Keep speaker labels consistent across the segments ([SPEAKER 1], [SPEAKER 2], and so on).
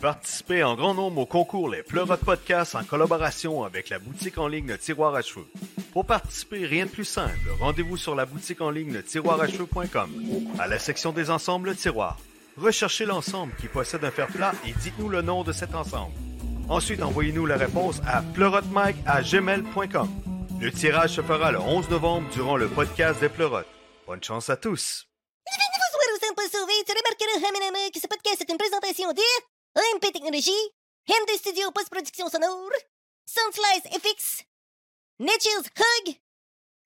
[SPEAKER 1] Participez en grand nombre au concours Les Pleurotes Podcasts en collaboration avec la boutique en ligne Le Tiroir à cheveux. Pour participer, rien de plus simple. Rendez-vous sur la boutique en ligne le tiroir à cheveux.com, à la section des ensembles Le Tiroir. Recherchez l'ensemble qui possède un fer plat et dites-nous le nom de cet ensemble. Ensuite, envoyez-nous la réponse à pleurotemike@gmail.com. Le tirage se fera le 11 novembre durant le podcast des pleurotes. Bonne chance à tous!
[SPEAKER 2] Bonsoir aux impôts sauvés, tu remarqueras, Hamanama, que ce podcast est une présentation de AMP Technologies, MD Studio Post-Production Sonore, Soundslice FX, Nature's Hug,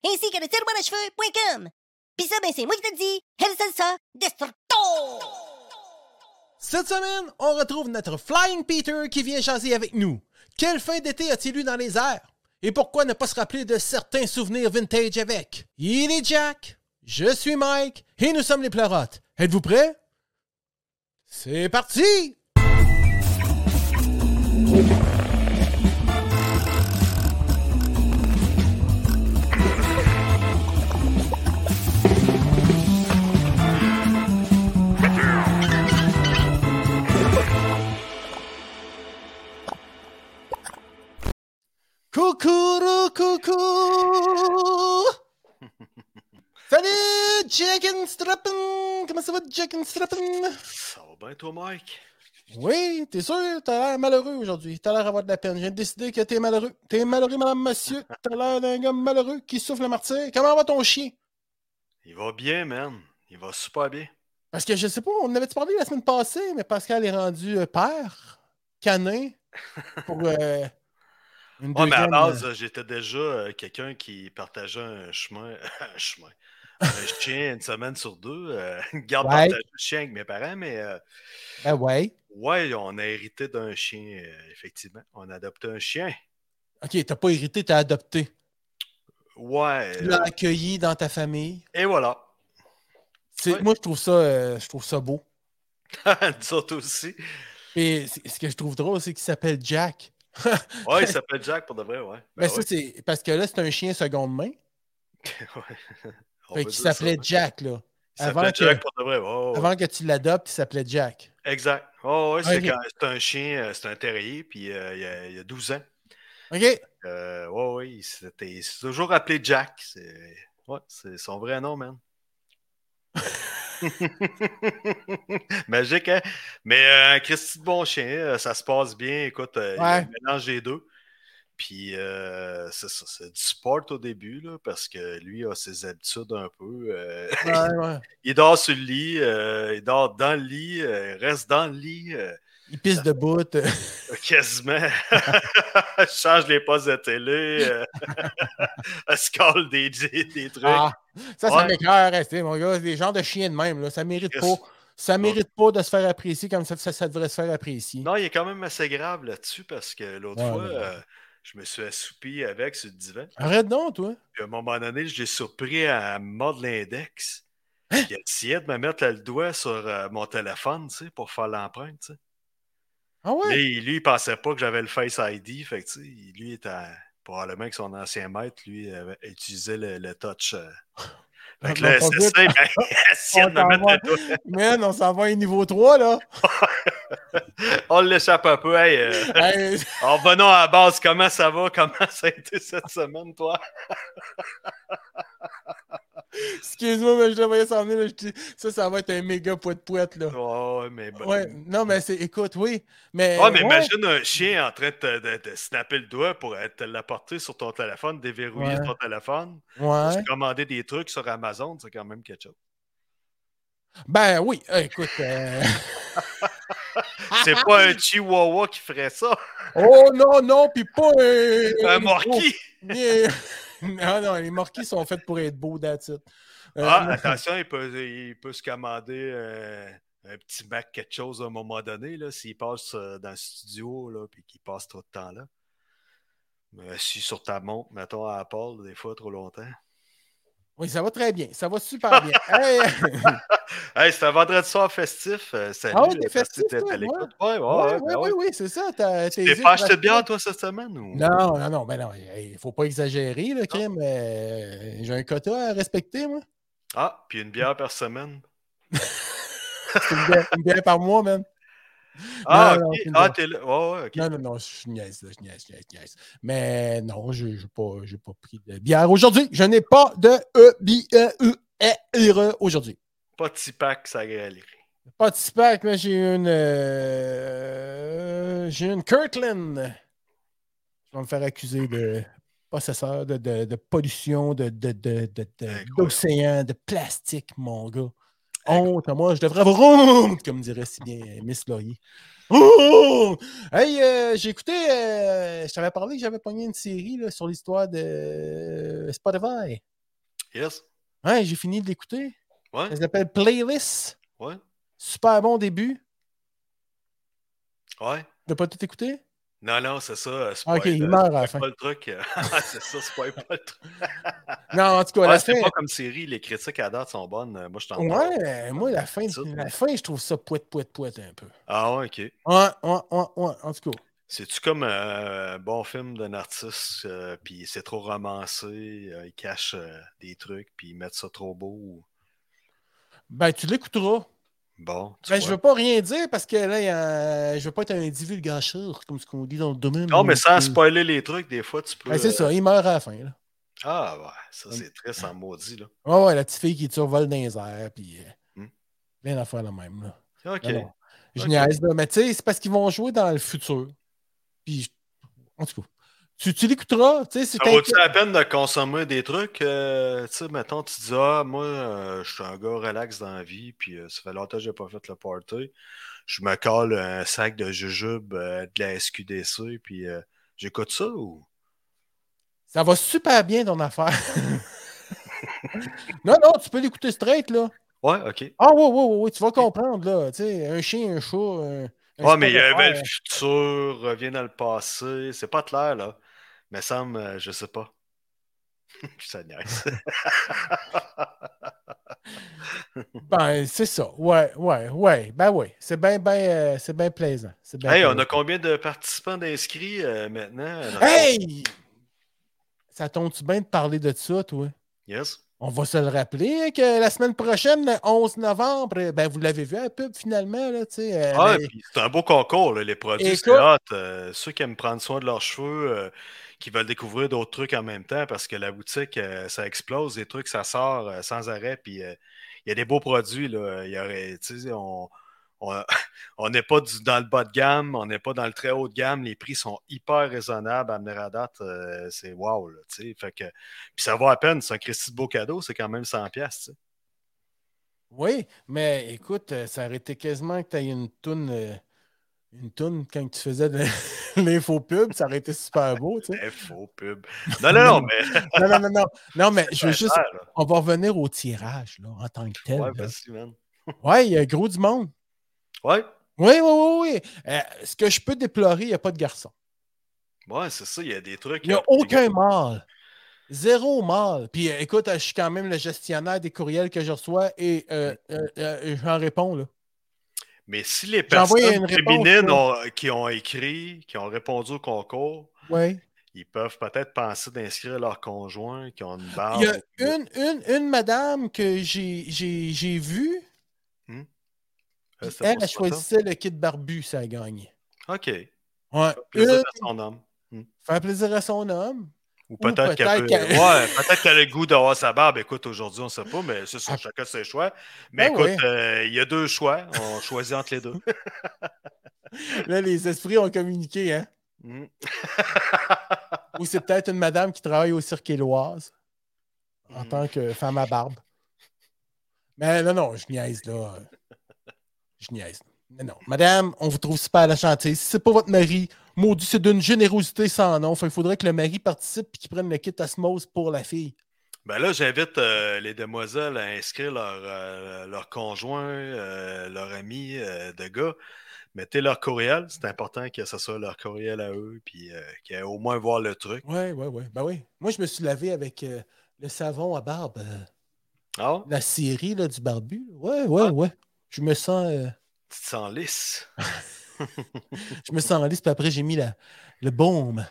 [SPEAKER 2] ainsi que le tiroir à cheveux.com. Pis ça, ben, c'est moi qui te le dis, elle salsa, destructo!
[SPEAKER 3] Cette semaine, on retrouve notre Flying Peter qui vient chasser avec nous. Quelle fin d'été a-t-il eu dans les airs? Et pourquoi ne pas se rappeler de certains souvenirs vintage avec? Il est Jack, je suis Mike, et nous sommes les pleurotes. Êtes-vous prêts? C'est parti! Coucou, coucou! Salut, Chicken Strappin! Comment ça va, Chicken Strappin?
[SPEAKER 1] Ça va bien, toi, Mike?
[SPEAKER 3] Oui, t'es sûr? T'as l'air malheureux aujourd'hui. T'as l'air avoir de la peine. J'ai décidé que t'es malheureux. T'es malheureux, madame, monsieur. T'as l'air d'un gars malheureux qui souffle le martyr. Comment va ton chien?
[SPEAKER 1] Il va bien, man. Il va super bien.
[SPEAKER 3] Parce que je sais pas, on en avait-tu parlé la semaine passée, mais Pascal est rendu euh, père, canin, pour euh, une
[SPEAKER 1] Ouais, mais à
[SPEAKER 3] deuxième,
[SPEAKER 1] base, euh, j'étais déjà euh, quelqu'un qui partageait un chemin. un chemin. Un chien une semaine sur deux. euh, une garde
[SPEAKER 3] Ouais.
[SPEAKER 1] partagée de chien avec mes parents, mais euh,
[SPEAKER 3] euh, Ben ouais.
[SPEAKER 1] ouais, on a hérité d'un chien, euh, effectivement. On a adopté un chien.
[SPEAKER 3] Ok, t'as pas hérité, t'as adopté.
[SPEAKER 1] Ouais. euh,
[SPEAKER 3] Tu l'as accueilli dans ta famille.
[SPEAKER 1] Et voilà.
[SPEAKER 3] C'est-
[SPEAKER 1] Ouais.
[SPEAKER 3] Moi, je trouve ça, euh, je trouve ça beau.
[SPEAKER 1] Nous autres aussi.
[SPEAKER 3] Et c- ce que je trouve drôle, c'est qu'il s'appelle Jack.
[SPEAKER 1] Ouais, il s'appelle Jack pour de vrai, ouais.
[SPEAKER 3] Mais
[SPEAKER 1] Ben
[SPEAKER 3] ça,
[SPEAKER 1] ouais.
[SPEAKER 3] c'est parce que là, c'est un chien seconde main.
[SPEAKER 1] Ouais. On
[SPEAKER 3] Fait
[SPEAKER 1] peut
[SPEAKER 3] qu'il
[SPEAKER 1] dire ça,
[SPEAKER 3] s'appelait
[SPEAKER 1] ouais.
[SPEAKER 3] Jack, là.
[SPEAKER 1] Il
[SPEAKER 3] avant
[SPEAKER 1] s'appelait
[SPEAKER 3] que-
[SPEAKER 1] Jack pour de vrai, ouais, ouais, ouais.
[SPEAKER 3] Avant que tu l'adoptes, il s'appelait Jack.
[SPEAKER 1] Exact. Oh, ouais, c'est
[SPEAKER 3] Ok.
[SPEAKER 1] quand- c'est un chien, euh, c'est un terrier, puis euh, il, y a, il y a 12 ans.
[SPEAKER 3] OK?
[SPEAKER 1] Euh, ouais, ouais, il s'était- il s'est toujours appelé Jack. C'est ouais, c'est son vrai nom, man. Magique, hein? Mais euh, Christy de bon chien, euh, ça se passe bien. Écoute, euh, il y a
[SPEAKER 3] Ouais.
[SPEAKER 1] un mélange des deux. Puis euh, c'est ça, c'est du sport au début, là, parce que lui a ses habitudes un peu. euh,
[SPEAKER 3] Ouais, ouais.
[SPEAKER 1] il dort sur le lit, euh, il dort dans le lit, euh, il reste dans le lit. euh,
[SPEAKER 3] Il pisse debout. euh.
[SPEAKER 1] Quasiment. Je change les postes de télé. Euh... elle se colle des, des, des trucs.
[SPEAKER 3] Ah, ça, ça
[SPEAKER 1] Ouais.
[SPEAKER 3] m'écœure, hein, c'est, mon gars. Des genres de chiens de même, là. Ça mérite
[SPEAKER 1] Yes.
[SPEAKER 3] pas. Ça mérite pas de se faire apprécier comme ça, ça, ça devrait se faire apprécier.
[SPEAKER 1] Non, il est quand même assez grave là-dessus parce que l'autre
[SPEAKER 3] Ouais,
[SPEAKER 1] fois,
[SPEAKER 3] ouais.
[SPEAKER 1] euh, je me suis assoupi avec sur le divan.
[SPEAKER 3] Arrête donc, toi.
[SPEAKER 1] Puis à un moment donné, je l'ai surpris à me mordre l'index.
[SPEAKER 3] Hein?
[SPEAKER 1] Puis elle essayait de me mettre là, le doigt sur euh, mon téléphone, tu sais, pour faire l'empreinte, tu sais.
[SPEAKER 3] Ah ouais?
[SPEAKER 1] Mais lui, il pensait pas que j'avais le Face ID. Fait que, tu sais, il- lui, était probablement que son ancien maître, lui, avait- utilisait le, le touch. euh. Fait que
[SPEAKER 3] Ah,
[SPEAKER 1] là,
[SPEAKER 3] bon,
[SPEAKER 1] c'est
[SPEAKER 3] vite.
[SPEAKER 1] ça, il m'a- il essayait de me
[SPEAKER 3] On
[SPEAKER 1] mettre
[SPEAKER 3] t'envoie.
[SPEAKER 1] le doigt.
[SPEAKER 3] Man, on s'en va à un niveau 3, là.
[SPEAKER 1] On l'échappe un peu. Hey, euh,
[SPEAKER 3] Hey,
[SPEAKER 1] en revenant à la base, comment ça va? Comment ça a été cette semaine, toi?
[SPEAKER 3] excuse-moi, mais je devrais s'en venir. là, je dis- Ça, ça va être un méga poète-poète, là.
[SPEAKER 1] Ouais, ouais, mais bon.
[SPEAKER 3] Ouais, non, mais c'est, écoute, oui. Mais,
[SPEAKER 1] Ah, ben. mais
[SPEAKER 3] ouais.
[SPEAKER 1] imagine un chien en train de, te- de- de snapper le doigt pour euh, te l'apporter sur ton téléphone, déverrouiller
[SPEAKER 3] Ouais.
[SPEAKER 1] ton téléphone,
[SPEAKER 3] Ouais.
[SPEAKER 1] commander des trucs sur Amazon, c'est quand même quelque chose.
[SPEAKER 3] Ben oui, euh, écoute. euh,
[SPEAKER 1] C'est pas un chihuahua qui ferait ça,
[SPEAKER 3] Oh non, non, puis pas euh,
[SPEAKER 1] un
[SPEAKER 3] les-
[SPEAKER 1] morquis.
[SPEAKER 3] oh, les- Non, non, les morquis sont faits pour être beaux, that's it. Euh,
[SPEAKER 1] Ah, attention, il peut, il peut se commander euh, un petit Mac quelque chose à un moment donné, là, s'il passe euh, dans le studio, là, puis qu'il passe trop de temps là. Mais si sur ta montre, mettons à Apple, des fois trop longtemps.
[SPEAKER 3] Oui, ça va très bien, ça va super bien. Hey,
[SPEAKER 1] Hey, c'est un vendredi soir festif. euh, salut,
[SPEAKER 3] Ah ouais, t'es
[SPEAKER 1] euh, merci
[SPEAKER 3] festif,
[SPEAKER 1] d'être
[SPEAKER 3] toi,
[SPEAKER 1] à l'écoute.
[SPEAKER 3] ouais.
[SPEAKER 1] Ouais, ouais,
[SPEAKER 3] oui,
[SPEAKER 1] ouais,
[SPEAKER 3] oui,
[SPEAKER 1] ben
[SPEAKER 3] oui,
[SPEAKER 1] ouais.
[SPEAKER 3] oui, c'est ça. t'as-
[SPEAKER 1] Tu
[SPEAKER 3] tes
[SPEAKER 1] T'es
[SPEAKER 3] yeux
[SPEAKER 1] pas acheté de
[SPEAKER 3] restent-
[SPEAKER 1] bière, toi, cette semaine? Ou...
[SPEAKER 3] Non, non, non, ben non, il faut pas exagérer, là, Kim. euh, J'ai un quota à respecter, moi.
[SPEAKER 1] Ah, puis une bière par semaine.
[SPEAKER 3] C'est une bière- une bière par mois, man.
[SPEAKER 1] Ah,
[SPEAKER 3] Non, non,
[SPEAKER 1] ok.
[SPEAKER 3] c'est une
[SPEAKER 1] Ah,
[SPEAKER 3] blague.
[SPEAKER 1] t'es là. Oh, ok.
[SPEAKER 3] Non, non, non, je niaise, là, je niaise, je niaise, je niaise. Mais non, je n'ai pas, j'ai pas pris de bière aujourd'hui. Je n'ai pas de E, B, E, U, E, R aujourd'hui.
[SPEAKER 1] Pas de six pack, ça galerie.
[SPEAKER 3] Pas de SPAC, mais j'ai une. euh, j'ai une Kirkland. Je vais me faire accuser de possesseur, de, de- de pollution, de, de, de, de- de-
[SPEAKER 1] Incroyable.
[SPEAKER 3] d'océan, de plastique, mon gars.
[SPEAKER 1] Incroyable.
[SPEAKER 3] Honte à moi, je devrais avoir honte, comme dirait si bien Miss Laurier. Honte! Hey, euh, j'ai écouté, euh, je t'avais parlé que j'avais pogné une série là, sur l'histoire de euh, Spotify.
[SPEAKER 1] Yes.
[SPEAKER 3] Ouais, j'ai fini de l'écouter.
[SPEAKER 1] Ouais.
[SPEAKER 3] Elle s'appelle Playlist.
[SPEAKER 1] Ouais.
[SPEAKER 3] Super bon début.
[SPEAKER 1] Ouais.
[SPEAKER 3] T'as pas tout écouté?
[SPEAKER 1] Non, non, c'est ça. euh,
[SPEAKER 3] Ah,
[SPEAKER 1] spoil,
[SPEAKER 3] ok, il
[SPEAKER 1] euh,
[SPEAKER 3] meurt à la fin.
[SPEAKER 1] spoil pas le truc. Ah, c'est ça, spoil pas le truc.
[SPEAKER 3] Non, en tout cas,
[SPEAKER 1] Ouais,
[SPEAKER 3] la fin.
[SPEAKER 1] c'est pas comme série, les critiques à date sont bonnes. euh, Moi, je t'en parle.
[SPEAKER 3] Ouais, moi, la fin,
[SPEAKER 1] Ça,
[SPEAKER 3] la fin, je trouve ça poète, poète, poète un peu.
[SPEAKER 1] Ah, ouais, ok.
[SPEAKER 3] Ouais, ouais, ouais, ouais, en tout cas.
[SPEAKER 1] C'est-tu comme euh, un bon film d'un artiste, euh, puis c'est trop romancé, euh, il cache euh, des trucs, puis ils mettent ça trop beau? ou-
[SPEAKER 3] Ben, tu l'écouteras.
[SPEAKER 1] Bon, tu
[SPEAKER 3] Ben,
[SPEAKER 1] vois.
[SPEAKER 3] je veux pas rien dire parce que là, il y a- je veux pas être un divulgateur, comme ce qu'on dit dans le domaine.
[SPEAKER 1] Non, mais sans
[SPEAKER 3] Euh,
[SPEAKER 1] spoiler les trucs, des fois, tu peux...
[SPEAKER 3] Ben, c'est
[SPEAKER 1] euh,
[SPEAKER 3] ça, il meurt à la fin. Là.
[SPEAKER 1] Ah, ouais, ça, c'est triste en maudit, là.
[SPEAKER 3] Ouais, ouais, la petite fille qui survole dans les airs, puis euh,
[SPEAKER 1] Hmm.
[SPEAKER 3] plein d'affaires la même. Là.
[SPEAKER 1] OK.
[SPEAKER 3] Ben Non, non. Je
[SPEAKER 1] Ok.
[SPEAKER 3] niaise, là, mais tu sais, c'est parce qu'ils vont jouer dans le futur. Puis, je- en tout cas, tu, tu l'écouteras, tu sais, si
[SPEAKER 1] Ça
[SPEAKER 3] t'inquiètes-
[SPEAKER 1] vaut-tu la peine de consommer des trucs? euh, tu sais, mettons, tu dis, ah, moi, euh, je suis un gars relax dans la vie, puis euh, ça fait longtemps que j'ai pas fait le party. Je me colle un sac de jujube euh, de la SQDC, puis euh, j'écoute ça ou...
[SPEAKER 3] Ça va super bien ton affaire. non, non, tu peux l'écouter straight, là.
[SPEAKER 1] Ouais, OK.
[SPEAKER 3] Ah, ouais, ouais, ouais, ouais, tu vas comprendre, là. Tu sais, un chien, un chat. Un, un
[SPEAKER 1] Ouais, mais il y
[SPEAKER 3] sport
[SPEAKER 1] avait
[SPEAKER 3] d'affaires.
[SPEAKER 1] le futur, revient dans le passé. C'est pas clair, là. Mais Sam, euh, je sais pas. ça niaise.
[SPEAKER 3] Ben, c'est ça. Ouais, ouais, ouais. Ben, ouais. C'est bien, ben, euh, c'est bien plaisant. C'est ben
[SPEAKER 1] hey, on a
[SPEAKER 3] plaisant.
[SPEAKER 1] combien de participants d'inscrits euh, maintenant?
[SPEAKER 3] Hey! Ça tombe-tu bien de parler de ça, toi?
[SPEAKER 1] Yes.
[SPEAKER 3] On va se le rappeler hein, que la semaine prochaine, le 11 novembre, euh, ben, vous l'avez vu à la pub, finalement, là, tu sais. euh,
[SPEAKER 1] Ah,
[SPEAKER 3] mais-
[SPEAKER 1] puis c'est un beau concours, là, les produits. C'est
[SPEAKER 3] Écoute-
[SPEAKER 1] hot. Euh, ceux qui aiment prendre soin de leurs cheveux, euh, qui veulent découvrir d'autres trucs en même temps, parce que la boutique, euh, ça explose, les trucs, ça sort euh, sans arrêt. Puis euh, il y a des beaux produits. Là. Il y aurait, tu sais, on on- on n'est pas du- dans le bas de gamme, on n'est pas dans le très haut de gamme. Les prix sont hyper raisonnables à mener à date. euh, c'est wow. Là, tu sais. fait que, puis ça vaut à peine. C'est un Christy de beau cadeau. C'est quand même 100$. piastres, tu sais.
[SPEAKER 3] Oui, mais écoute, euh, ça aurait été quasiment que tu aies une toune, euh, une toune quand tu faisais de l'info pub, ça aurait été super beau, tu sais.
[SPEAKER 1] Eh, Faux pub. Non, non, non, mais.
[SPEAKER 3] Non, non, non, non. Non, mais je
[SPEAKER 1] ça a
[SPEAKER 3] veux juste.
[SPEAKER 1] l'air, là.
[SPEAKER 3] On va revenir au tirage, là, en tant que tel.
[SPEAKER 1] Ouais,
[SPEAKER 3] là.
[SPEAKER 1] vas-y, man.
[SPEAKER 3] Ouais, il y a gros du monde.
[SPEAKER 1] Ouais.
[SPEAKER 3] Oui, oui, oui, oui. Euh, ce que je peux déplorer, il n'y a pas de garçon.
[SPEAKER 1] Ouais, c'est ça, il y a des trucs.
[SPEAKER 3] Il n'y a
[SPEAKER 1] euh,
[SPEAKER 3] aucun mâle. Zéro mâle. Puis euh, écoute, euh, je suis quand même le gestionnaire des courriels que je reçois et euh, euh, euh, j'en réponds, là.
[SPEAKER 1] Mais si les
[SPEAKER 3] J'ai envoyé
[SPEAKER 1] personnes
[SPEAKER 3] une réponse,
[SPEAKER 1] féminines
[SPEAKER 3] là.
[SPEAKER 1] ont- qui ont écrit, qui ont répondu au concours,
[SPEAKER 3] Oui.
[SPEAKER 1] ils peuvent peut-être penser d'inscrire leur conjoint qui ont une barbe.
[SPEAKER 3] Il y a
[SPEAKER 1] Euh,
[SPEAKER 3] une, une, une madame que j'ai- j'ai j'ai vue,
[SPEAKER 1] Euh,
[SPEAKER 3] puis
[SPEAKER 1] c'est
[SPEAKER 3] elle,
[SPEAKER 1] pas ça,
[SPEAKER 3] elle
[SPEAKER 1] ça?
[SPEAKER 3] choisissait le kit barbu, ça a gagné.
[SPEAKER 1] OK.
[SPEAKER 3] Ouais.
[SPEAKER 1] Plaisir
[SPEAKER 3] Une,
[SPEAKER 1] à son homme.
[SPEAKER 3] faire plaisir à son homme.
[SPEAKER 1] Ou peut-être
[SPEAKER 3] peut-être
[SPEAKER 1] qu'elle peut...
[SPEAKER 3] qu'elle-
[SPEAKER 1] ouais, peut-être qu'elle a le goût d'avoir sa barbe. Écoute, aujourd'hui, on ne sait pas, mais ce sont
[SPEAKER 3] Ah.
[SPEAKER 1] chacun ses choix. Mais
[SPEAKER 3] Ben
[SPEAKER 1] écoute,
[SPEAKER 3] oui.
[SPEAKER 1] euh, il y a deux choix. On choisit entre les deux.
[SPEAKER 3] Là, les esprits ont communiqué, hein.
[SPEAKER 1] Mm.
[SPEAKER 3] Ou c'est peut-être une madame qui travaille au Cirque Éloise en
[SPEAKER 1] Mm.
[SPEAKER 3] tant que femme à barbe. Mais non, non, je niaise, là. Je niaise. Mais non. Madame, on vous trouve super à la chantier. Si c'est pas votre mari, maudit, c'est d'une générosité sans nom. Fait, il faudrait que le mari participe et qu'il prenne le kit Osmose pour la fille.
[SPEAKER 1] Ben là, j'invite euh, les demoiselles à inscrire leur, euh, leur conjoint, euh, leur ami euh, de gars. Mettez leur courriel. C'est important que ce soit leur courriel à eux, puis euh, qu'ils aient au moins voir le truc.
[SPEAKER 3] Oui, oui, oui. Ben oui. Moi, je me suis lavé avec euh, le savon à barbe, euh,
[SPEAKER 1] Ah,
[SPEAKER 3] la série là, du barbu. Oui, oui, oui. Je me sens, euh,
[SPEAKER 1] tu te sens lisse.
[SPEAKER 3] je me sens lisse, puis après, j'ai mis la, le baume.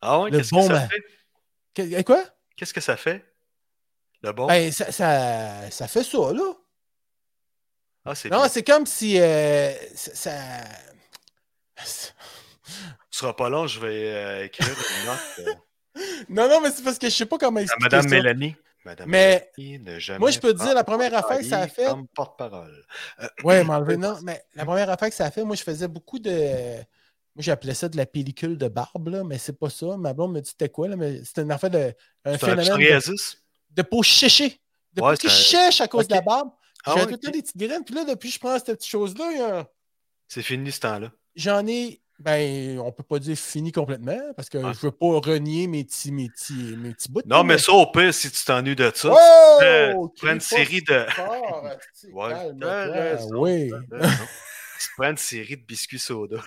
[SPEAKER 1] Ah ouais,
[SPEAKER 3] Le
[SPEAKER 1] qu'est-ce
[SPEAKER 3] bon
[SPEAKER 1] que ça
[SPEAKER 3] ma-
[SPEAKER 1] fait?
[SPEAKER 3] Que- eh, quoi?
[SPEAKER 1] Qu'est-ce que ça fait? Le bon?
[SPEAKER 3] Ben, ça, ça, ça fait ça, là.
[SPEAKER 1] Ah, c'est
[SPEAKER 3] Non,
[SPEAKER 1] bien.
[SPEAKER 3] c'est comme si euh, ça- ça.
[SPEAKER 1] Ce sera pas long, je vais euh, écrire une note euh,
[SPEAKER 3] Non, non, mais c'est parce que je sais pas comment
[SPEAKER 1] à
[SPEAKER 3] expliquer
[SPEAKER 1] Madame
[SPEAKER 3] ça.
[SPEAKER 1] Mélanie. Madame
[SPEAKER 3] Mais-
[SPEAKER 1] Mélanie, ne jamais
[SPEAKER 3] Moi, je peux te dire, la
[SPEAKER 1] prendre
[SPEAKER 3] première affaire que ça a
[SPEAKER 1] Marie
[SPEAKER 3] fait-
[SPEAKER 1] Comme porte-parole.
[SPEAKER 3] Ouais, m'enlever. Non, mais la première affaire que ça a fait, moi, je faisais beaucoup de. Moi, j'appelais ça de la pellicule de barbe, là, mais c'est pas ça. Ma blonde me dit c'était quoi, là, mais c'était une affaire de.
[SPEAKER 1] C'est
[SPEAKER 3] Un
[SPEAKER 1] un
[SPEAKER 3] phénomène de,
[SPEAKER 1] psoriasis?
[SPEAKER 3] de peau séchée. De
[SPEAKER 1] Ouais,
[SPEAKER 3] peau qui
[SPEAKER 1] c'est un-
[SPEAKER 3] sèche à cause
[SPEAKER 1] Ok.
[SPEAKER 3] de la barbe.
[SPEAKER 1] Ah
[SPEAKER 3] J'avais
[SPEAKER 1] ouais,
[SPEAKER 3] tout le temps
[SPEAKER 1] ok.
[SPEAKER 3] des petites graines. Puis là, depuis que je prends cette petite chose-là, il y a un-
[SPEAKER 1] C'est fini ce temps-là.
[SPEAKER 3] j'en ai, ben, on peut pas dire fini complètement, parce que
[SPEAKER 1] Ah.
[SPEAKER 3] je veux pas renier mes petits, mes petits, mes petits bouts.
[SPEAKER 1] Non, mais ça, au pire, si tu t'ennuies de ça,
[SPEAKER 3] Oh!
[SPEAKER 1] euh, tu prends
[SPEAKER 3] Crie
[SPEAKER 1] une
[SPEAKER 3] pas
[SPEAKER 1] série de.
[SPEAKER 3] si fort, asti,
[SPEAKER 1] Ouais,
[SPEAKER 3] calme-toi,
[SPEAKER 1] t'as raison,
[SPEAKER 3] oui.
[SPEAKER 1] t'as raison. tu te prends une série de biscuits soda.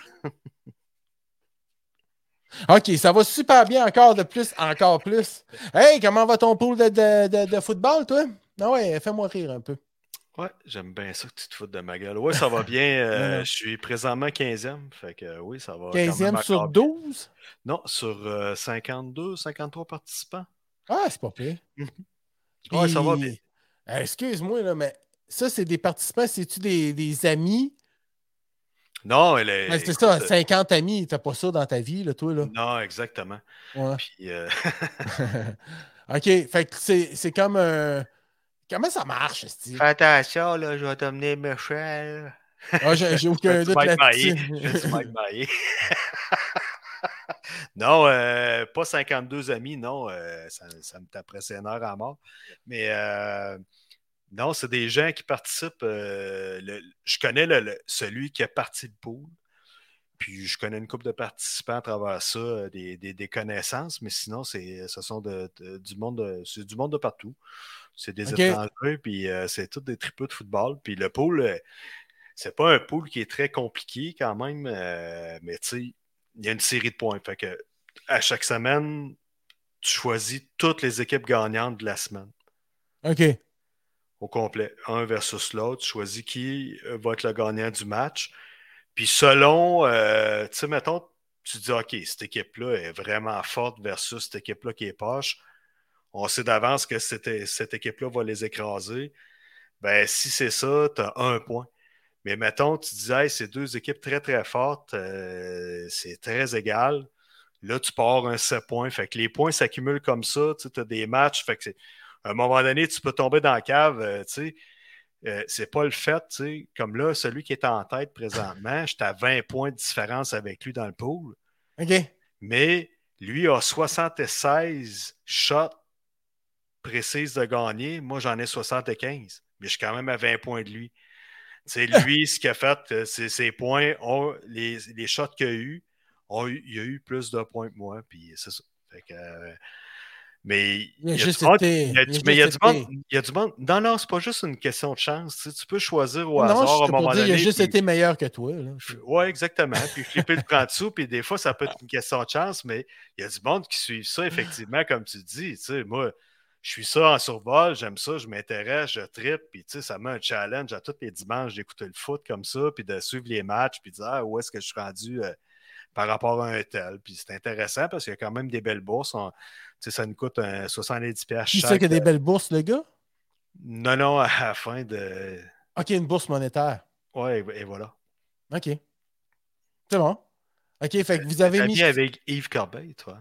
[SPEAKER 3] OK, ça va super bien encore de plus, encore plus. Hey, comment va ton pool de, de- de- de football, toi? Non, ouais, fais-moi rire un peu.
[SPEAKER 1] Ouais, j'aime bien ça que tu te foutes de ma gueule. Ouais, ça va bien. euh,
[SPEAKER 3] Non, non.
[SPEAKER 1] je suis présentement 15e. Fait que euh, oui, ça va. quand même
[SPEAKER 3] 15e sur
[SPEAKER 1] encore
[SPEAKER 3] 12?
[SPEAKER 1] bien. Non, sur euh, 52, 53 participants.
[SPEAKER 3] Ah, c'est pas pire.
[SPEAKER 1] Ouais, ça va
[SPEAKER 3] Puis,
[SPEAKER 1] bien.
[SPEAKER 3] euh, Excuse-moi, là, mais ça, c'est des participants, c'est-tu des, des amis?
[SPEAKER 1] Non, elle est.
[SPEAKER 3] Ouais, c'est
[SPEAKER 1] écoute,
[SPEAKER 3] ça,
[SPEAKER 1] euh,
[SPEAKER 3] 50 amis, t'as pas ça dans ta vie, là, toi, là. Ah.
[SPEAKER 1] Non, exactement.
[SPEAKER 3] Ouais.
[SPEAKER 1] Puis, euh,
[SPEAKER 3] OK, fait que c'est c'est comme un... Comment ça marche, Steve?
[SPEAKER 1] attention, là, je vais t'emmener Michel.
[SPEAKER 3] Ah, j'ai j'ai
[SPEAKER 1] Je
[SPEAKER 3] aucun
[SPEAKER 1] vais
[SPEAKER 3] doute
[SPEAKER 1] Mike Maillé.
[SPEAKER 3] là-dessus.
[SPEAKER 1] Je dis Mike Maillé. non, euh, pas 52 amis, non. euh, ça, ça me taperait une heure à mort. Mais euh, non, c'est des gens qui participent. euh, le- je connais le- le- celui qui a parti le pool. Puis je connais une couple de participants à travers ça, euh, des, des- des connaissances, mais sinon, c'est, ce sont de- de- du, monde de, c'est du monde de partout. C'est des
[SPEAKER 3] Ok.
[SPEAKER 1] étrangers, puis euh, c'est tous des tripeux de football. Puis le pool, euh, c'est pas un pool qui est très compliqué quand même, euh, mais tu sais, il y a une série de points. Fait que à chaque semaine, tu choisis toutes les équipes gagnantes de la semaine
[SPEAKER 3] OK.
[SPEAKER 1] au complet, un versus l'autre. Tu choisis qui euh, va être le gagnant du match. Puis selon, euh, tu sais, mettons, tu dis, OK, cette équipe-là est vraiment forte versus cette équipe-là qui est poche. On sait d'avance que cette, cette équipe-là va les écraser. Ben, si c'est ça, tu as un point. Mais mettons, tu dis, hey, c'est deux équipes très, très fortes, euh, c'est très égal. Là, tu pars un 7 points. Fait que les points s'accumulent comme ça. Tu as des matchs. Fait que c'est- à un moment donné, tu peux tomber dans la cave, euh, tu sais. Euh, c'est pas le fait, tu sais. Comme là, celui qui est en tête présentement, j'étais à 20 points de différence avec lui dans le pool,
[SPEAKER 3] OK.
[SPEAKER 1] mais lui a 76 shots précises de gagner. Moi, j'en ai 75, mais je suis quand même à 20 points de lui. Tu sais, lui, ce qu'il a fait, euh, c'est ses points, ont, les, les shots qu'il a eu, ont eu- il a eu plus de points que moi, puis c'est ça. Fait que, euh, mais
[SPEAKER 3] Il a
[SPEAKER 1] y a
[SPEAKER 3] juste
[SPEAKER 1] du monde-
[SPEAKER 3] été-
[SPEAKER 1] il y a
[SPEAKER 3] il a
[SPEAKER 1] du- mais il y a du
[SPEAKER 3] juste été-
[SPEAKER 1] monde. Il y a du monde. Non, non, c'est pas juste une question de chance. Tu, sais, tu peux choisir au
[SPEAKER 3] non,
[SPEAKER 1] hasard
[SPEAKER 3] je
[SPEAKER 1] à un
[SPEAKER 3] suis pour
[SPEAKER 1] moment
[SPEAKER 3] dire,
[SPEAKER 1] donné.
[SPEAKER 3] il a juste
[SPEAKER 1] puis-
[SPEAKER 3] été meilleur que toi. Là.
[SPEAKER 1] Ouais, exactement. Puis flipper le prend dessous, puis des fois, ça peut être une question de chance, mais il y a du monde qui suit ça, effectivement, comme tu dis. Tu sais, moi, je suis ça en survol, j'aime ça, je m'intéresse, je tripe, puis tu sais, ça met un challenge à tous les dimanches d'écouter le foot comme ça, puis de suivre les matchs, puis de dire ah, où est-ce que je suis rendu euh, par rapport à un tel. Puis c'est intéressant parce qu'il y a quand même des belles bourses. On- tu sais, ça nous coûte un 70$ piastres
[SPEAKER 3] Tu
[SPEAKER 1] chaque. euh
[SPEAKER 3] sais qu'il y a des belles bourses, le gars?
[SPEAKER 1] Non, non, à la fin de.
[SPEAKER 3] OK, une bourse monétaire.
[SPEAKER 1] Ouais, et- et voilà.
[SPEAKER 3] OK. C'est bon. OK, fait que vous avez
[SPEAKER 1] T'as
[SPEAKER 3] mis...
[SPEAKER 1] mis avec Yves Corbeil, toi.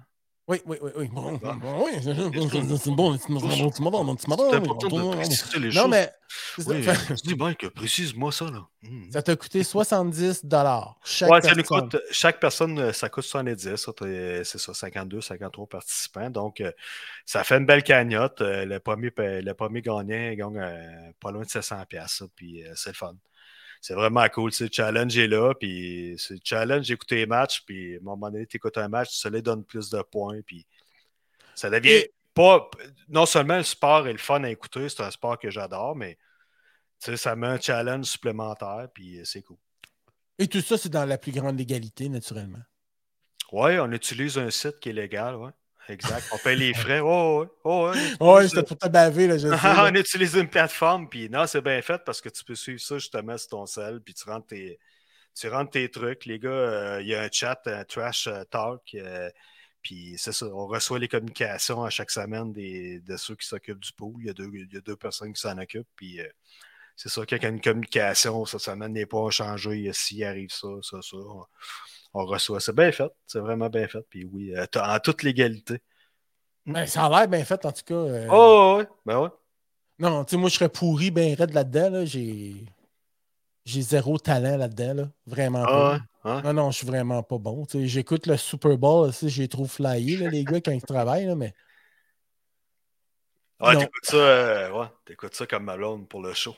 [SPEAKER 3] Oui, oui, oui, oui. Bon,
[SPEAKER 1] Bon.
[SPEAKER 3] bon, oui. C'est bon, c'est bon, c'est bon, c'est bon, c'est bon,
[SPEAKER 1] C'est
[SPEAKER 3] oui,
[SPEAKER 1] important de
[SPEAKER 3] bon,
[SPEAKER 1] préciser les
[SPEAKER 3] Non,
[SPEAKER 1] choses.
[SPEAKER 3] mais...
[SPEAKER 1] Oui, hein.
[SPEAKER 3] Fait-
[SPEAKER 1] je dis bien que précise-moi ça, là. Mm.
[SPEAKER 3] Ça t'a coûté 70 dollars.
[SPEAKER 1] Ouais, ça nous coûte- chaque personne, euh, ça coûte 70, ça, t'es- euh, c'est ça, 52, 53 participants. Donc, euh, ça fait une belle cagnotte. Euh, le, premier, pa- le premier gagnant il gagne euh, pas loin de 700 pièces, puis euh, c'est le fun. C'est vraiment cool. tu sais, Le challenge est là, puis c'est le challenge d'écouter les matchs, puis à un moment donné, tu écoutes un match, ça les donne plus de points, puis ça devient
[SPEAKER 3] Et-
[SPEAKER 1] pas... Non seulement le sport est le fun à écouter, c'est un sport que j'adore, mais tu sais, ça met un challenge supplémentaire, puis euh, c'est cool.
[SPEAKER 3] Et tout ça, c'est dans la plus grande légalité, naturellement.
[SPEAKER 1] Oui, on utilise un site qui est légal, oui. Exact. On paye les frais. Oui, oui,
[SPEAKER 3] Ouais, c'était pour te baver, là, je sais. là.
[SPEAKER 1] on utilise Ah, une plateforme, puis non, c'est bien fait parce que tu peux suivre ça justement sur ton sel, puis tu rentres tes, tu rentres tes trucs. Les gars, euh, il y a un chat, un trash euh, talk, euh, puis c'est ça. On reçoit les communications à chaque semaine des, de ceux qui s'occupent du pool. Il y a deux, il y a deux personnes qui s'en occupent, puis euh, C'est sûr qu'il y a une communication, ça, ça n'est pas changé, euh, s'il arrive ça, ça, ça. On, on reçoit. C'est bien fait, c'est vraiment bien fait. Puis oui, euh, t- en toute légalité.
[SPEAKER 3] Ben, ça a l'air bien fait, en tout cas. euh,
[SPEAKER 1] Oh, ouais, ben ouais.
[SPEAKER 3] Non, tu sais, moi, je serais pourri, ben raide là-dedans. Là. J'ai... J'ai zéro talent là-dedans. Là. Vraiment
[SPEAKER 1] Ah
[SPEAKER 3] pas.
[SPEAKER 1] ouais, ouais.
[SPEAKER 3] Non, non, je suis vraiment pas bon. Tu sais, J'écoute le Super Bowl, là, tu sais, je les trouve flyés, là, les gars, quand ils travaillent, là, mais
[SPEAKER 1] Ouais,
[SPEAKER 3] Non.
[SPEAKER 1] t'écoutes ça, euh, ouais, t'écoutes ça comme Malone pour le show.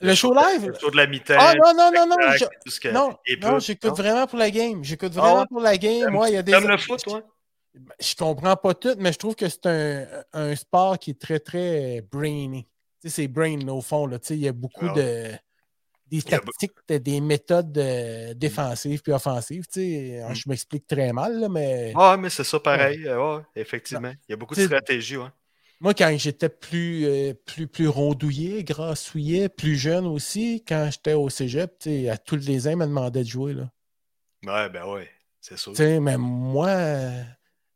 [SPEAKER 3] Le show live?
[SPEAKER 1] Le show de la mi-temps.
[SPEAKER 3] Ah non, non, non, non.
[SPEAKER 1] le
[SPEAKER 3] je-
[SPEAKER 1] spectacle, tout ce que-
[SPEAKER 3] Non,
[SPEAKER 1] les
[SPEAKER 3] non
[SPEAKER 1] pubs,
[SPEAKER 3] j'écoute
[SPEAKER 1] euh, non?
[SPEAKER 3] vraiment pour la game. J'écoute
[SPEAKER 1] Ah
[SPEAKER 3] vraiment
[SPEAKER 1] ouais?
[SPEAKER 3] pour la game. Moi, il y a des.
[SPEAKER 1] T'aimes le foot, toi?
[SPEAKER 3] Ben, Je comprends pas tout, mais je trouve que c'est un, un sport qui est très, très euh, brainy. Tu sais, c'est brain là, au fond. Là. Tu sais, Il y a beaucoup
[SPEAKER 1] Ah
[SPEAKER 3] de. Des
[SPEAKER 1] Il y a be-
[SPEAKER 3] tactiques, de- des méthodes euh, défensives puis offensives. tu sais. Alors,
[SPEAKER 1] Mm.
[SPEAKER 3] Je m'explique très mal, là, mais
[SPEAKER 1] Ouais, Ah, mais c'est ça pareil. euh, ouais, effectivement. Il y a beaucoup de
[SPEAKER 3] C'est-
[SPEAKER 1] stratégies, ouais.
[SPEAKER 3] moi, quand j'étais plus, euh, plus, plus rondouillé, grassouillet, plus jeune aussi, quand j'étais au cégep, tu sais, à tous les ans, ils me demandaient de jouer. Là.
[SPEAKER 1] Ouais, ben ouais, c'est sûr.
[SPEAKER 3] Tu sais, mais moi, euh,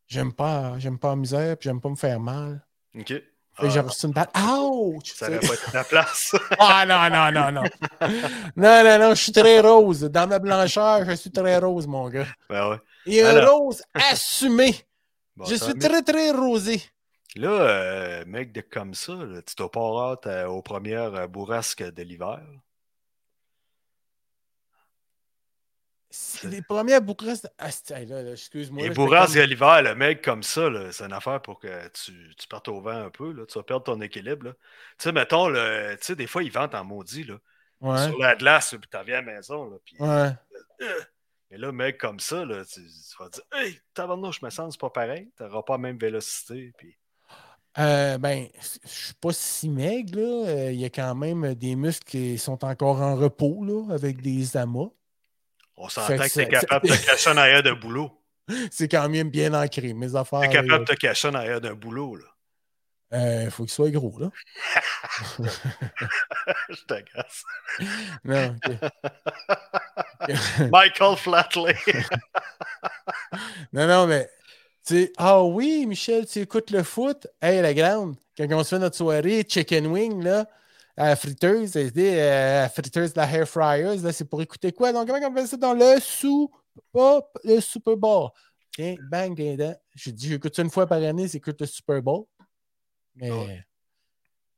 [SPEAKER 3] j'aime pas, j'aime pas la misère, puis j'aime pas me faire mal.
[SPEAKER 1] OK.
[SPEAKER 3] Fait que
[SPEAKER 1] Ah,
[SPEAKER 3] j'ai reçu une balle. Ouch!
[SPEAKER 1] ça
[SPEAKER 3] Tu
[SPEAKER 1] n'aurait
[SPEAKER 3] sais.
[SPEAKER 1] pas été ta place.
[SPEAKER 3] Ah non, non, non, non. non, non, non, je suis très rose. Dans ma blancheur, je suis très rose, mon gars.
[SPEAKER 1] ben ouais.
[SPEAKER 3] Et un
[SPEAKER 1] Alors.
[SPEAKER 3] rose assumé.
[SPEAKER 1] Bon,
[SPEAKER 3] je
[SPEAKER 1] ça,
[SPEAKER 3] suis
[SPEAKER 1] mais-
[SPEAKER 3] très, très rosé.
[SPEAKER 1] Là, euh, mec, de comme ça, là, tu t'as pas hâte euh, aux premières euh, bourrasques de l'hiver.
[SPEAKER 3] C'est Les premières bourrasques. de- Ah, c'est- hey, là, là, excuse-moi.
[SPEAKER 1] Les
[SPEAKER 3] là,
[SPEAKER 1] bourrasques
[SPEAKER 3] j'étais
[SPEAKER 1] de l'hiver, le mec comme ça, là, c'est une affaire pour que tu, tu partes au vent un peu. Là, tu vas perdre ton équilibre. là. Tu sais, mettons, le, tu sais, des fois, ils vendent en maudit là,
[SPEAKER 3] comme- Ouais.
[SPEAKER 1] sur la glace, là, puis t'en viens à la maison. Là, puis,
[SPEAKER 3] Ouais.
[SPEAKER 1] Mais là, mec comme ça, là, tu, tu vas dire Hey, tabarnouche, je me sens, c'est pas pareil. T'auras pas la même vélocité. Puis...
[SPEAKER 3] Euh, ben, je suis pas si maigre, là. Euh, Il y a quand même des muscles qui sont encore en repos, là, avec des amas.
[SPEAKER 1] On
[SPEAKER 3] Fait
[SPEAKER 1] s'entend
[SPEAKER 3] que
[SPEAKER 1] que t'es
[SPEAKER 3] ça-
[SPEAKER 1] capable de te cacher en arrière d'un boulot.
[SPEAKER 3] c'est quand même bien ancré, mes affaires.
[SPEAKER 1] T'es capable
[SPEAKER 3] là,
[SPEAKER 1] de te cacher en arrière d'un boulot. Là.
[SPEAKER 3] euh, faut qu'il soit gros, là.
[SPEAKER 1] je t'agace.
[SPEAKER 3] Non, ok.
[SPEAKER 1] Michael Flatley.
[SPEAKER 3] non, non, mais. tu sais, Ah oui, Michel, tu écoutes le foot. Hey, la grande, quand on se fait notre soirée chicken wing, là, à la friteuse, elle se dit, euh, à la friteuse de la hair fryers, là, c'est pour écouter quoi? Donc, comment on fait ça dans le sous hop, le Super Bowl? Tiens, bang, des dents. Je dis, j'écoute ça une fois par année, j'écoute le Super Bowl. Mais
[SPEAKER 1] Ah Ouais.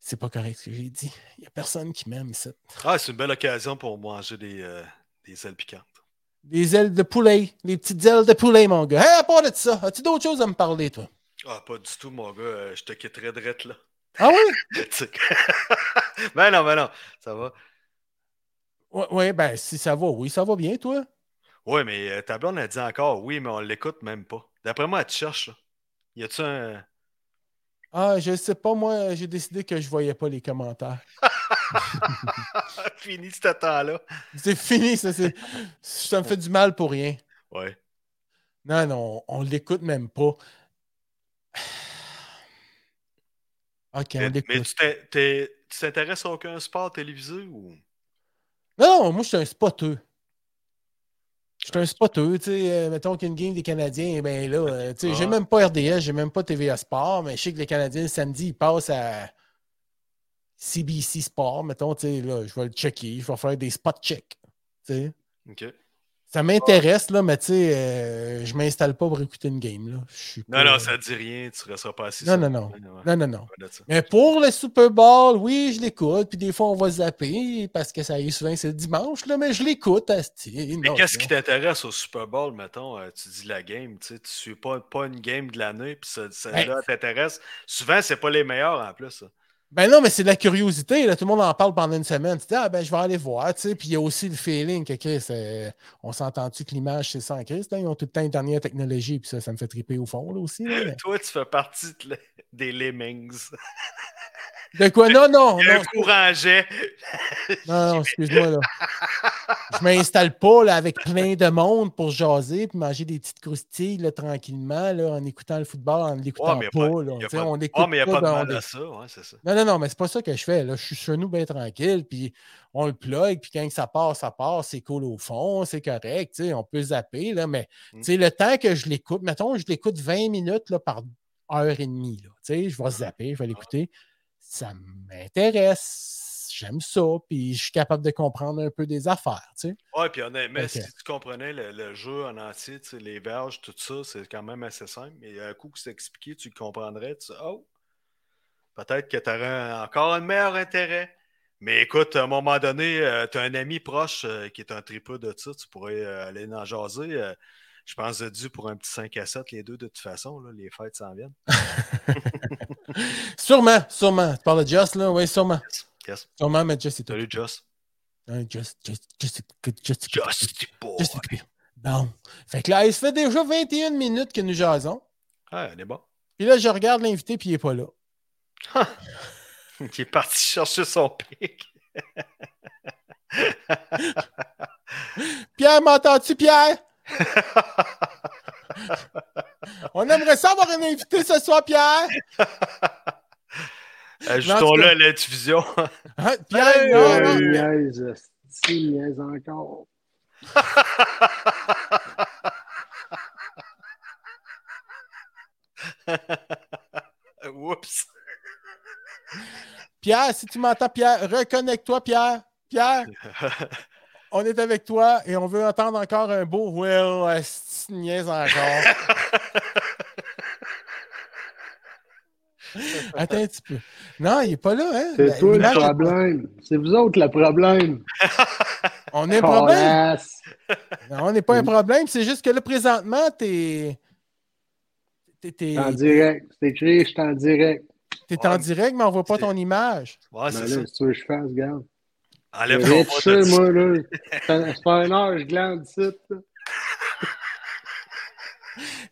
[SPEAKER 3] c'est pas correct ce que j'ai dit. Il y a personne qui m'aime ici.
[SPEAKER 1] Ah, c'est une belle occasion pour manger des, euh, des ailes piquantes.
[SPEAKER 3] Des ailes de poulet, les petites ailes de poulet, mon gars. Hey, à part de ça, as-tu d'autres choses à me parler, toi?
[SPEAKER 1] Ah, pas du tout, mon gars. euh, je te quitterai drette, là.
[SPEAKER 3] Ah oui?
[SPEAKER 1] Tu sais que- ben non, ben non. Ça va.
[SPEAKER 3] Oui, ben si ça va, oui, ça va bien, toi.
[SPEAKER 1] Oui, mais euh, ta blonde, elle dit encore oui, mais on l'écoute même pas. D'après moi, elle te cherche, là. Y a-tu un.
[SPEAKER 3] Ah, je sais pas, moi, j'ai décidé que je voyais pas les commentaires.
[SPEAKER 1] Ah, Fini ce temps-là.
[SPEAKER 3] C'est fini, ça, c'est... ça me fait du mal pour rien.
[SPEAKER 1] Ouais.
[SPEAKER 3] Non, non, on l'écoute même pas. Ok, on
[SPEAKER 1] Mais, mais
[SPEAKER 3] l'écoute.
[SPEAKER 1] tu t'in- t'es- tu t'intéresses à aucun sport télévisé ou.
[SPEAKER 3] Non, non, moi, je suis un spotteux. Je suis un spotteux, tu sais, euh, mettons qu'une game des Canadiens, ben là, euh, tu sais, j'ai
[SPEAKER 1] Ah.
[SPEAKER 3] même pas RDS, j'ai même pas TVA Sport, mais je sais que les Canadiens, le samedi, ils passent à CBC Sport, mettons, tu sais, là, je vais le checker, je vais faire des spot checks, tu sais.
[SPEAKER 1] Ok.
[SPEAKER 3] Ça m'intéresse, là, mais tu sais, euh, je m'installe pas pour écouter une game, là. Je suis
[SPEAKER 1] Non,
[SPEAKER 3] pas-
[SPEAKER 1] non, ça te dit rien. Tu resteras pas assis.
[SPEAKER 3] Euh, Non,
[SPEAKER 1] sur-
[SPEAKER 3] non, non.
[SPEAKER 1] Ouais, ouais,
[SPEAKER 3] Non, non, non.
[SPEAKER 1] pas de ça.
[SPEAKER 3] Mais pour le Super Bowl, oui, je l'écoute, puis des fois, on va zapper, parce que ça arrive souvent, c'est le dimanche, là, mais je l'écoute, asti.
[SPEAKER 1] Mais
[SPEAKER 3] Non,
[SPEAKER 1] qu'est-ce
[SPEAKER 3] non.
[SPEAKER 1] qui t'intéresse au Super Bowl, mettons, euh, tu dis la game, tu sais, tu suis pas, pas une game de l'année, puis ça- celle-là t'intéresse. Souvent, c'est pas les meilleurs en plus. ça.
[SPEAKER 3] Ben non, mais c'est de la curiosité. Là. Tout le monde en parle pendant une semaine. Tu dis, ah ben, je vais aller voir. tu sais. Puis il y a aussi le feeling que, Chris, euh, on s'entend-tu que l'image, c'est ça en Chris? là? Ils ont tout le temps une dernière technologie. Puis ça, ça me fait triper au fond, là aussi. là, mais-
[SPEAKER 1] Toi, tu fais partie de la- des Lemmings.
[SPEAKER 3] De quoi? Non, non,
[SPEAKER 1] Il y a un
[SPEAKER 3] Ah non,
[SPEAKER 1] couranger.
[SPEAKER 3] non, non, excuse-moi. là. Je m'installe pas là, avec plein de monde pour jaser puis manger des petites croustilles là, tranquillement là, en écoutant le football, en l'écoutant
[SPEAKER 1] mais y a
[SPEAKER 3] pas.
[SPEAKER 1] pas-
[SPEAKER 3] là.
[SPEAKER 1] Il n'y a
[SPEAKER 3] Tu sais,
[SPEAKER 1] pas,
[SPEAKER 3] on
[SPEAKER 1] de-
[SPEAKER 3] l'écoute
[SPEAKER 1] Ah, mais il y a pas de
[SPEAKER 3] dans-
[SPEAKER 1] mal
[SPEAKER 3] on
[SPEAKER 1] à ça, ouais, c'est ça.
[SPEAKER 3] Non, non, non, mais c'est pas ça que je fais. Là. Je suis chez nous bien tranquille, puis on le plug, puis quand ça part, ça part, c'est cool au fond, c'est correct, tu sais, on peut zapper, là, mais
[SPEAKER 1] Mm.
[SPEAKER 3] tu sais, le temps que je l'écoute, mettons, je l'écoute 20 minutes là, par heure et demie, là, tu sais, je vais zapper, je vais l'écouter, ça m'intéresse. j'aime ça, puis je suis capable de comprendre un peu des affaires, tu sais.
[SPEAKER 1] Ouais, puis honnêtement,
[SPEAKER 3] Ok.
[SPEAKER 1] si tu comprenais le, le jeu en entier, tu sais, les verges, tout ça, c'est quand même assez simple. Mais un coup que c'est expliqué, tu le comprendrais, tu dis, oh, peut-être que tu aurais encore un meilleur intérêt. Mais écoute, à un moment donné, tu as un ami proche euh, qui est un tripeux de ça, tu pourrais euh, aller en jaser. euh, je pense que c'est dû pour un petit 5 à 7, les deux, de toute façon, là, les fêtes s'en viennent.
[SPEAKER 3] Sûrement, sûrement. Tu parles de Just, là? Oui, sûrement.
[SPEAKER 1] Yes. yes.
[SPEAKER 3] Sûrement, mais Just, c'est tout.
[SPEAKER 1] Salut, Joss.
[SPEAKER 3] Hein, Just, Just, Just, Just, Just, Just,
[SPEAKER 1] Just boy.
[SPEAKER 3] Just, ben, Bon. Fait que là, il se fait déjà 21 minutes que nous jasons.
[SPEAKER 1] Ah, on est bon.
[SPEAKER 3] Puis là, je regarde l'invité, puis il est pas là.
[SPEAKER 1] qui est parti chercher son pic.
[SPEAKER 3] Pierre, m'entends-tu, Pierre? On aimerait ça avoir un invité ce soir, Pierre!
[SPEAKER 1] Ajoutons-le à la diffusion.
[SPEAKER 3] Hein, Pierre,
[SPEAKER 1] Hey!
[SPEAKER 3] non, non,
[SPEAKER 4] Euh,
[SPEAKER 3] Pierre.
[SPEAKER 4] niaise, esti, niaise encore.
[SPEAKER 1] Oups.
[SPEAKER 3] Pierre, si tu m'entends, Pierre, reconnecte-toi, Pierre. Pierre, on est avec toi et on veut entendre encore un beau Will euh, esti, niaise encore. Attends un petit peu. Non, il n'est pas là, hein?
[SPEAKER 4] C'est
[SPEAKER 3] La-
[SPEAKER 4] toi
[SPEAKER 3] l'image
[SPEAKER 4] le
[SPEAKER 3] est pas-
[SPEAKER 4] problème. C'est vous autres le problème.
[SPEAKER 3] On est un problème.
[SPEAKER 4] Calasse.
[SPEAKER 3] Non, on n'est pas un problème. C'est juste que là, présentement, t'es. T'es, t'es-
[SPEAKER 4] Je suis en direct. C'est écrit, je suis en direct.
[SPEAKER 3] t'es en direct, mais on ne voit pas ton image.
[SPEAKER 1] Ouais,
[SPEAKER 4] Ben
[SPEAKER 1] Ah, c'est
[SPEAKER 4] là,
[SPEAKER 1] ça.
[SPEAKER 4] si tu veux que je fasse, regarde. Je
[SPEAKER 1] Enlève
[SPEAKER 4] vais
[SPEAKER 1] ton
[SPEAKER 4] te
[SPEAKER 1] voix
[SPEAKER 4] chier,
[SPEAKER 1] de-
[SPEAKER 4] moi, là. Ça fait- ça fait un heure, je glande ici. là.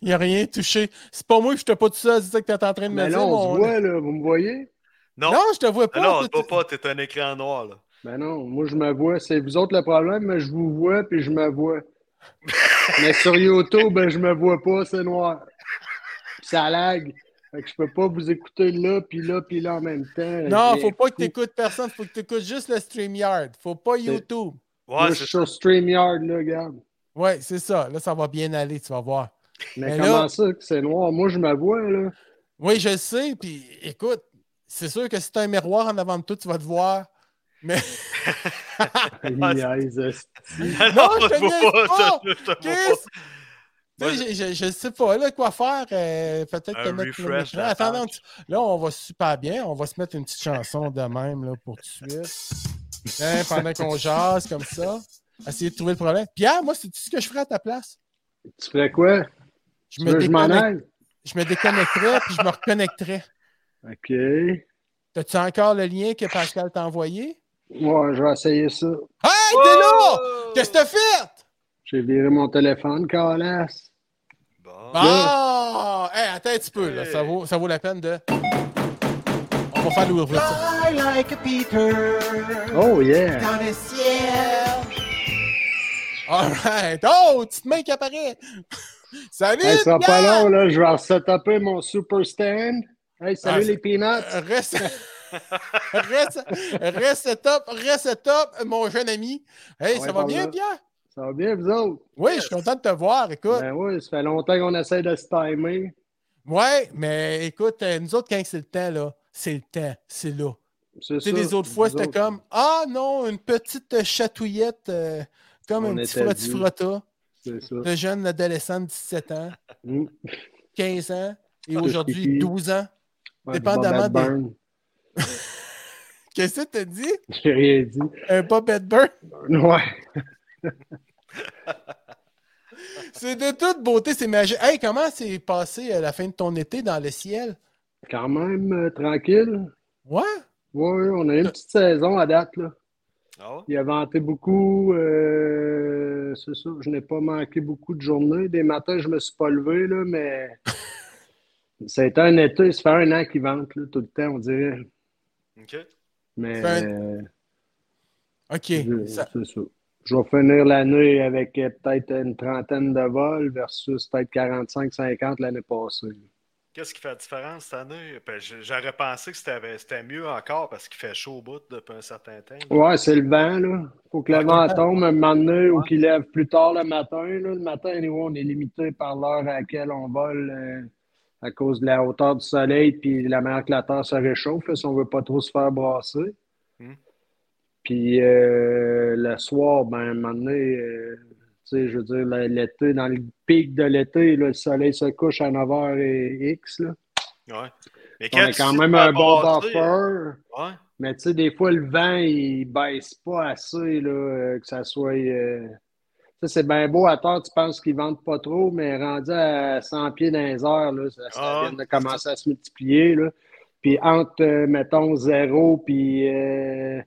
[SPEAKER 3] Il n'y a rien touché. C'est pas moi, je te pas tout ça, c'est ça que t'es en train de me
[SPEAKER 4] Mais
[SPEAKER 3] dire.
[SPEAKER 4] là, on
[SPEAKER 3] mon-
[SPEAKER 4] se voit, là. Vous me voyez?
[SPEAKER 1] Non, Ah
[SPEAKER 3] Non, je te vois pas.
[SPEAKER 1] non, on ne
[SPEAKER 3] toi,
[SPEAKER 1] peut pas, t'es un écran noir. Là.
[SPEAKER 4] Ben non, moi, je me vois. C'est vous autres le problème, mais je vous vois, puis je me vois. mais sur YouTube, ben, je me vois pas, c'est noir. Puis ça lag. Fait que je peux pas vous écouter là, puis là, puis là en même temps.
[SPEAKER 3] Non,
[SPEAKER 4] Rien
[SPEAKER 3] faut pas que
[SPEAKER 4] fou.
[SPEAKER 3] tu écoutes personne, faut que tu écoutes juste le StreamYard. Faut pas YouTube.
[SPEAKER 4] Moi,
[SPEAKER 1] Ouais,
[SPEAKER 4] je
[SPEAKER 1] c'est
[SPEAKER 4] suis sur StreamYard, là, regarde.
[SPEAKER 3] Ouais, c'est ça. Là, ça va bien aller, tu vas voir.
[SPEAKER 4] Mais
[SPEAKER 3] Mais
[SPEAKER 4] comment
[SPEAKER 3] là-
[SPEAKER 4] ça que c'est noir? Moi, je me vois, là.
[SPEAKER 3] Oui, je le sais, puis écoute, c'est sûr que si t'as un miroir en avant de toi, tu vas te voir.
[SPEAKER 1] Ah,
[SPEAKER 4] Niaise, esti.
[SPEAKER 1] Ah
[SPEAKER 3] Non,
[SPEAKER 1] je
[SPEAKER 3] je te
[SPEAKER 1] te vois
[SPEAKER 3] niaise
[SPEAKER 1] je te- je te
[SPEAKER 3] pas.
[SPEAKER 1] vois
[SPEAKER 3] Qu'est-ce
[SPEAKER 1] pas.
[SPEAKER 3] Tu sais, je, je, je sais pas là, quoi faire. euh, Peut-être
[SPEAKER 1] Un
[SPEAKER 3] que notre- notre-
[SPEAKER 1] refresh de la
[SPEAKER 3] Attends, non,
[SPEAKER 1] page.
[SPEAKER 3] tu- là, on va super bien. On va se mettre une petite chanson de même là, pour tout de suite. Hein, pendant qu'on jase comme ça. Essayer de trouver le problème. Pierre, moi, c'est tout ce que je ferais à ta place.
[SPEAKER 4] Tu ferais quoi?
[SPEAKER 3] Je
[SPEAKER 4] Tu
[SPEAKER 3] me,
[SPEAKER 4] veux que je m'en
[SPEAKER 3] déconnect-
[SPEAKER 4] aille?
[SPEAKER 3] je me déconnecterais puis je me reconnecterais.
[SPEAKER 4] OK. Ouais,
[SPEAKER 3] T'as-tu encore le lien que Pascal t'a envoyé?
[SPEAKER 4] je vais essayer ça.
[SPEAKER 3] Hey,
[SPEAKER 1] Oh!
[SPEAKER 3] t'es là! Qu'est-ce que t'as fait?
[SPEAKER 4] J'ai viré mon téléphone, calasse.
[SPEAKER 1] Bon.
[SPEAKER 3] Ah! Hey, attends un petit peu, là. Ça
[SPEAKER 1] Hey.
[SPEAKER 3] vaut, ça vaut la peine de. On va faire l'ouvrir ça.
[SPEAKER 5] I like Peter
[SPEAKER 4] Oh, yeah!
[SPEAKER 5] dans le ciel.
[SPEAKER 3] Alright! Oh, petite main qui apparaît! Salut!
[SPEAKER 4] Hey, ça va pas
[SPEAKER 3] Pierre!
[SPEAKER 4] long, là. Je vais retaper mon super stand. Hey, salut
[SPEAKER 3] Ah,
[SPEAKER 4] les peanuts!
[SPEAKER 3] Euh, Reste. reste, reste top, reste top, mon jeune ami. Hey,
[SPEAKER 4] Ouais,
[SPEAKER 3] ça va
[SPEAKER 4] par
[SPEAKER 3] bien,
[SPEAKER 4] là.
[SPEAKER 3] Pierre?
[SPEAKER 4] Ça va bien, vous autres?
[SPEAKER 3] Oui, je suis content de te voir, écoute.
[SPEAKER 4] Ben oui, ça fait longtemps qu'on essaie de se timer.
[SPEAKER 3] Ouais, mais écoute, euh, nous autres, quand c'est le temps, là, c'est le temps, c'est là.
[SPEAKER 4] C'est
[SPEAKER 3] Tu sais,
[SPEAKER 4] ça.
[SPEAKER 3] les autres fois,
[SPEAKER 4] Vous
[SPEAKER 3] c'était
[SPEAKER 4] autres,
[SPEAKER 3] comme Ah non, une petite euh, chatouillette, euh, comme
[SPEAKER 4] On
[SPEAKER 3] un petit
[SPEAKER 4] était
[SPEAKER 3] frotti
[SPEAKER 4] dû.
[SPEAKER 3] frotta
[SPEAKER 4] C'est ça.
[SPEAKER 3] de jeune adolescent de 17 ans,
[SPEAKER 4] Mm.
[SPEAKER 3] 15 ans et
[SPEAKER 4] Ah,
[SPEAKER 3] aujourd'hui
[SPEAKER 4] c'est-
[SPEAKER 3] 12 ans.
[SPEAKER 4] Ouais, du
[SPEAKER 3] Dépendamment
[SPEAKER 4] Bob
[SPEAKER 3] des-
[SPEAKER 4] Burn.
[SPEAKER 3] Qu'est-ce que t'as dit?
[SPEAKER 4] J'ai rien dit.
[SPEAKER 3] Un Bobette Burn?
[SPEAKER 4] Ouais.
[SPEAKER 3] C'est de toute beauté, c'est magique. Hey, comment s'est passé euh, la fin de ton été dans le ciel?
[SPEAKER 4] Quand même euh, tranquille.
[SPEAKER 3] Ouais?
[SPEAKER 4] Oui, on a eu une petite saison à date, là.
[SPEAKER 1] Ah ouais?
[SPEAKER 4] Il a vanté beaucoup. euh, c'est ça, je n'ai pas manqué beaucoup de journées. Des matins, je me suis pas levé, là, mais ça a été un été. Ça fait un an qu'il vente, là, tout le temps, on dirait.
[SPEAKER 1] OK.
[SPEAKER 4] Mais
[SPEAKER 3] Ça fait
[SPEAKER 4] euh,
[SPEAKER 3] OK.
[SPEAKER 4] je-
[SPEAKER 3] Ça-
[SPEAKER 4] c'est ça. Je vais finir l'année avec euh, peut-être une trentaine de vols versus peut-être 45-50 l'année passée.
[SPEAKER 1] Qu'est-ce qui fait la différence cette année? Ben, j- J'aurais pensé que c'était c'était mieux encore parce qu'il fait chaud au bout depuis un certain temps. là.
[SPEAKER 4] Ouais, c'est le vent, là. Faut que le vent tombe un moment donné ou qu'il lève plus tard le matin. Là. Le matin, anyway, on est limité par l'heure à laquelle on vole euh, à cause de la hauteur du soleil puis la manière que la Terre se réchauffe, là, si on veut pas trop se faire brasser.
[SPEAKER 1] Hmm.
[SPEAKER 4] Puis euh, le soir, ben, un moment donné, euh, tu sais, je veux dire, la- l'été, dans le pic de l'été, là, le soleil se couche à 9h et X. Là.
[SPEAKER 1] Ouais. Mais
[SPEAKER 4] On a
[SPEAKER 1] tu
[SPEAKER 4] quand
[SPEAKER 1] sais
[SPEAKER 4] même
[SPEAKER 1] pas hein.
[SPEAKER 4] un bon
[SPEAKER 1] bâtir,
[SPEAKER 4] buffer.
[SPEAKER 1] ouais.
[SPEAKER 4] Mais tu sais, des fois, le vent, il baisse pas assez, là, euh, que ça soit. euh, Tu sais, c'est bien beau à terre, tu penses qu'ils vendent pas trop, mais rendu à 100 pieds dans les heures, là, ça, ça
[SPEAKER 1] Ah.
[SPEAKER 4] vient de commencer à se multiplier, là. Puis entre, euh, mettons, zéro, puis. euh,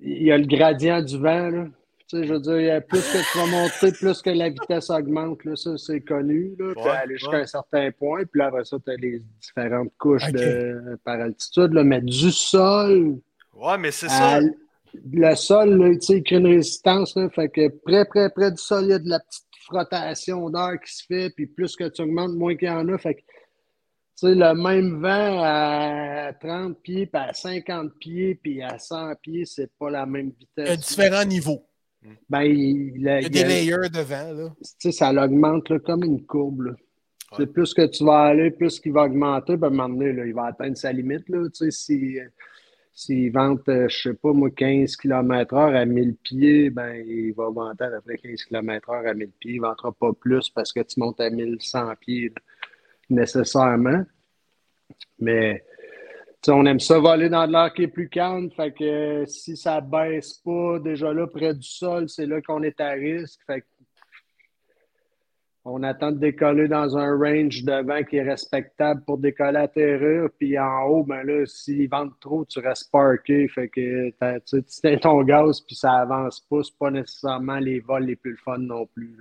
[SPEAKER 4] Il y a le gradient du vent, là. Tu sais, je veux dire, il y a plus que tu vas monter, plus que la vitesse augmente, là. Ça, c'est connu, là. Puis
[SPEAKER 1] Ouais,
[SPEAKER 4] aller jusqu'à
[SPEAKER 1] ouais.
[SPEAKER 4] un certain point, puis là, après ça, tu as les différentes couches
[SPEAKER 3] Ok.
[SPEAKER 4] de, par altitude, là, mais du sol,
[SPEAKER 1] Ouais, mais c'est ça.
[SPEAKER 4] à- le sol, là, tu sais, il crée une résistance, là, fait que près, près, près du sol, il y a de la petite frottation d'air qui se fait, puis plus que tu augmentes, moins qu'il y en a, fait que, tu sais, le même vent à 30 pieds, puis à 50 pieds, puis à 100 pieds, c'est pas la même
[SPEAKER 3] Il y a
[SPEAKER 4] vitesse.
[SPEAKER 3] différents niveaux.
[SPEAKER 4] Ben, il, la-
[SPEAKER 3] Il y a
[SPEAKER 4] il y
[SPEAKER 3] des
[SPEAKER 4] a-
[SPEAKER 3] layers de vent, là.
[SPEAKER 4] tu sais, ça l'augmente là, comme une courbe. là.
[SPEAKER 1] Ouais.
[SPEAKER 4] C'est plus que tu vas aller, plus qu'il va augmenter, ben, à un moment donné, là, il va atteindre sa limite. Là, tu sais, si, euh, s'il vente, euh, je sais pas, moi, 15 km h à 1000 pieds, ben, il va monter à peu près 15 km h à 1000 pieds. Il ne ventera pas plus parce que tu montes à 1100 pieds là, nécessairement. Mais tu sais, on aime ça voler dans de l'air qui est plus calme. Fait que euh, si ça baisse pas, déjà là, près du sol, c'est là qu'on est à risque. Fait que on attend de décoller dans un range de vent qui est respectable pour décoller à terreur. Puis en haut, ben là, s'ils vendent trop, tu restes parké. Fait que t'as- tu sais, tu tiens ton gaz puis ça avance pas. C'est pas nécessairement les vols les plus le fun non plus.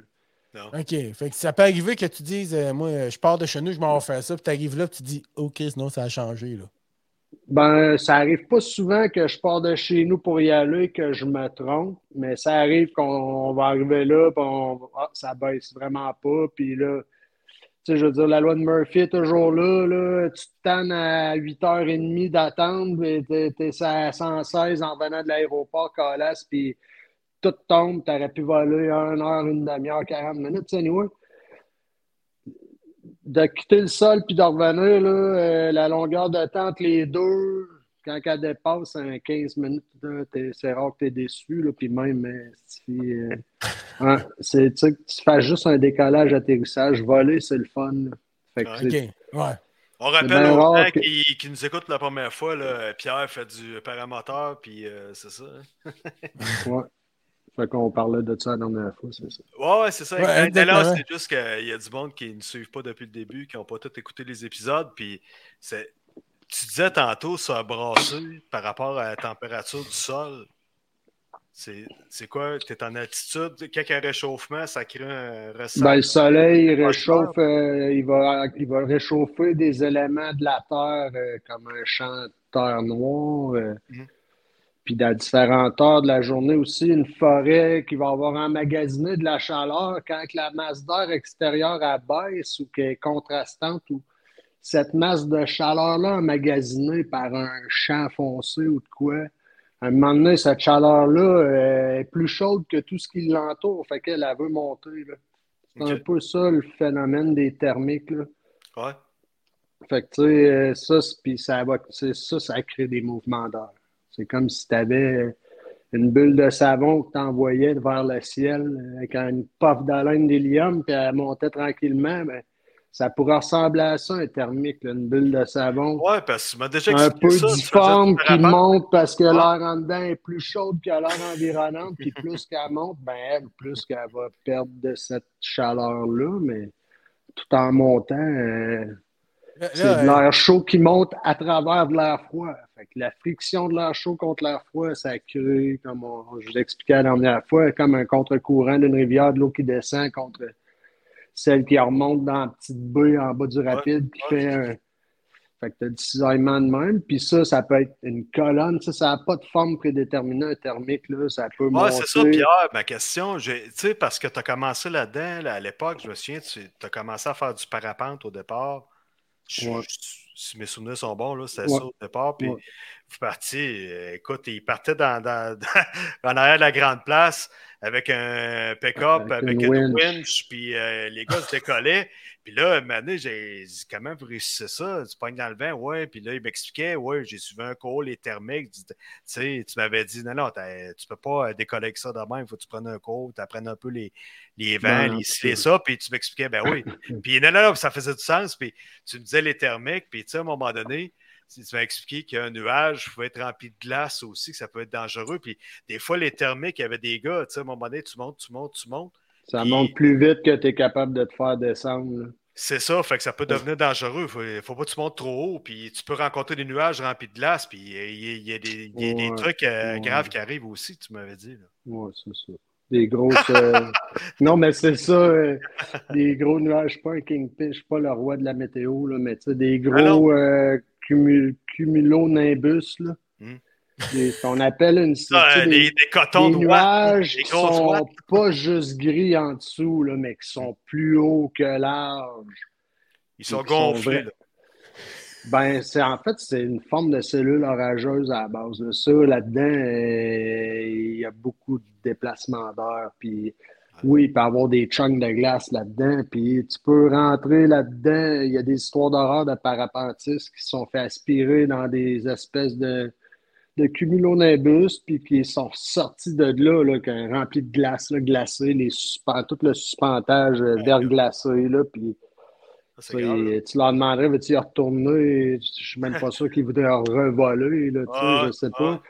[SPEAKER 4] là.
[SPEAKER 3] OK. Fait que ça peut arriver que tu dises, euh, moi, je pars de chez nous, je m'en vais faire ça, puis tu arrives là, puis tu dis, OK, sinon ça a changé, là.
[SPEAKER 4] Ben, ça arrive pas souvent que je pars de chez nous pour y aller et que je me trompe, mais ça arrive qu'on on va arriver là, puis on, ah, ça baisse vraiment pas, puis là, tu sais, je veux dire, la loi de Murphy est toujours là, là, tu te tannes à 8h30 d'attendre, mais t'es, t'es à 116 en venant de l'aéroport, calasse, puis tout tombe, t'aurais pu voler une heure, une demi-heure, 40 minutes, anyway de quitter le sol puis de revenir, là, euh, la longueur de temps entre les deux, quand elle dépasse un 15 minutes, là, t'es- c'est rare que tu es déçu. Là, puis même, euh, si, euh, hein, c'est, tu sais, que tu fais juste un décalage atterrissage, voler, c'est le fun. là. Fait que
[SPEAKER 1] Ouais.
[SPEAKER 4] c'est-
[SPEAKER 3] OK. Ouais.
[SPEAKER 1] On rappelle
[SPEAKER 4] bien
[SPEAKER 1] aux
[SPEAKER 4] rare
[SPEAKER 1] gens
[SPEAKER 4] que-
[SPEAKER 1] qui, qui nous écoutent la première fois, là, Pierre fait du paramoteur, puis euh, c'est ça. hein.
[SPEAKER 4] ouais. Fait qu'on parlait de ça la dernière fois, c'est ça.
[SPEAKER 1] Ouais, ouais, c'est ça.
[SPEAKER 3] Ouais,
[SPEAKER 1] Mais là,
[SPEAKER 3] exactement.
[SPEAKER 1] c'est juste qu'il y a du monde qui ne suivent pas depuis le début, qui n'ont pas tout écouté les épisodes. Puis c'est- tu disais tantôt, ça a brassé par rapport à la température du sol. C'est c'est quoi? Tu es en altitude. Quand il y a un réchauffement, ça crée un ressort.
[SPEAKER 4] Ben, le soleil il
[SPEAKER 1] pas
[SPEAKER 4] réchauffe, euh, il va, il va réchauffer des éléments de la Terre euh, comme un champ de terre noire. euh,
[SPEAKER 1] Mhm.
[SPEAKER 4] Puis dans différentes heures de la journée aussi, une forêt qui va avoir emmagasiné de la chaleur quand que la masse d'air extérieure elle baisse ou qu'elle est contrastante ou cette masse de chaleur-là emmagasinée par un champ foncé ou de quoi. À un moment donné, cette chaleur-là euh, est plus chaude que tout ce qui l'entoure, fait qu'elle elle veut monter. là. C'est un
[SPEAKER 1] Ok.
[SPEAKER 4] peu ça le phénomène des thermiques. Là.
[SPEAKER 1] Ouais.
[SPEAKER 4] Fait que tu sais, euh, ça, c'est- puis ça, va- c'est- ça, ça crée des mouvements d'air. C'est comme si tu avais une bulle de savon que tu envoyais vers le ciel euh, avec une puff d'haleine d'hélium, puis elle montait tranquillement. Ben, ça pourrait ressembler à ça, un thermique, là, une bulle de savon
[SPEAKER 1] Ouais, parce que tu m'as déjà
[SPEAKER 4] un
[SPEAKER 1] expliqué
[SPEAKER 4] peu
[SPEAKER 1] ça. tu faisais
[SPEAKER 4] difforme
[SPEAKER 1] du
[SPEAKER 4] qui
[SPEAKER 1] parapente.
[SPEAKER 4] monte parce que
[SPEAKER 1] Ouais.
[SPEAKER 4] l'air en dedans est plus chaude que l'air environnante, puis plus qu'elle monte, ben elle, plus qu'elle va perdre de cette chaleur-là, mais tout en montant, euh,
[SPEAKER 3] Là,
[SPEAKER 4] c'est
[SPEAKER 3] là, euh,
[SPEAKER 4] de
[SPEAKER 1] euh,
[SPEAKER 4] l'air chaud qui monte à travers de l'air froid. Fait que la friction de l'air chaud contre l'air froid, ça crée, comme on- je vous l'expliquais la dernière fois, comme un contre-courant d'une rivière, de l'eau qui descend contre celle qui remonte dans la petite baie en bas du rapide, qui
[SPEAKER 1] ouais.
[SPEAKER 4] fait un. Fait que t'as du cisaillement de même. Puis ça, ça peut être une colonne. Ça, ça n'a pas de forme prédéterminée, un thermique, là. Ça peut
[SPEAKER 1] Ouais,
[SPEAKER 4] monter.
[SPEAKER 1] c'est ça, Pierre. Ma question, j'ai- tu sais, parce que tu as commencé là-dedans, là, à l'époque, je me souviens, tu as commencé à faire du parapente au départ. Je-
[SPEAKER 4] Ouais.
[SPEAKER 1] je- si mes souvenirs sont bons, là, c'était
[SPEAKER 4] Ouais.
[SPEAKER 1] ça au départ. Puis
[SPEAKER 4] Ouais.
[SPEAKER 1] Je suis parti. euh, Écoute, il partait dans, dans- dans- en arrière de la grande place avec un pick-up,
[SPEAKER 4] Avec
[SPEAKER 1] avec
[SPEAKER 4] une
[SPEAKER 1] une
[SPEAKER 4] winch.
[SPEAKER 1] winch, puis euh, les gars se décollaient. Puis là, un moment donné, j'ai dit Comment vous réussissez ça Tu pognes dans le vent Ouais. Puis là, il m'expliquait Ouais, j'ai suivi un cours, les thermiques. Tu sais, tu m'avais dit Non, non, t'as- tu peux pas euh, décoller avec ça demain. Il faut que tu prennes un cours, tu apprennes un peu les, les vents,
[SPEAKER 4] Non, non,
[SPEAKER 1] les ci, les ça. Puis tu m'expliquais Ben oui. puis non, non, non, ça faisait du sens. Puis tu me disais les thermiques. Puis tu sais, à un moment donné, tu tu m'as expliqué qu'un nuage pouvait être rempli de glace aussi, que ça peut être dangereux. Puis des fois, les thermiques, il y avait des gars, tu sais, à un moment donné, tu montes, tu montes, tu montes.
[SPEAKER 4] Ça
[SPEAKER 1] Puis-
[SPEAKER 4] monte plus vite que tu es capable de te faire descendre. là.
[SPEAKER 1] C'est ça, fait que ça peut devenir dangereux. Faut, faut pas que tu montes trop haut, puis tu peux rencontrer des nuages remplis de glace, puis il y a- il y, a- il y a des, il y a des
[SPEAKER 4] Ouais,
[SPEAKER 1] trucs euh,
[SPEAKER 4] ouais.
[SPEAKER 1] graves qui arrivent aussi, tu m'avais dit. là.
[SPEAKER 4] Ouais, c'est ça. Des grosses. euh, Non, mais c'est ça. euh, Des gros nuages. Je suis pas un kingpin, je suis pas le roi de la météo, là, mais tu sais, des
[SPEAKER 1] Ah non.
[SPEAKER 4] gros euh, cumu- cumulonimbus. Là.
[SPEAKER 1] Hmm.
[SPEAKER 4] Des- On appelle une.
[SPEAKER 1] Ça,
[SPEAKER 4] tu
[SPEAKER 1] euh,
[SPEAKER 4] sais,
[SPEAKER 1] des, des cotons
[SPEAKER 4] des
[SPEAKER 1] de ouate,
[SPEAKER 4] nuages
[SPEAKER 1] des
[SPEAKER 4] qui
[SPEAKER 1] grosses
[SPEAKER 4] sont
[SPEAKER 1] ouates.
[SPEAKER 4] pas juste gris en dessous, là, mais qui sont plus hauts que large.
[SPEAKER 1] ils sont
[SPEAKER 4] ils sont
[SPEAKER 1] gonflés.
[SPEAKER 4] vrais.
[SPEAKER 1] là.
[SPEAKER 4] Ben, c'est en fait, c'est une forme de cellule orageuse à la base de ça. Là-dedans, euh, il y a beaucoup de déplacements d'air. Puis oui, il peut y avoir des chunks de glace là-dedans. Puis tu peux rentrer là-dedans. Il y a des histoires d'horreur de parapentistes qui se sont fait aspirer dans des espèces de, de cumulonimbus, puis qui sont sortis de là, là que- remplis de glace, là, glacée, les suspens, tout le suspentage euh, verglacé, là, puis
[SPEAKER 1] Ça, C'est
[SPEAKER 4] tu sais,
[SPEAKER 1] grave. là.
[SPEAKER 4] tu leur demanderais, veux-tu y retourner? Je suis même pas sûr qu'ils voudraient revoler, là, tu sais,
[SPEAKER 1] Ah,
[SPEAKER 4] je sais
[SPEAKER 1] ah.
[SPEAKER 4] pas.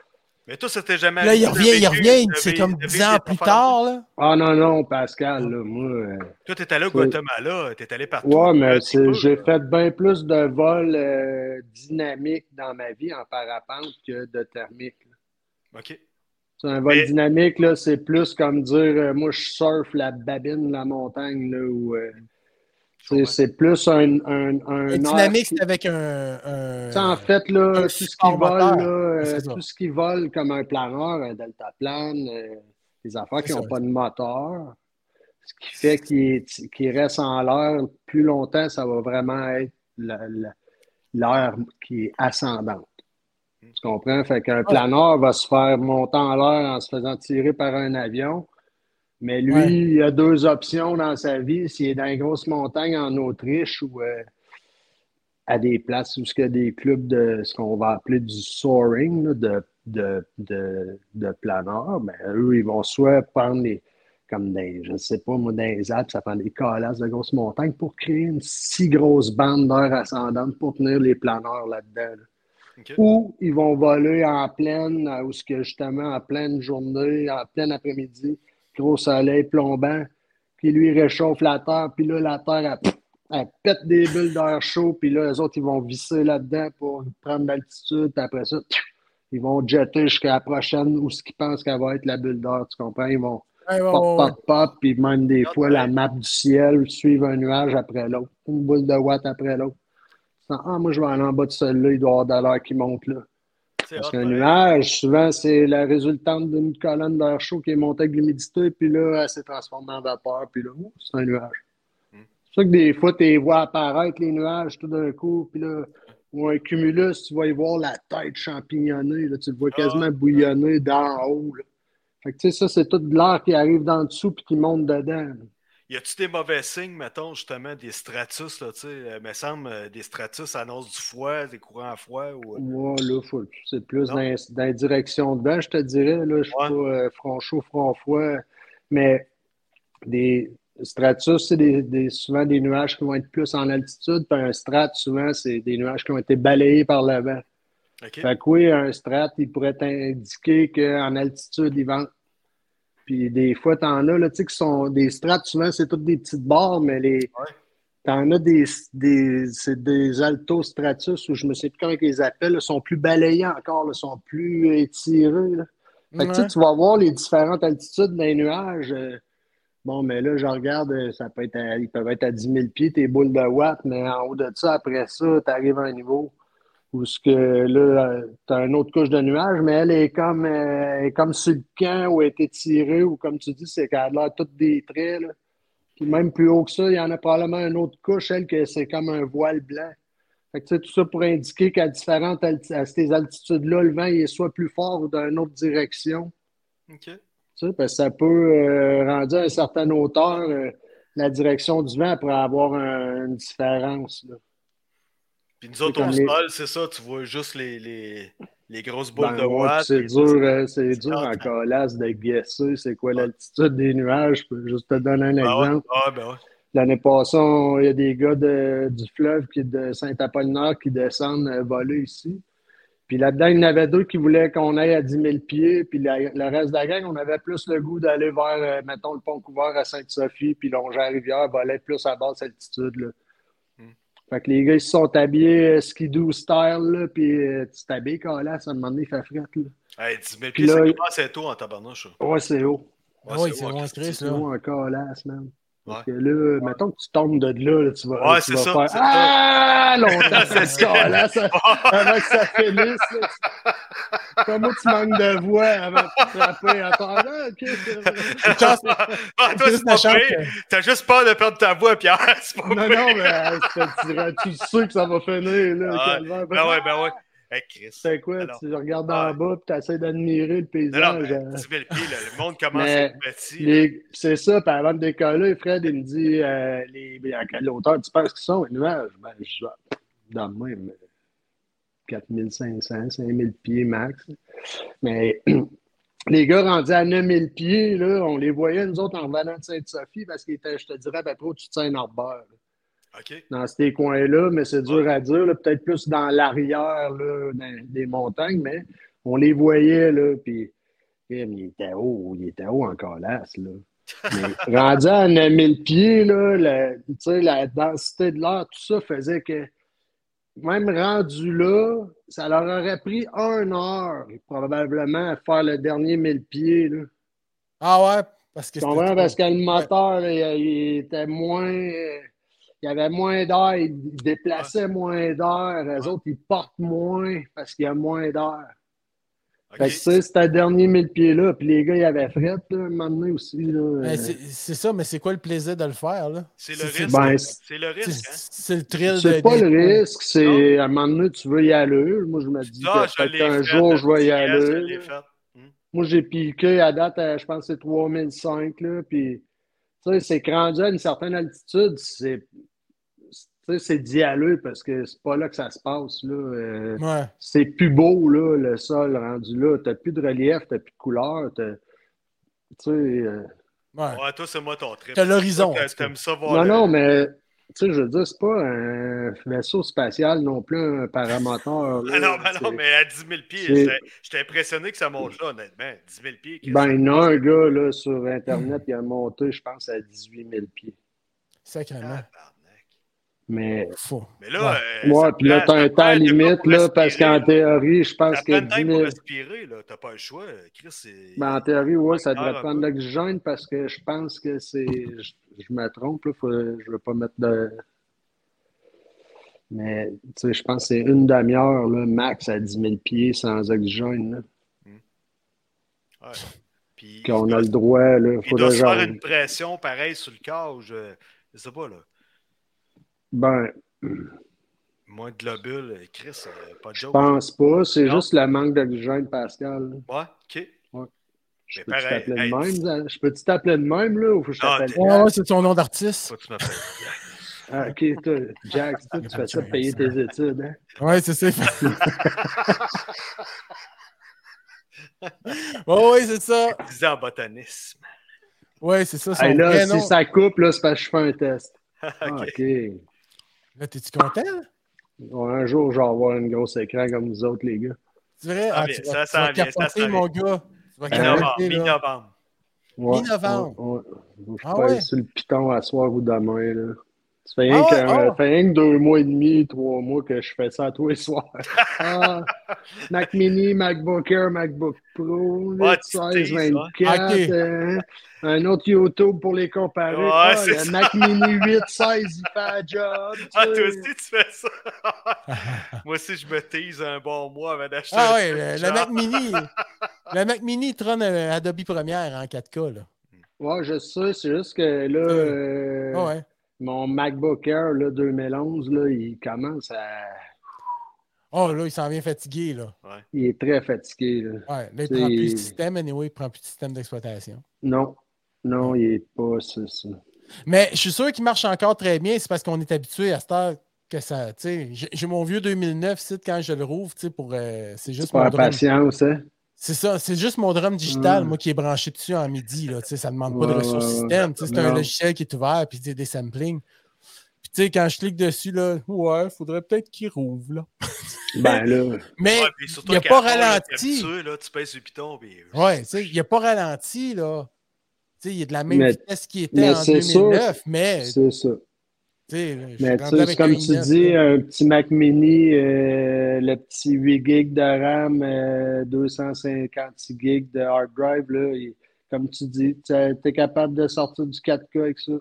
[SPEAKER 1] Mais toi, c'était jamais
[SPEAKER 3] Là, il
[SPEAKER 1] arrivé,
[SPEAKER 3] revient, il
[SPEAKER 1] t'as vécu-
[SPEAKER 3] revient.
[SPEAKER 1] t'as
[SPEAKER 3] C'est
[SPEAKER 1] vé-
[SPEAKER 3] comme
[SPEAKER 1] t'as
[SPEAKER 3] 10
[SPEAKER 1] vécu
[SPEAKER 3] ans
[SPEAKER 1] des
[SPEAKER 3] plus
[SPEAKER 1] affaires.
[SPEAKER 3] tard, là.
[SPEAKER 4] Ah non, non, Pascal, là, moi. euh,
[SPEAKER 1] Toi, t'es allé au
[SPEAKER 4] C'est-
[SPEAKER 1] Guatemala, t'es allé partout.
[SPEAKER 4] Ouais,
[SPEAKER 1] un
[SPEAKER 4] mais
[SPEAKER 1] petit
[SPEAKER 4] c'est-
[SPEAKER 1] peu,
[SPEAKER 4] j'ai
[SPEAKER 1] là.
[SPEAKER 4] fait bien plus de vols euh, dynamiques dans ma vie en parapente que de thermique. là.
[SPEAKER 1] OK.
[SPEAKER 4] C'est un vol
[SPEAKER 1] Mais-
[SPEAKER 4] dynamique, là, c'est plus comme dire euh, moi je surfe la babine de la montagne là, ou euh,
[SPEAKER 1] Je
[SPEAKER 4] c'est-
[SPEAKER 1] comprends.
[SPEAKER 4] c'est plus un, un, un
[SPEAKER 3] Le
[SPEAKER 4] air
[SPEAKER 3] dynamique,
[SPEAKER 4] qui-
[SPEAKER 3] c'est avec un. un-
[SPEAKER 4] Tu sais, en fait, là,
[SPEAKER 3] Euh, un
[SPEAKER 4] tout ce qui
[SPEAKER 3] support
[SPEAKER 4] vole,
[SPEAKER 3] moteur.
[SPEAKER 4] là, euh,
[SPEAKER 3] C'est ça.
[SPEAKER 4] tout ce qui vole comme un planeur, un deltaplane, euh, des affaires qui
[SPEAKER 3] C'est
[SPEAKER 4] n'ont
[SPEAKER 3] ça.
[SPEAKER 4] pas de moteur, ce qui fait qu'il est- qu'il reste en l'air plus longtemps, ça va vraiment être la- la- l'air qui est ascendante. Tu comprends? Fait qu'un planeur va se faire monter en l'air en se faisant tirer par un avion. Mais lui,
[SPEAKER 3] Ouais.
[SPEAKER 4] il a deux options dans sa vie. S'il est dans une grosse montagne en Autriche ou euh, à des places où il y a des clubs de ce qu'on va appeler du soaring, là, de, de, de, de planeurs, ben, eux, ils vont soit prendre les. Comme des, je sais pas, moi, dans les Alpes, ça prend des calasses de grosses montagnes pour créer une si grosse bande d'air ascendante pour tenir les planeurs là-dedans. là.
[SPEAKER 1] OK.
[SPEAKER 4] Ou ils vont voler en pleine, euh, ou ce que justement en pleine journée, en plein après-midi, gros soleil plombant, puis lui il réchauffe la terre, puis là la terre elle, elle pète des bulles d'air chaud, puis là les autres ils vont visser là-dedans pour prendre d'altitude, puis après ça ils vont jeter jusqu'à la prochaine ou ce qu'ils pensent qu'elle va être la bulle d'air, tu comprends? Ils vont
[SPEAKER 3] Ouais, ouais, ouais,
[SPEAKER 4] pop,
[SPEAKER 3] ouais.
[SPEAKER 4] pop, pop, puis même des
[SPEAKER 1] Ah,
[SPEAKER 4] fois
[SPEAKER 1] ouais.
[SPEAKER 4] la map du ciel, suivre un nuage après l'autre, une boule de watt après l'autre. Tu sens, Ah, moi je vais aller en bas de celui-là, il doit y avoir de l'air qui monte là.
[SPEAKER 1] C'est
[SPEAKER 4] Parce
[SPEAKER 1] hot,
[SPEAKER 4] qu'un
[SPEAKER 1] pareil.
[SPEAKER 4] nuage, souvent, c'est la résultante d'une colonne d'air chaud qui est montée avec de l'humidité, puis là, elle s'est transformée en vapeur, puis là, ouh, c'est un nuage.
[SPEAKER 1] Hmm.
[SPEAKER 4] C'est sûr que des fois, tu les vois apparaître, les nuages, tout d'un coup, puis là, ou un cumulus, tu vas y voir la tête champignonnée, là, tu le vois
[SPEAKER 1] Ah.
[SPEAKER 4] quasiment bouillonner d'en haut. là. Fait que, tu sais, ça, c'est tout de l'air qui arrive d'en dessous, puis qui monte dedans. là.
[SPEAKER 1] Y a-tu des mauvais signes, mettons, justement, des stratus, là, tu sais, euh, me semble, euh, des stratus annoncent du froid, des courants froids, ou... euh,
[SPEAKER 4] Ouais, là, faut- c'est plus
[SPEAKER 1] Non.
[SPEAKER 4] dans, dans la direction de vent, je te dirais. Là, je suis
[SPEAKER 1] Ouais.
[SPEAKER 4] pas euh, front chaud, front froid, mais des stratus, c'est des, des- souvent des nuages qui vont être plus en altitude. Puis un strat, souvent, c'est des nuages qui ont été balayés par le vent.
[SPEAKER 1] OK?
[SPEAKER 4] Fait que oui, un strat, il pourrait t'indiquer qu'en altitude, il vente. Puis des fois, t'en as, là, tu sais, qui sont des strates, souvent, c'est toutes des petites barres, mais les. T'en as des, des, c'est des altostratus, ou je me sais plus comment ils les appellent, là, sont plus balayés encore, là, sont plus étirés. là. Fait que, tu sais,
[SPEAKER 3] Ouais.
[SPEAKER 4] tu vas voir les différentes altitudes des nuages. euh, Bon, mais là, je regarde, euh, ça peut être à- ils peuvent être à 10 000 pieds, tes boules de watts, mais en haut de ça, après ça, tu arrives à un niveau où ce que, là, tu as une autre couche de nuages, mais elle est comme, euh, elle est comme sur le camp ou elle est étirée, ou comme tu dis, c'est qu'elle a l'air toutes des traits. là. Puis même plus haut que ça, il y en a probablement une autre couche, elle, que c'est comme un voile blanc. Fait que, tu sais, tout ça pour indiquer qu'à différentes alti- à ces altitudes-là, le vent il est soit plus fort ou d'une autre direction.
[SPEAKER 1] OK.
[SPEAKER 4] Tu sais, parce que ça peut, euh, rendu à une certaine hauteur, euh, la direction du vent pourrait avoir un- une différence. là.
[SPEAKER 1] Puis nous autres,
[SPEAKER 4] comme
[SPEAKER 1] au
[SPEAKER 4] les-
[SPEAKER 1] sol, c'est ça, tu vois juste les, les, les grosses boules
[SPEAKER 4] Ben
[SPEAKER 1] de
[SPEAKER 4] ouais,
[SPEAKER 1] watts.
[SPEAKER 4] puis c'est
[SPEAKER 1] puis-
[SPEAKER 4] dur, euh, c'est dur en
[SPEAKER 1] Ah,
[SPEAKER 4] colasse de guesser c'est quoi l'altitude des nuages. Je peux juste te donner un
[SPEAKER 1] Ah ouais,
[SPEAKER 4] exemple.
[SPEAKER 1] ah, ben ouais.
[SPEAKER 4] L'année passée, on- il y a des gars de- du fleuve qui, de Saint-Apollinaire qui descendent euh, voler ici. Puis là-dedans, il y en avait deux qui voulaient qu'on aille à 10 000 pieds. Puis la- le reste de la gang, on avait plus le goût d'aller vers, euh, mettons, le pont couvert à Sainte-Sophie. Puis Longeant-Rivière volait plus à basse altitude. là.
[SPEAKER 1] Hmm.
[SPEAKER 4] Fait que les gars, ils se sont habillés euh, skidoo style. là, puis euh, tu t'habilles, colasse, à un moment donné, il fait frette. là.
[SPEAKER 1] Hey, 10 000
[SPEAKER 4] Puis
[SPEAKER 1] pieds, ça
[SPEAKER 4] là, il-
[SPEAKER 1] commence à être tôt en tabarnouche. ça.
[SPEAKER 4] Ouais, c'est haut.
[SPEAKER 3] Ah oui,
[SPEAKER 1] c'est
[SPEAKER 3] c'est
[SPEAKER 1] haut,
[SPEAKER 3] bon,
[SPEAKER 1] Christ,
[SPEAKER 3] Chris,
[SPEAKER 4] C'est
[SPEAKER 3] là.
[SPEAKER 4] haut en colasse, man. Parce
[SPEAKER 1] Ouais.
[SPEAKER 4] que là, mettons que tu tombes de là, là, tu vas,
[SPEAKER 1] Ouais, c'est
[SPEAKER 4] tu vas
[SPEAKER 1] ça,
[SPEAKER 4] faire
[SPEAKER 1] c'est ça.
[SPEAKER 4] Ah, longtemps,
[SPEAKER 1] C'est
[SPEAKER 4] c'est
[SPEAKER 1] ça.
[SPEAKER 4] calasse, avant que ça finisse. là. Comment tu manques de voix avant de te frapper? Attends, là, ok. c'est-
[SPEAKER 1] Ah, toi, c'est
[SPEAKER 3] Juste la
[SPEAKER 1] pas
[SPEAKER 3] chance
[SPEAKER 1] vrai.
[SPEAKER 3] que-
[SPEAKER 1] T'as juste peur de perdre ta voix, Pierre. C'est pas
[SPEAKER 4] Non,
[SPEAKER 1] vrai.
[SPEAKER 4] non, mais euh, c'est- tu, dirais- tu sais que ça va finir, là,
[SPEAKER 1] Ah,
[SPEAKER 4] calvaire.
[SPEAKER 1] Ben ouais, ben ouais. Hey, Chris.
[SPEAKER 4] C'est quoi?
[SPEAKER 1] Alors,
[SPEAKER 4] tu regardes
[SPEAKER 1] ouais. Ben
[SPEAKER 4] en bas puis tu essaies d'admirer le
[SPEAKER 1] Non, non,
[SPEAKER 4] paysage.
[SPEAKER 1] mais
[SPEAKER 4] euh,
[SPEAKER 1] 10 000 pieds, là, le monde commence à
[SPEAKER 4] Mais
[SPEAKER 1] être petit. là.
[SPEAKER 4] Les- C'est ça, puis avant de décoller, Fred, il me dit euh, les... à quelle hauteur tu penses qu'ils sont, les nuages? Ben, je suis dans le même 4500, 5000 pieds max. Mais les gars rendus à 9000 pieds, là, on les voyait, nous autres, en revenant de Sainte-Sophie, parce qu'ils étaient, je te dirais, à peu près au-dessus de Saint-Norbert, là,
[SPEAKER 1] OK.
[SPEAKER 4] dans ces coins-là, mais c'est dur à dire, là, peut-être plus dans l'arrière là, dans- des montagnes, mais on les voyait, là, puis il était haut, il était haut en colasse, là. Mais rendu à 9000 pieds, là, la, tu sais, la densité de l'air, tout ça faisait que même rendu là, ça leur aurait pris une heure probablement à faire le dernier 1000 pieds. Là.
[SPEAKER 3] Ah ouais, parce que
[SPEAKER 4] Tu comprends? Parce que le
[SPEAKER 3] Ouais.
[SPEAKER 4] moteur, là, il, il était moins. Il y avait moins d'air, il déplaçait moins d'air. Les autres, ils portent moins parce qu'il y a moins d'air.
[SPEAKER 1] OK.
[SPEAKER 4] Fait que, tu sais, c'était le dernier 1000 pieds-là. Puis les gars, ils avaient fret, là, un moment donné aussi. Là,
[SPEAKER 3] Ben, c'est c'est ça, mais c'est quoi le plaisir de le faire, là?
[SPEAKER 1] C'est le
[SPEAKER 3] c'est-
[SPEAKER 1] risque.
[SPEAKER 4] ben,
[SPEAKER 1] hein.
[SPEAKER 4] c'est-
[SPEAKER 1] C'est le risque.
[SPEAKER 3] C'est
[SPEAKER 1] Hein.
[SPEAKER 3] c'est le thrill de...
[SPEAKER 4] C'est pas
[SPEAKER 3] des-
[SPEAKER 4] le risque, c'est à un moment donné, tu veux y aller. Moi, je me dis
[SPEAKER 1] Ah,
[SPEAKER 4] que
[SPEAKER 1] l'ai
[SPEAKER 4] peut-être un
[SPEAKER 1] fait,
[SPEAKER 4] jour,
[SPEAKER 1] le
[SPEAKER 4] je vais
[SPEAKER 1] petit
[SPEAKER 4] y
[SPEAKER 1] gaz, je
[SPEAKER 4] aller.
[SPEAKER 1] l'ai fait.
[SPEAKER 4] Moi, j'ai piqué à date, à, je pense que c'est 3005, là, puis, tu sais, c'est que rendu à une certaine altitude, c'est, tu sais, c'est d'y aller parce que c'est pas là que ça se passe, là. Euh,
[SPEAKER 3] Ouais.
[SPEAKER 4] c'est plus beau, là, le sol rendu là. T'as plus de relief, t'as plus de couleur, t'as- tu sais... euh,
[SPEAKER 3] Ouais.
[SPEAKER 1] Ouais, toi, c'est moi ton trip.
[SPEAKER 3] T'as l'horizon.
[SPEAKER 1] Toi,
[SPEAKER 3] en tout cas.
[SPEAKER 1] T'aimes ça voir.
[SPEAKER 4] Non,
[SPEAKER 1] le-
[SPEAKER 4] non, mais, tu sais, je veux dire, c'est pas un vaisseau spatial non plus, un paramoteur,
[SPEAKER 1] Ah
[SPEAKER 4] là,
[SPEAKER 1] non, ben non,
[SPEAKER 4] c'est-
[SPEAKER 1] mais à 10 000 pieds,
[SPEAKER 4] c'est-
[SPEAKER 1] j'étais- j'étais impressionné que ça monte là, honnêtement. 10 000 pieds. qu'est-ce
[SPEAKER 4] Ben, il y en a un gars, là, sur Internet, il a monté, je pense, à 18 000 pieds.
[SPEAKER 1] que-
[SPEAKER 3] Sacrément.
[SPEAKER 1] Tabarnak.
[SPEAKER 4] Mais...
[SPEAKER 3] Faux.
[SPEAKER 1] Mais là. euh,
[SPEAKER 4] Ouais,
[SPEAKER 1] ça
[SPEAKER 4] puis là,
[SPEAKER 1] prend-
[SPEAKER 4] t'as un
[SPEAKER 1] ça prend
[SPEAKER 4] temps
[SPEAKER 1] de
[SPEAKER 4] limite,
[SPEAKER 1] pour
[SPEAKER 4] là, parce
[SPEAKER 1] respirer,
[SPEAKER 4] qu'en
[SPEAKER 1] là.
[SPEAKER 4] théorie, je pense
[SPEAKER 1] Ça
[SPEAKER 4] que
[SPEAKER 1] prend le temps
[SPEAKER 4] 10
[SPEAKER 1] pour
[SPEAKER 4] 000...
[SPEAKER 1] respirer, là. T'as pas le choix. Chris, c'est.
[SPEAKER 4] Ben, en théorie, ouais, ça devrait
[SPEAKER 1] Heure, un
[SPEAKER 4] prendre
[SPEAKER 1] peu.
[SPEAKER 4] l'oxygène parce que je pense que c'est... Je, je me trompe, là, faut- je veux pas mettre de... Mais, tu sais, je pense que c'est une demi-heure, là, max, à 10 000 pieds sans oxygène, là,
[SPEAKER 1] Ouais. Puis,
[SPEAKER 4] qu'on
[SPEAKER 1] il doit-
[SPEAKER 4] a le droit, là.
[SPEAKER 1] Il doit
[SPEAKER 4] Faudrait
[SPEAKER 1] se
[SPEAKER 4] genre...
[SPEAKER 1] faire une pression pareille sur le corps. ou Je, je sais pas, là.
[SPEAKER 4] Ben,
[SPEAKER 1] Moins de globules, euh, Chris, euh, pas de
[SPEAKER 4] je
[SPEAKER 1] joke.
[SPEAKER 4] pense pas. C'est
[SPEAKER 1] Non.
[SPEAKER 4] juste le manque d'oxygène, Pascal. là.
[SPEAKER 1] Ouais, ok.
[SPEAKER 4] Je
[SPEAKER 1] Mais
[SPEAKER 4] peux-tu
[SPEAKER 1] pareil,
[SPEAKER 4] t'appeler de
[SPEAKER 1] hey,
[SPEAKER 4] même, Zan- Je peux-tu t'appeler de même, là, ou faut que je
[SPEAKER 1] Non,
[SPEAKER 4] t'appelle
[SPEAKER 1] t'es-
[SPEAKER 3] Ouais, ouais, Ah, c'est ton nom d'artiste.
[SPEAKER 1] Faut que tu m'appelles.
[SPEAKER 4] Ah, ok, toi, Jack, c'est toi, tu fais ça pour payer tes études, hein?
[SPEAKER 3] Ouais, c'est ça. ouais, ouais, c'est ça.
[SPEAKER 1] Disais en botanisme.
[SPEAKER 3] Ouais, c'est ça. Son
[SPEAKER 4] Hey, là,
[SPEAKER 3] vrai
[SPEAKER 4] si
[SPEAKER 3] nom.
[SPEAKER 4] ça coupe, là, c'est parce que je fais un test. Ah,
[SPEAKER 1] Ok.
[SPEAKER 4] ok.
[SPEAKER 3] Là, t'es-tu content? là?
[SPEAKER 4] Bon, un jour, je vais avoir une grosse écran comme nous autres, les gars.
[SPEAKER 3] Tu dirais,
[SPEAKER 1] Ah,
[SPEAKER 3] ah,
[SPEAKER 1] bien,
[SPEAKER 3] tu vas,
[SPEAKER 1] ça
[SPEAKER 3] tu
[SPEAKER 1] s'en
[SPEAKER 3] vas
[SPEAKER 1] vient, ça
[SPEAKER 3] capoter,
[SPEAKER 1] s'en
[SPEAKER 3] mon gars. Tu vas
[SPEAKER 1] Mi-novembre,
[SPEAKER 3] capoter, là.
[SPEAKER 1] mi-novembre.
[SPEAKER 4] Ouais,
[SPEAKER 3] Mi-novembre.
[SPEAKER 4] ouais, ouais. Je
[SPEAKER 3] Ah
[SPEAKER 4] pèse
[SPEAKER 3] ouais?
[SPEAKER 4] sur le piton à soir ou demain, là. Ça fait rien,
[SPEAKER 3] Ah ouais,
[SPEAKER 4] qu'un-
[SPEAKER 3] ah ouais.
[SPEAKER 4] ça fait rien que deux mois et demi, trois mois que je fais ça tous les soirs. Ah, Mac Mini, MacBook Air, MacBook Pro,
[SPEAKER 1] Ouais, tu
[SPEAKER 4] 16,
[SPEAKER 1] teases, ouais.
[SPEAKER 4] 24,
[SPEAKER 3] Ok.
[SPEAKER 4] euh, un autre YouTube pour les comparer.
[SPEAKER 1] Ouais,
[SPEAKER 4] Ah,
[SPEAKER 1] c'est
[SPEAKER 4] le
[SPEAKER 1] ça.
[SPEAKER 4] Mac Mini 8, 16, il fait un job. tu
[SPEAKER 1] Ah, toi
[SPEAKER 4] sais.
[SPEAKER 1] aussi, tu fais ça. Moi aussi, je me tease un bon mois avant d'acheter
[SPEAKER 3] Ah
[SPEAKER 1] un
[SPEAKER 3] ouais,
[SPEAKER 1] truc,
[SPEAKER 3] le, le
[SPEAKER 1] genre.
[SPEAKER 3] Mac Mini. le Mac Mini trône euh, Adobe Premiere en 4K, là.
[SPEAKER 4] Ouais, je sais, c'est juste que là,
[SPEAKER 3] Ouais.
[SPEAKER 4] euh,
[SPEAKER 3] Ah ouais.
[SPEAKER 4] mon MacBook Air là, 2011, là, il commence à
[SPEAKER 3] Oh là, il s'en vient fatigué, là.
[SPEAKER 4] Il est très fatigué. là.
[SPEAKER 3] Ouais, là, il
[SPEAKER 4] C'est-
[SPEAKER 3] prend plus de système, anyway, il prend plus de système d'exploitation.
[SPEAKER 4] Non. Non, il est pas ça. ça.
[SPEAKER 3] Mais je suis sûr qu'il marche encore très bien, c'est parce qu'on est habitué à cette heure que ça. tu sais, J'ai j'ai mon vieux 2009 site quand je le rouvre, tu sais, pour. euh, c'est juste mon
[SPEAKER 4] Par
[SPEAKER 3] drum.
[SPEAKER 4] patience, hein?
[SPEAKER 3] C'est ça, c'est juste mon drum digital,
[SPEAKER 4] Mm.
[SPEAKER 3] moi, qui est branché dessus en midi, là, tu sais, ça ne demande pas de
[SPEAKER 4] Ouais,
[SPEAKER 3] ressources
[SPEAKER 4] ouais, ouais.
[SPEAKER 3] système, tu sais, c'est un
[SPEAKER 4] Non.
[SPEAKER 3] logiciel qui est ouvert, puis des, des samplings. Puis tu sais, quand je clique dessus, là, ouais, faudrait peut-être qu'il rouvre, là.
[SPEAKER 4] Ben
[SPEAKER 3] Euh,
[SPEAKER 4] là,
[SPEAKER 3] Mais,
[SPEAKER 1] Ouais, Ah, puis surtout
[SPEAKER 3] il a
[SPEAKER 1] qu'à
[SPEAKER 3] pas
[SPEAKER 1] fond, là, t'es
[SPEAKER 3] ralenti.
[SPEAKER 1] habitué, là, tu pèses le piton, puis...
[SPEAKER 3] ouais, tu sais, il n'a pas ralenti, là. Tu sais, il est de la même
[SPEAKER 4] Mais-
[SPEAKER 3] vitesse qu'il était
[SPEAKER 4] mais
[SPEAKER 3] en
[SPEAKER 4] c'est
[SPEAKER 3] 2009,
[SPEAKER 4] sûr-
[SPEAKER 3] mais, tu
[SPEAKER 4] c'est ça.
[SPEAKER 3] sais, là, je suis
[SPEAKER 4] Mais
[SPEAKER 3] rendu
[SPEAKER 4] tu sais, c'est
[SPEAKER 3] avec un
[SPEAKER 4] comme tu
[SPEAKER 3] 9,
[SPEAKER 4] dis, euh,
[SPEAKER 3] là.
[SPEAKER 4] un petit Mac mini, euh, le petit 8 GB de RAM, euh, 256 GB de hard drive, là, il- comme tu dis, tu es capable de sortir du 4K avec ça.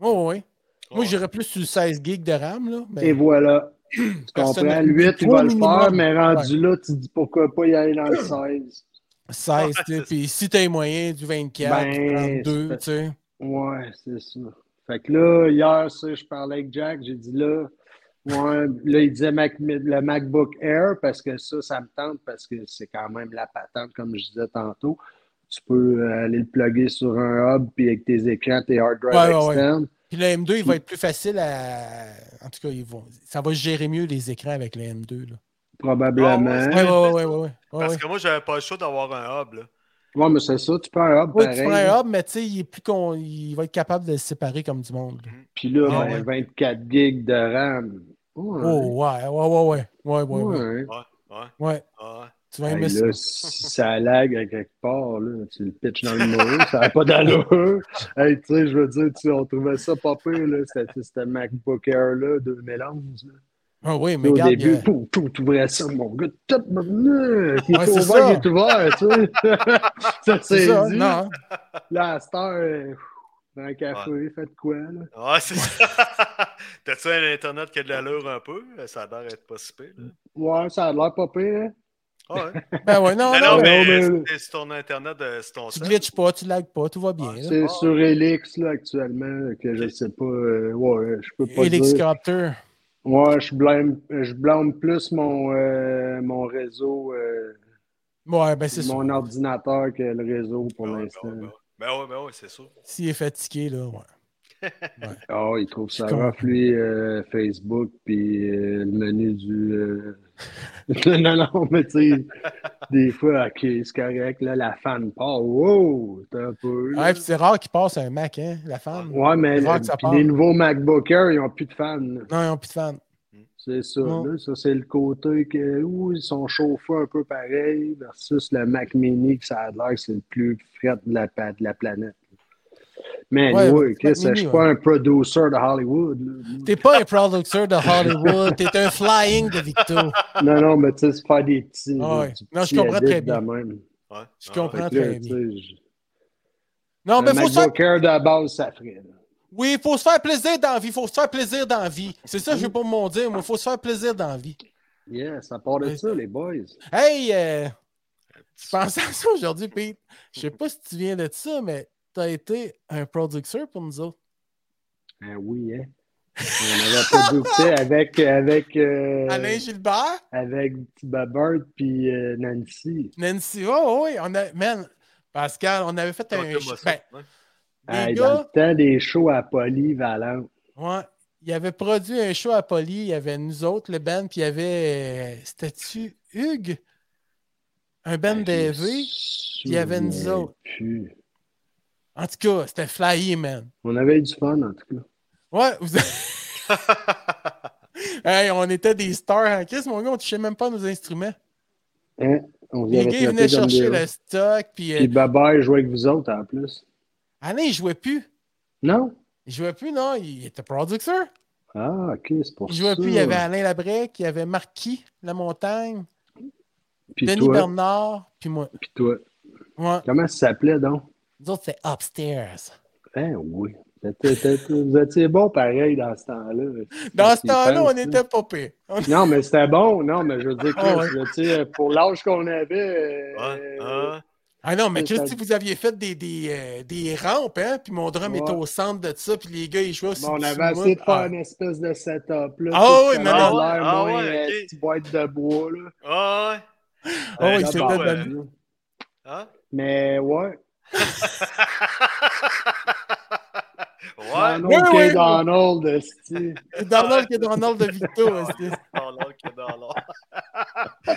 [SPEAKER 3] Oh, oui. Moi,
[SPEAKER 1] Ouais.
[SPEAKER 3] j'irais plus sur 16 gigs de RAM, là. mais-
[SPEAKER 4] Et voilà. Tu comprends?
[SPEAKER 3] Personnellement,
[SPEAKER 4] Le 8, il
[SPEAKER 3] trois
[SPEAKER 4] va le
[SPEAKER 3] minimum.
[SPEAKER 4] faire, mais rendu là, tu dis pourquoi pas y aller dans le 16.
[SPEAKER 3] 16, tu sais,
[SPEAKER 1] Ouais,
[SPEAKER 3] puis si t'as les moyens du 24, du
[SPEAKER 4] Ben,
[SPEAKER 3] 32,
[SPEAKER 4] c'est-
[SPEAKER 3] tu sais.
[SPEAKER 4] Ouais, c'est ça. Fait que là, hier, ça, je parlais avec Jack, j'ai dit là, ouais, là, il disait Mac- le MacBook Air parce que ça, ça me tente parce que c'est quand même la patente, comme je disais tantôt. Tu peux euh, aller le plugger sur un hub puis avec tes écrans, tes hard drives
[SPEAKER 3] Ouais, ouais, ouais.
[SPEAKER 4] externes.
[SPEAKER 3] Puis le M2, il va être plus facile à. En tout cas, ils vont... ça va gérer mieux les écrans avec le M2. Là.
[SPEAKER 4] Probablement.
[SPEAKER 3] Ah, Ouais, ouais, ouais, ouais, ouais. ouais,
[SPEAKER 1] Parce
[SPEAKER 3] ouais.
[SPEAKER 1] que moi, j'avais pas le choix d'avoir un hub, là.
[SPEAKER 4] Ouais, mais c'est ça, tu prends un hub
[SPEAKER 3] Ouais, tu
[SPEAKER 4] pareil.
[SPEAKER 3] prends un hub, mais tu sais, il est plus con... il va être capable de le séparer comme du monde. là.
[SPEAKER 4] Puis là,
[SPEAKER 3] Ah,
[SPEAKER 4] ben, 24 gigs de RAM. Ouais.
[SPEAKER 3] Oh, ouais, ouais, ouais, ouais. Ouais, ouais, ouais.
[SPEAKER 4] Ouais.
[SPEAKER 1] Ouais, ouais,
[SPEAKER 3] ouais.
[SPEAKER 1] ouais.
[SPEAKER 3] Tu vas
[SPEAKER 4] Hey,
[SPEAKER 3] aimer ça.
[SPEAKER 4] là, si ça lag à quelque part, là, tu le pitches dans le mur, ça n'a pas d'allure. Hey, tu sais, je veux dire, tu- on trouvait ça pas pire, là, cette, cette MacBook Air-là, 2011. Là.
[SPEAKER 3] Ah oui, mais
[SPEAKER 4] Au
[SPEAKER 3] regarde. il y
[SPEAKER 4] début,
[SPEAKER 3] a-
[SPEAKER 4] pou, pou, t'ouvrais ça, mon gars, top, maintenant, il est
[SPEAKER 3] Ouais, c'est
[SPEAKER 4] ouvert,
[SPEAKER 3] ça.
[SPEAKER 4] il est ouvert, tu sais. ça
[SPEAKER 3] C'est
[SPEAKER 4] s'est
[SPEAKER 3] ça,
[SPEAKER 4] dit.
[SPEAKER 3] non.
[SPEAKER 4] Là, à cette heure, euh, dans un café, faites quoi, là?
[SPEAKER 1] Ah, c'est ça. T'as-tu un Internet qui a de l'allure un peu? Ça a l'air d'être pas si pire, là.
[SPEAKER 4] Ouais, ça a l'air pas pire, hein?
[SPEAKER 1] Ah, ouais.
[SPEAKER 3] Ben ouais, non,
[SPEAKER 1] Mais
[SPEAKER 3] non.
[SPEAKER 1] non,
[SPEAKER 4] non,
[SPEAKER 1] mais
[SPEAKER 4] mais-
[SPEAKER 1] c'est- c'est ton Internet, euh, c'est ton
[SPEAKER 3] Tu
[SPEAKER 1] sel.
[SPEAKER 3] glitches pas, tu lags pas, tout va bien. là.
[SPEAKER 4] Ah, C'est sur Elix, là, actuellement, que je sais pas, euh, ouais, je peux pas dire.
[SPEAKER 3] Helixcopter.
[SPEAKER 4] Ouais, je blâme, je blâme plus mon, euh, mon réseau, euh,
[SPEAKER 3] Ouais, ben c'est sûr.
[SPEAKER 4] mon ordinateur que le réseau pour
[SPEAKER 1] Ben ouais,
[SPEAKER 4] l'instant.
[SPEAKER 1] ben ouais, ben ouais. Ben ouais, ben ouais, c'est sûr.
[SPEAKER 3] S'il est fatigué, là, ouais.
[SPEAKER 4] Ah, il trouve ça
[SPEAKER 3] Je comprends.
[SPEAKER 4] rough, lui, euh, Facebook, puis euh, le menu du. euh, non, non, mais tu sais, des fois, ok, c'est correct, là, la fan part, wow, t'as un peu. là.
[SPEAKER 3] Ouais, puis c'est rare qu'il passe un Mac, hein, la femme.
[SPEAKER 4] Ouais, mais
[SPEAKER 3] c'est rare que ça
[SPEAKER 4] puis
[SPEAKER 3] part.
[SPEAKER 4] les nouveaux MacBookers, ils n'ont plus de fans. là.
[SPEAKER 3] Non, ils n'ont plus de fans.
[SPEAKER 4] C'est ça,
[SPEAKER 3] Ouais.
[SPEAKER 4] là, ça c'est le côté que où ils sont chauffés un peu pareil versus le Mac Mini que ça a l'air que c'est le plus fret de la, pa- de la planète. Mais
[SPEAKER 3] Ouais, le
[SPEAKER 4] oui,
[SPEAKER 3] Mac
[SPEAKER 4] Chris, je
[SPEAKER 3] Mini,
[SPEAKER 4] suis
[SPEAKER 3] ouais.
[SPEAKER 4] pas un producer de Hollywood. là.
[SPEAKER 3] T'es pas un producer de Hollywood, t'es un flying de Victo.
[SPEAKER 4] Non, non, mais tu sais, c'est pas des petits.
[SPEAKER 3] Ah
[SPEAKER 4] là,
[SPEAKER 3] ouais.
[SPEAKER 4] du
[SPEAKER 3] Non, je
[SPEAKER 4] petit
[SPEAKER 3] comprends
[SPEAKER 4] edit
[SPEAKER 3] très
[SPEAKER 4] de
[SPEAKER 3] bien.
[SPEAKER 4] même.
[SPEAKER 1] Ouais.
[SPEAKER 3] Je
[SPEAKER 1] Ah,
[SPEAKER 3] comprends.
[SPEAKER 4] Fait
[SPEAKER 1] ouais.
[SPEAKER 4] que là,
[SPEAKER 3] très
[SPEAKER 4] tu sais, je-
[SPEAKER 3] Non, mais
[SPEAKER 4] le
[SPEAKER 3] faut se faire...
[SPEAKER 4] MacBooker de base, ça ferait. là.
[SPEAKER 3] Oui, faut se faire plaisir dans la vie, faut se faire plaisir dans la vie. C'est ça que je veux pas mon dire, moi, faut se faire plaisir dans la vie.
[SPEAKER 4] Yeah, ça part de
[SPEAKER 3] Ouais.
[SPEAKER 4] ça, les boys.
[SPEAKER 3] Hey, euh, je pensais à ça aujourd'hui, Pete. Je sais pas si tu viens de ça, mais t'as été un producer pour nous autres.
[SPEAKER 4] Ben oui, hein. On avait producé avec, avec, euh,
[SPEAKER 3] Alain Gilbert,
[SPEAKER 4] avec Babert puis euh, Nancy.
[SPEAKER 3] Nancy, oh oui, on a... Man, Pascal, on avait fait
[SPEAKER 1] Donc,
[SPEAKER 3] un...
[SPEAKER 1] moi, ça,
[SPEAKER 3] Ben,
[SPEAKER 1] ouais.
[SPEAKER 3] Les
[SPEAKER 4] Hey,
[SPEAKER 3] gars-
[SPEAKER 4] dans le temps des shows à Polyvalent.
[SPEAKER 3] Ouais. Il avait produit un show à Poly, il y avait nous autres, le band, puis il y avait. euh, C'était-tu Hugues? Un band d'EV?
[SPEAKER 4] puis
[SPEAKER 3] il y avait nous autres. En tout cas, c'était flyé, man.
[SPEAKER 4] On avait eu du fun, en tout cas.
[SPEAKER 3] Ouais, vous ben- Hey, on était des stars en Chris, mon gars, on touchait même pas à nos instruments.
[SPEAKER 4] Hein? On
[SPEAKER 3] Les gars, ils venaient chercher le
[SPEAKER 4] le...
[SPEAKER 3] stock, puis euh,
[SPEAKER 4] Puis Baba, il jouait avec vous autres, en plus.
[SPEAKER 3] Alain, il jouait plus.
[SPEAKER 4] Non?
[SPEAKER 3] Il jouait plus, non, il était producer.
[SPEAKER 4] Ah, OK, c'est pour
[SPEAKER 3] Il
[SPEAKER 4] ça.
[SPEAKER 3] jouait plus, il y avait Alain Labrec, il y avait Marquis, La Montagne,
[SPEAKER 4] Puis
[SPEAKER 3] Denis
[SPEAKER 4] toi,
[SPEAKER 3] Bernard, puis moi.
[SPEAKER 4] puis toi.
[SPEAKER 3] Ouais.
[SPEAKER 4] Comment ça s'appelait, donc?
[SPEAKER 3] Nous autres, c'était upstairs.
[SPEAKER 4] Ben oui. Vous étiez- t'étais- Vous étiez bon pareil dans ce temps-là.
[SPEAKER 3] Dans
[SPEAKER 4] Quand
[SPEAKER 3] ce
[SPEAKER 4] tu y
[SPEAKER 3] temps-là, on
[SPEAKER 4] penses, là.
[SPEAKER 3] était pas pire.
[SPEAKER 4] Non, mais c'était bon. Non, mais je veux dire, Chris,
[SPEAKER 3] Ah ouais.
[SPEAKER 4] là, tu sais, pour l'âge qu'on avait,
[SPEAKER 1] Ouais,
[SPEAKER 4] euh,
[SPEAKER 1] ouais.
[SPEAKER 3] Ah non, mais
[SPEAKER 4] C'est
[SPEAKER 3] Christy,
[SPEAKER 4] ça.
[SPEAKER 3] vous aviez fait des, des, euh, des rampes, hein? Puis mon drum
[SPEAKER 4] Ouais.
[SPEAKER 3] était au centre de ça, puis les gars, ils jouaient aussi.
[SPEAKER 4] Bon, on avait essayé de faire
[SPEAKER 3] Ah.
[SPEAKER 4] une espèce de setup. Là,
[SPEAKER 3] Ah
[SPEAKER 4] pour
[SPEAKER 3] oui,
[SPEAKER 4] que
[SPEAKER 3] mais
[SPEAKER 4] ça
[SPEAKER 1] non.
[SPEAKER 4] ait l'air
[SPEAKER 1] Ah
[SPEAKER 4] moins,
[SPEAKER 1] ouais,
[SPEAKER 4] euh,
[SPEAKER 1] ok.
[SPEAKER 4] petite boîte de bois. Là.
[SPEAKER 1] Ah ouais.
[SPEAKER 3] Ah ouais,
[SPEAKER 4] Ben,
[SPEAKER 1] Euh,
[SPEAKER 3] c'est
[SPEAKER 1] bon,
[SPEAKER 3] peut-être
[SPEAKER 1] euh,
[SPEAKER 3] la-
[SPEAKER 1] hein?
[SPEAKER 4] Mais ouais.
[SPEAKER 1] Ouais.
[SPEAKER 4] Donald
[SPEAKER 3] Ouais,
[SPEAKER 4] K.
[SPEAKER 3] ouais.
[SPEAKER 4] Donald, euh, esti.
[SPEAKER 3] Ah. Donald qui est Donald de Vito.
[SPEAKER 1] Ah
[SPEAKER 3] est-ce que-
[SPEAKER 1] Donald que Donald.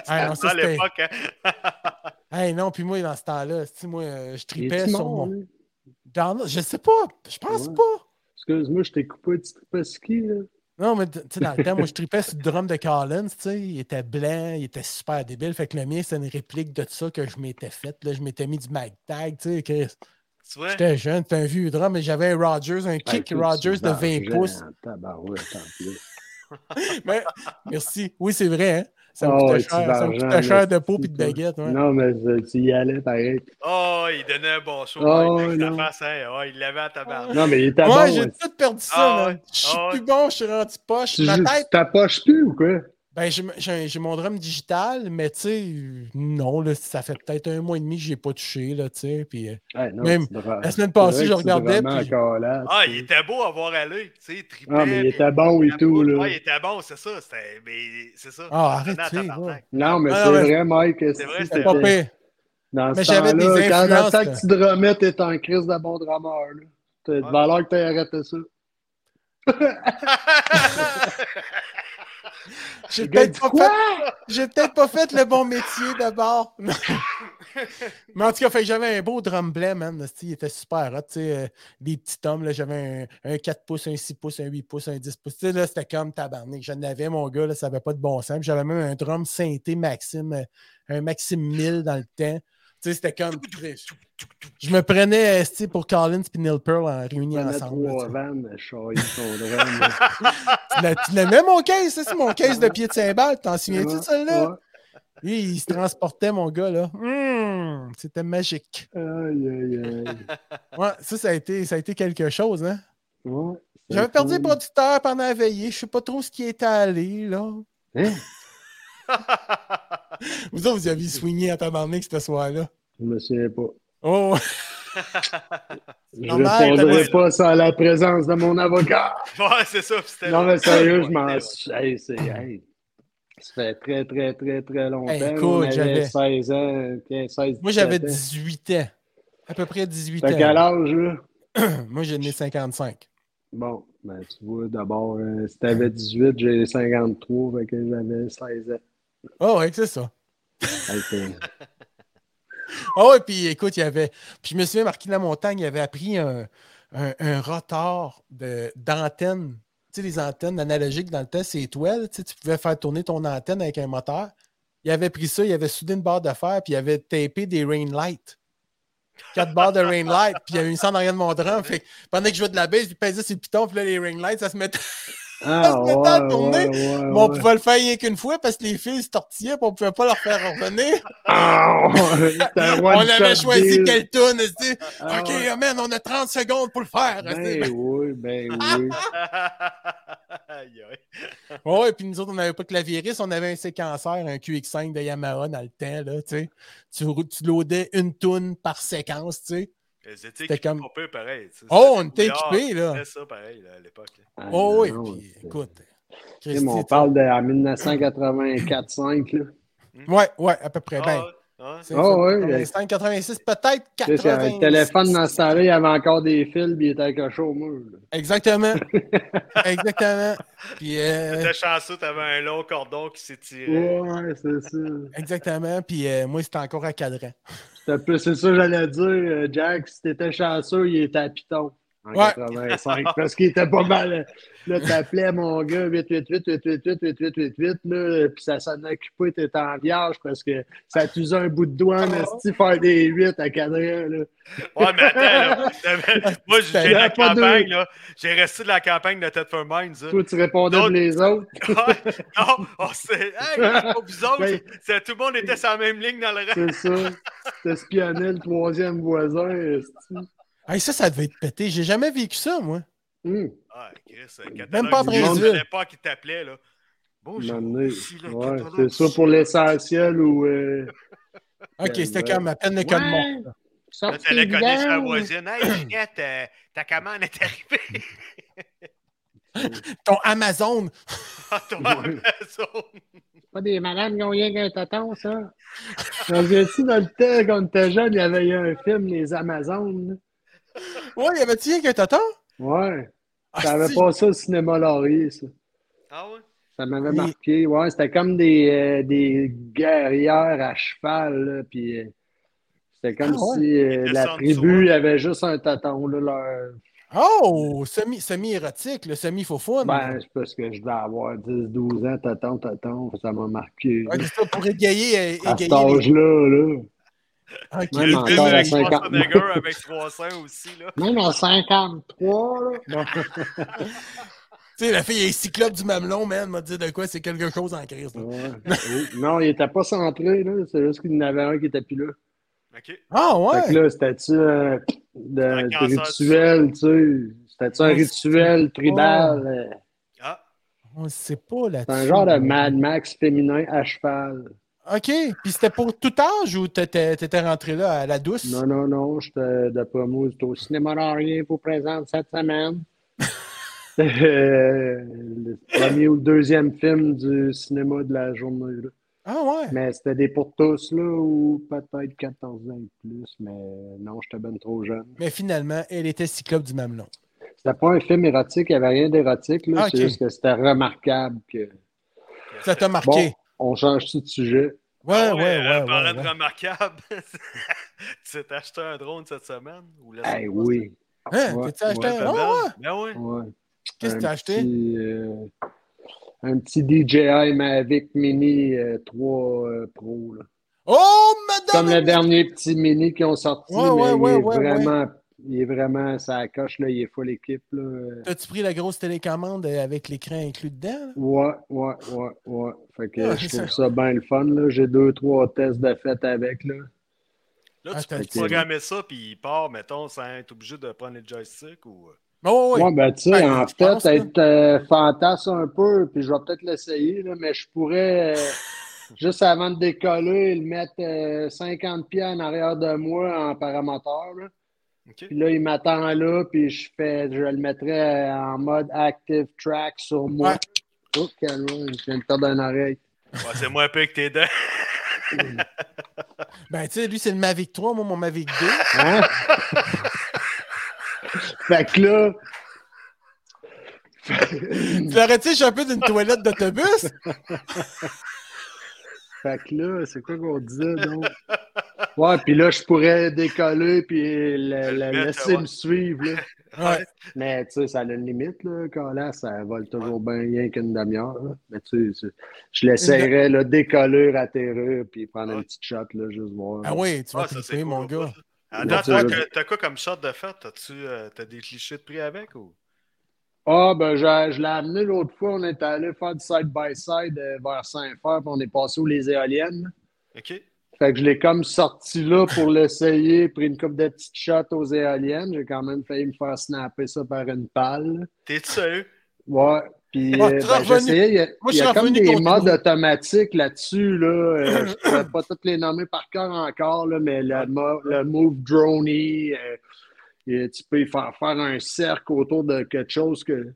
[SPEAKER 3] Ah, non, ça,
[SPEAKER 1] À
[SPEAKER 3] c'était-
[SPEAKER 1] l'époque, hein.
[SPEAKER 3] Hey, non, puis moi, dans ce temps-là, est-ce que moi, euh, je
[SPEAKER 4] Il
[SPEAKER 3] tripais
[SPEAKER 4] est-tu
[SPEAKER 3] sur
[SPEAKER 4] mort, hein.
[SPEAKER 3] mon.
[SPEAKER 4] lui?
[SPEAKER 3] Donald, je sais pas, je pense
[SPEAKER 4] Ouais.
[SPEAKER 3] pas.
[SPEAKER 4] Excuse-moi, je t'ai coupé, tu te ski, là.
[SPEAKER 3] Non, mais tu sais, dans le temps, moi, je tripais sur le drum de Collins, tu sais. Il était blanc, il était super débile. Fait que le mien, c'est une réplique de ça que je m'étais faite. là. Je m'étais mis du magtag, tu sais. Chris.
[SPEAKER 1] Tu vois?
[SPEAKER 3] J'étais jeune, c'était un vieux drum, mais j'avais un Rogers, un
[SPEAKER 4] Hey,
[SPEAKER 3] kick
[SPEAKER 4] toi, tu hein.
[SPEAKER 3] Rogers de
[SPEAKER 4] mangeais
[SPEAKER 3] 20 pouces.
[SPEAKER 4] en tabarouette, en plus.
[SPEAKER 3] Mais- merci. Oui, c'est vrai, hein? Ça me
[SPEAKER 4] Ah
[SPEAKER 3] coûtait
[SPEAKER 4] ouais, tu
[SPEAKER 3] cher, ça me
[SPEAKER 4] varges,
[SPEAKER 3] coûtait cher de
[SPEAKER 4] esti,
[SPEAKER 3] peau et de
[SPEAKER 4] toi.
[SPEAKER 3] baguette. ouais.
[SPEAKER 4] Non, mais euh, tu y allais pareil.
[SPEAKER 1] Oh, il donnait un bon show.
[SPEAKER 4] Oh,
[SPEAKER 1] ouais, avec sa
[SPEAKER 4] non.
[SPEAKER 1] face, hein. Ouais, il l'avait à tabarnak.
[SPEAKER 4] Non, mais il était
[SPEAKER 3] Ouais,
[SPEAKER 4] bon.
[SPEAKER 3] j'ai
[SPEAKER 4] ouais.
[SPEAKER 3] tout perdu
[SPEAKER 1] Ah
[SPEAKER 3] ça.
[SPEAKER 1] ouais,
[SPEAKER 3] man. Je suis
[SPEAKER 1] ah ouais.
[SPEAKER 3] plus bon, je suis rendu poche.
[SPEAKER 4] Tu
[SPEAKER 3] Ma
[SPEAKER 4] joues-
[SPEAKER 3] tête,
[SPEAKER 4] tu t'approches plus ou quoi?
[SPEAKER 3] ben, j'ai- j'ai j'ai mon drum digital, mais tu sais, non, là, ça fait peut-être un mois et demi que je n'ai pas touché. Là, tu sais, puis, euh,
[SPEAKER 4] Ouais, non,
[SPEAKER 3] Même
[SPEAKER 4] tu devrais-
[SPEAKER 3] la semaine
[SPEAKER 4] c'est vrai
[SPEAKER 3] passée,
[SPEAKER 4] que
[SPEAKER 3] je
[SPEAKER 4] tu
[SPEAKER 3] regardais.
[SPEAKER 4] devrais
[SPEAKER 3] puis-
[SPEAKER 4] encore là,
[SPEAKER 1] Ah,
[SPEAKER 4] tu
[SPEAKER 1] il
[SPEAKER 4] sais.
[SPEAKER 1] était beau à voir à l'œil, tu sais, il tripait.
[SPEAKER 4] Ah, mais il
[SPEAKER 1] puis-
[SPEAKER 4] était bon et tout, là.
[SPEAKER 1] Ouais, Ah, il était bon, c'est ça. C'était... Mais c'est ça.
[SPEAKER 3] Ah,
[SPEAKER 1] Il
[SPEAKER 3] arrête,
[SPEAKER 1] donnait à
[SPEAKER 3] tu sais,
[SPEAKER 1] tabarnak.
[SPEAKER 4] Non, mais
[SPEAKER 3] Ah,
[SPEAKER 4] c'est
[SPEAKER 3] non, mais-
[SPEAKER 4] vrai, Mike. esti,
[SPEAKER 1] C'est vrai,
[SPEAKER 4] c'était-
[SPEAKER 1] c'était-
[SPEAKER 3] c'est pas pire.
[SPEAKER 4] Dans ce
[SPEAKER 3] Mais j'avais des
[SPEAKER 4] temps-là, quand
[SPEAKER 3] influences,
[SPEAKER 4] l'attaque
[SPEAKER 3] là.
[SPEAKER 4] tu te remets, t'es en crise de bon drameur. là. T'as de
[SPEAKER 1] Ouais.
[SPEAKER 4] valeur que t'aies arrêté ça.
[SPEAKER 3] J'ai
[SPEAKER 4] Le gars
[SPEAKER 3] peut-être
[SPEAKER 4] dit,
[SPEAKER 3] pas,
[SPEAKER 4] Quoi?
[SPEAKER 3] fait- j'ai peut-être pas fait le bon métier d'abord. Non. Mais en tout cas, fait que j'avais un beau drum blend, man. esti, Il était super hot. tu sais, euh, des petits tomes, là, j'avais un, un 4 pouces, un 6 pouces, un 8 pouces, un 10 pouces. Tu sais, là, c'était comme tabarnak. J'en avais, mon gars, là, ça n'avait pas de bon sens. Puis J'avais même un drum synthé Maxime, euh, un Maxime 1000 dans le temps. Tu sais, c'était comme. Je me prenais esti, pour Collins et Neil Pearl en réunis
[SPEAKER 4] T'en as
[SPEAKER 3] ensemble. là, tu sais.
[SPEAKER 4] trois vannes, Charlie, ton drame. là.
[SPEAKER 3] Tu l'as- tu l'aimais, mon case, ça, c'est mon case de pied de cymbale. T'en souviens-tu de
[SPEAKER 4] Ouais,
[SPEAKER 3] celle-là?
[SPEAKER 4] ouais.
[SPEAKER 3] Lui, il se transportait, mon gars, là. Hum, c'était magique.
[SPEAKER 4] Aïe, aïe, aïe.
[SPEAKER 3] Ouais, ça, ça a été, ça a été quelque chose, hein.
[SPEAKER 4] Ouais, c'est
[SPEAKER 3] J'avais perdu
[SPEAKER 4] cool.
[SPEAKER 3] le producteur pendant la veillée. Je sais pas trop ce qui était allé, là.
[SPEAKER 4] Hein?
[SPEAKER 3] Vous autres, vous aviez swingé à tabarnak ce soir-là.
[SPEAKER 4] Je me souviens pas.
[SPEAKER 3] Oh,
[SPEAKER 4] Je
[SPEAKER 3] Normal,
[SPEAKER 4] répondrai
[SPEAKER 1] t'avais-
[SPEAKER 4] pas sans la présence de mon avocat.
[SPEAKER 1] Ouais, c'est ça. puis c'était
[SPEAKER 4] Non,
[SPEAKER 1] là.
[SPEAKER 4] mais sérieux, je m'en
[SPEAKER 1] Ouais,
[SPEAKER 4] suis. Hey, c'est- hey, Ça fait très, très, très, très longtemps.
[SPEAKER 3] Hey, écoute,
[SPEAKER 4] On avait
[SPEAKER 3] j'avais-
[SPEAKER 4] 16 ans, 15, 16,
[SPEAKER 3] moi, j'avais
[SPEAKER 4] 17 ans.
[SPEAKER 3] 18 ans. À peu près 18
[SPEAKER 4] T'as quel
[SPEAKER 3] ans.
[SPEAKER 4] âge, là?
[SPEAKER 3] Moi, j'ai né 55.
[SPEAKER 4] Bon, ben, tu vois, d'abord, euh, si t'avais 18, j'ai 53, fait que j'avais 16 ans.
[SPEAKER 3] Oh, ouais, c'est ça.
[SPEAKER 4] Hey, t'es-
[SPEAKER 3] Ah ouais, puis écoute, il y avait. Puis je me souviens, Marquis de la Montagne, il avait appris un, un, un rotor de- d'antenne. Tu sais, les antennes analogiques dans le temps, c'est étoile. Tu sais, tu pouvais faire tourner ton antenne avec un moteur. Il avait pris ça, il avait soudé une barre de fer, puis il avait tapé des rain lights. Quatre barres de rain lights, puis il avait mis ça en arrière de mon drum. Fait que pendant que je jouais de la baisse, il pesait ses pitons, puis là, les rain lights, ça se mettait.
[SPEAKER 4] Ah,
[SPEAKER 3] Parce que dans la
[SPEAKER 4] ouais,
[SPEAKER 3] tournée,
[SPEAKER 4] ouais, ouais,
[SPEAKER 3] Mais on
[SPEAKER 4] Ah ouais.
[SPEAKER 3] pouvait le faire rien qu'une fois parce que les fils se tortillaient, puis on pouvait pas leur faire revenir.
[SPEAKER 4] Ah, ouais, c'était un
[SPEAKER 3] On
[SPEAKER 4] one-shot
[SPEAKER 3] avait choisi
[SPEAKER 4] deal.
[SPEAKER 3] quelle tune, tu sais.
[SPEAKER 4] Ah,
[SPEAKER 3] OK,
[SPEAKER 4] ouais.
[SPEAKER 3] man, on a 30 secondes pour le faire.
[SPEAKER 4] Ben oui, ben
[SPEAKER 3] Ah,
[SPEAKER 4] oui.
[SPEAKER 1] Aïe, aïe.
[SPEAKER 3] Ouais, puis nous autres, on n'avait pas de clavieriste, on avait un séquenceur, un QX5 de Yamaha dans le temps, là, tu sais. Tu, rou- tu loadais une toune par séquence, tu sais.
[SPEAKER 1] Ils étaient
[SPEAKER 3] C'était
[SPEAKER 1] équipés
[SPEAKER 3] comme-
[SPEAKER 1] pas peu pareil. tu sais.
[SPEAKER 3] Oh,
[SPEAKER 1] C'était
[SPEAKER 3] on était
[SPEAKER 1] des milliards.
[SPEAKER 3] équipés, là.
[SPEAKER 1] C'était ça, pareil, là, à l'époque. là.
[SPEAKER 4] Ah,
[SPEAKER 3] Oh oui,
[SPEAKER 4] non,
[SPEAKER 3] puis
[SPEAKER 4] c'est-
[SPEAKER 3] écoute.
[SPEAKER 4] Tu sais,
[SPEAKER 3] Christy,
[SPEAKER 4] mais on
[SPEAKER 3] tu-
[SPEAKER 4] parle de en 1984-5, là.
[SPEAKER 3] Ouais, ouais, à peu près.
[SPEAKER 1] Ah,
[SPEAKER 3] ben,
[SPEAKER 1] ouais, ouais.
[SPEAKER 3] c'est-
[SPEAKER 4] Ah, ouais,
[SPEAKER 3] 85, 86, peut-être
[SPEAKER 4] Tu sais, c'est un
[SPEAKER 3] 80.
[SPEAKER 4] téléphone dans ce temps-là, il y avait encore des fils, puis il était accroché au mur. là.
[SPEAKER 3] Exactement. Exactement. Puis, euh,
[SPEAKER 1] T'étais chanceux, t'avais un long cordon qui s'étirait.
[SPEAKER 4] Ouais, c'est ça.
[SPEAKER 3] exactement. Puis, euh, moi, c'était encore à cadran.
[SPEAKER 4] C'était plus- C'est ça que j'allais dire, euh, Jack. Si t'étais chanceux, il était à Python en
[SPEAKER 3] Ouais.
[SPEAKER 4] 85. Parce qu'il était pas mal. euh, Là, t'appelais mon gars 888-888-888-888, là, puis ça sonnait occupé, t'étais en vierge parce que ça t'usait un bout de doigt
[SPEAKER 1] Ah.
[SPEAKER 4] en esti faire des 8 à cadran, là.
[SPEAKER 1] Ouais, mais attends, là, t'avais- moi, j'ai
[SPEAKER 3] T'avais
[SPEAKER 1] de la
[SPEAKER 4] Ah, pas deux.
[SPEAKER 1] campagne, là. J'ai resté de la campagne de Ted for Minds. là.
[SPEAKER 4] Toi, tu répondais pour
[SPEAKER 1] D'autres-
[SPEAKER 4] les autres.
[SPEAKER 1] Ouais, non, on s'est. Hey, pas vous autres.
[SPEAKER 4] Ben-
[SPEAKER 1] c'est- Tout le monde était sur la même ligne dans le rang.
[SPEAKER 4] C'est ça. T'espionnais le troisième voisin, esti.
[SPEAKER 3] Hey, ça, ça devait être pété. J'ai jamais vécu ça, moi.
[SPEAKER 4] Hum.
[SPEAKER 1] Ah, Chris,
[SPEAKER 3] Même pas
[SPEAKER 4] après
[SPEAKER 1] Je
[SPEAKER 3] les
[SPEAKER 1] savais pas qui t'appelait, là. Bonjour.
[SPEAKER 4] M'amener.
[SPEAKER 1] ici le
[SPEAKER 4] Ouais,
[SPEAKER 1] catalogue
[SPEAKER 4] c'est ça pour l'essentiel ou euh,
[SPEAKER 3] Ok,
[SPEAKER 4] Ben,
[SPEAKER 3] c'était
[SPEAKER 4] ouais.
[SPEAKER 3] comme à peine le cas de
[SPEAKER 4] Ouais.
[SPEAKER 3] monde.
[SPEAKER 1] Là,
[SPEAKER 4] Sorti
[SPEAKER 1] t'allais
[SPEAKER 4] de
[SPEAKER 1] connaître la
[SPEAKER 4] viande.
[SPEAKER 1] voisine. Hey, Ginette, euh, ta commande est arrivée.
[SPEAKER 3] Ton Amazon.
[SPEAKER 1] Ah, toi, Amazon.
[SPEAKER 4] Pas des malades qui ont rien qu'un tonton, ça. On vient-tu dans le temps, quand on était jeune, il y avait eu un film, Les Amazones.
[SPEAKER 3] Ouais, y avait-tu rien qu'un tonton?
[SPEAKER 4] Ouais.
[SPEAKER 3] Ah,
[SPEAKER 4] Ça avait
[SPEAKER 3] si.
[SPEAKER 4] passé au cinéma Laurier, ça.
[SPEAKER 1] Ah ouais?
[SPEAKER 4] Ça m'avait
[SPEAKER 3] Oui.
[SPEAKER 4] marqué. Ouais, c'était comme des, euh, des guerrières à cheval, là, puis euh, c'était comme
[SPEAKER 3] Ah ouais.
[SPEAKER 4] si euh,
[SPEAKER 1] Ils
[SPEAKER 4] la
[SPEAKER 1] descendent
[SPEAKER 4] tribu avait juste un tonton, là, leur...
[SPEAKER 3] Oh! Semi- Semi-érotique, le semi-faux-foune.
[SPEAKER 4] Ben, c'est parce que je devais avoir 10-12 ans, tonton, tonton, ça m'a marqué.
[SPEAKER 3] Ouais, c'est ça, pour égayer. euh,
[SPEAKER 4] À
[SPEAKER 3] égayer
[SPEAKER 4] cet
[SPEAKER 3] les...
[SPEAKER 4] âge-là, là.
[SPEAKER 3] Ok.
[SPEAKER 1] Il y a
[SPEAKER 4] Même
[SPEAKER 1] le film
[SPEAKER 4] encore à
[SPEAKER 1] avec
[SPEAKER 4] 50.
[SPEAKER 1] Schwarzenegger avec trois seins aussi, là.
[SPEAKER 4] Même à 53, là.
[SPEAKER 3] Tu sais, la fille est cyclope du mamelon, man, m'a dit de quoi, c'est quelque chose en crise. là.
[SPEAKER 4] Ouais. Oui. Non, il était pas centré, là. C'est juste qu'il y en avait un qui était plus là.
[SPEAKER 1] OK.
[SPEAKER 3] Ah
[SPEAKER 4] Fait que
[SPEAKER 3] ouais!
[SPEAKER 4] là, c'était-tu euh, de,
[SPEAKER 1] Un
[SPEAKER 4] de
[SPEAKER 1] cancer
[SPEAKER 4] rituel, tu sais? C'était-tu un
[SPEAKER 3] Ouais,
[SPEAKER 4] rituel tribal? euh,
[SPEAKER 1] Ah,
[SPEAKER 3] On sait pas là-dessus.
[SPEAKER 4] C'est un genre de Mad Max féminin à cheval.
[SPEAKER 3] OK. Puis c'était pour tout âge ou t'étais t'étais rentré là à la douce?
[SPEAKER 4] Non, non, non, j'étais de promo, j'étais au cinéma Laurier vous présente cette semaine. Euh, le premier ou le deuxième film du cinéma de la journée. là.
[SPEAKER 3] Ah ouais!
[SPEAKER 4] Mais c'était des pour tous, là, ou peut-être 14 ans et plus, mais non, j'étais ben trop jeune.
[SPEAKER 3] Mais finalement, elle était cyclope du mamelon.
[SPEAKER 4] C'était pas un film érotique, il n'y avait rien d'érotique, là.
[SPEAKER 3] Ah, ok.
[SPEAKER 4] C'est juste que c'était remarquable que.
[SPEAKER 3] Ça t'a
[SPEAKER 4] Bon,
[SPEAKER 3] marqué.
[SPEAKER 4] on change-tu de sujet?
[SPEAKER 3] Ouais, ouais,
[SPEAKER 1] Ah
[SPEAKER 3] ouais.
[SPEAKER 1] euh,
[SPEAKER 3] ouais,
[SPEAKER 1] parlant de
[SPEAKER 3] ouais.
[SPEAKER 1] remarquable, tu t'es acheté un drone cette semaine? Ou la
[SPEAKER 4] Eh
[SPEAKER 1] semaine
[SPEAKER 4] oui.
[SPEAKER 3] Hein,
[SPEAKER 4] Ouais,
[SPEAKER 3] t'as-tu acheté
[SPEAKER 1] passée?
[SPEAKER 3] un?
[SPEAKER 1] Ben
[SPEAKER 3] Ouais, ouais.
[SPEAKER 1] Ben oui.
[SPEAKER 4] Ouais.
[SPEAKER 3] Qu'est-ce que
[SPEAKER 4] Un
[SPEAKER 3] t'as acheté?
[SPEAKER 4] petit, euh, un petit DJI Mavic Mini euh, 3 euh, Pro. là.
[SPEAKER 3] Oh,
[SPEAKER 4] Comme
[SPEAKER 3] madame!
[SPEAKER 4] le dernier petit Mini qu'ils ont sorti,
[SPEAKER 3] Ouais,
[SPEAKER 4] mais
[SPEAKER 3] ouais,
[SPEAKER 4] il,
[SPEAKER 3] ouais,
[SPEAKER 4] est
[SPEAKER 3] ouais,
[SPEAKER 4] vraiment, il est vraiment, ça coche, là, il est full équipe. Là. Euh,
[SPEAKER 3] T'as-tu pris la grosse télécommande euh, avec l'écran inclus dedans? là?
[SPEAKER 4] Ouais, ouais, ouais, ouais. Fait que
[SPEAKER 3] Ouais,
[SPEAKER 4] je
[SPEAKER 3] Ah, c'est
[SPEAKER 4] trouve ça bien le fun. là. J'ai deux, trois tests de fait avec. Là.
[SPEAKER 1] Là, tu
[SPEAKER 3] Attends,
[SPEAKER 1] peux
[SPEAKER 4] ok.
[SPEAKER 1] programmer ça, puis il part, mettons, sans être obligé de prendre le joystick ou... euh,
[SPEAKER 3] Ouais, ouais,
[SPEAKER 4] Moi,
[SPEAKER 3] ouais.
[SPEAKER 4] ben, tu sais,
[SPEAKER 3] Ben,
[SPEAKER 4] en
[SPEAKER 3] je
[SPEAKER 4] fait,
[SPEAKER 3] pense, là.
[SPEAKER 4] être euh, fantasme un peu, puis je vais peut-être l'essayer, là, mais je pourrais, euh, juste avant de décoller, le mettre euh, 50 pieds en arrière de moi en paramoteur. là.
[SPEAKER 1] OK.
[SPEAKER 4] Puis là, il m'attend là, puis je fais, je le mettrais euh, en mode active track sur moi.
[SPEAKER 3] Ouais.
[SPEAKER 4] Oh, calme, je viens de perdre une oreille.
[SPEAKER 1] Ouais, c'est moins peu que tes dents.
[SPEAKER 3] Ben, tu sais, lui, c'est le Mavic 3, moi, mon Mavic 2.
[SPEAKER 4] Hein? fait que là,
[SPEAKER 3] tu l'aurais-tu chopé d'une toilette d'autobus?
[SPEAKER 4] Fait que là, c'est quoi qu'on disait, donc? Ouais, puis là, je pourrais décoller puis la- la-
[SPEAKER 1] mettre,
[SPEAKER 4] laisser
[SPEAKER 1] ouais.
[SPEAKER 4] me suivre, là.
[SPEAKER 3] Ouais.
[SPEAKER 4] Mais, tu sais, ça a une limite, là, quand là, ça vole toujours bien rien qu'une demi-heure, là. Mais, tu sais, c'est- je l'essayerais, là, décoller, atterrir, puis prendre
[SPEAKER 1] Ouais.
[SPEAKER 4] une petite shot, là, juste voir.
[SPEAKER 3] Ah oui, tu vas
[SPEAKER 1] Ah, ça, c'est
[SPEAKER 3] triper,
[SPEAKER 1] cool,
[SPEAKER 3] mon
[SPEAKER 1] au bout.
[SPEAKER 3] gars.
[SPEAKER 1] Attends,
[SPEAKER 4] Ouais,
[SPEAKER 1] toi,
[SPEAKER 4] c'est-
[SPEAKER 1] que- t'as quoi comme shot de fête? T'as-tu euh, t'as des clichés de prix avec ou?
[SPEAKER 4] Ah, ben, je, je l'ai amené l'autre fois, on est allé faire du side-by-side euh, vers Saint-Fer, puis on est passé aux les éoliennes.
[SPEAKER 1] OK.
[SPEAKER 4] Fait que je l'ai comme sorti là pour l'essayer, pris une coupe de petites shots aux éoliennes. J'ai quand même failli me faire snapper ça par une pale.
[SPEAKER 1] T'es-tu sérieux?
[SPEAKER 4] Ouais. Puis
[SPEAKER 3] Ah,
[SPEAKER 4] euh,
[SPEAKER 3] tu
[SPEAKER 4] ben,
[SPEAKER 3] es revenu.
[SPEAKER 4] j'essayais, il y a,
[SPEAKER 3] Moi,
[SPEAKER 4] il y
[SPEAKER 3] je
[SPEAKER 4] a
[SPEAKER 3] suis
[SPEAKER 4] comme
[SPEAKER 3] revenu
[SPEAKER 4] des
[SPEAKER 3] contre
[SPEAKER 4] modes
[SPEAKER 3] nous.
[SPEAKER 4] automatiques là-dessus. Là. Euh, je pourrais pas toutes les nommer par cœur encore, là, mais le, mo- le move droney, euh, et tu peux y faire faire un cercle autour de quelque chose que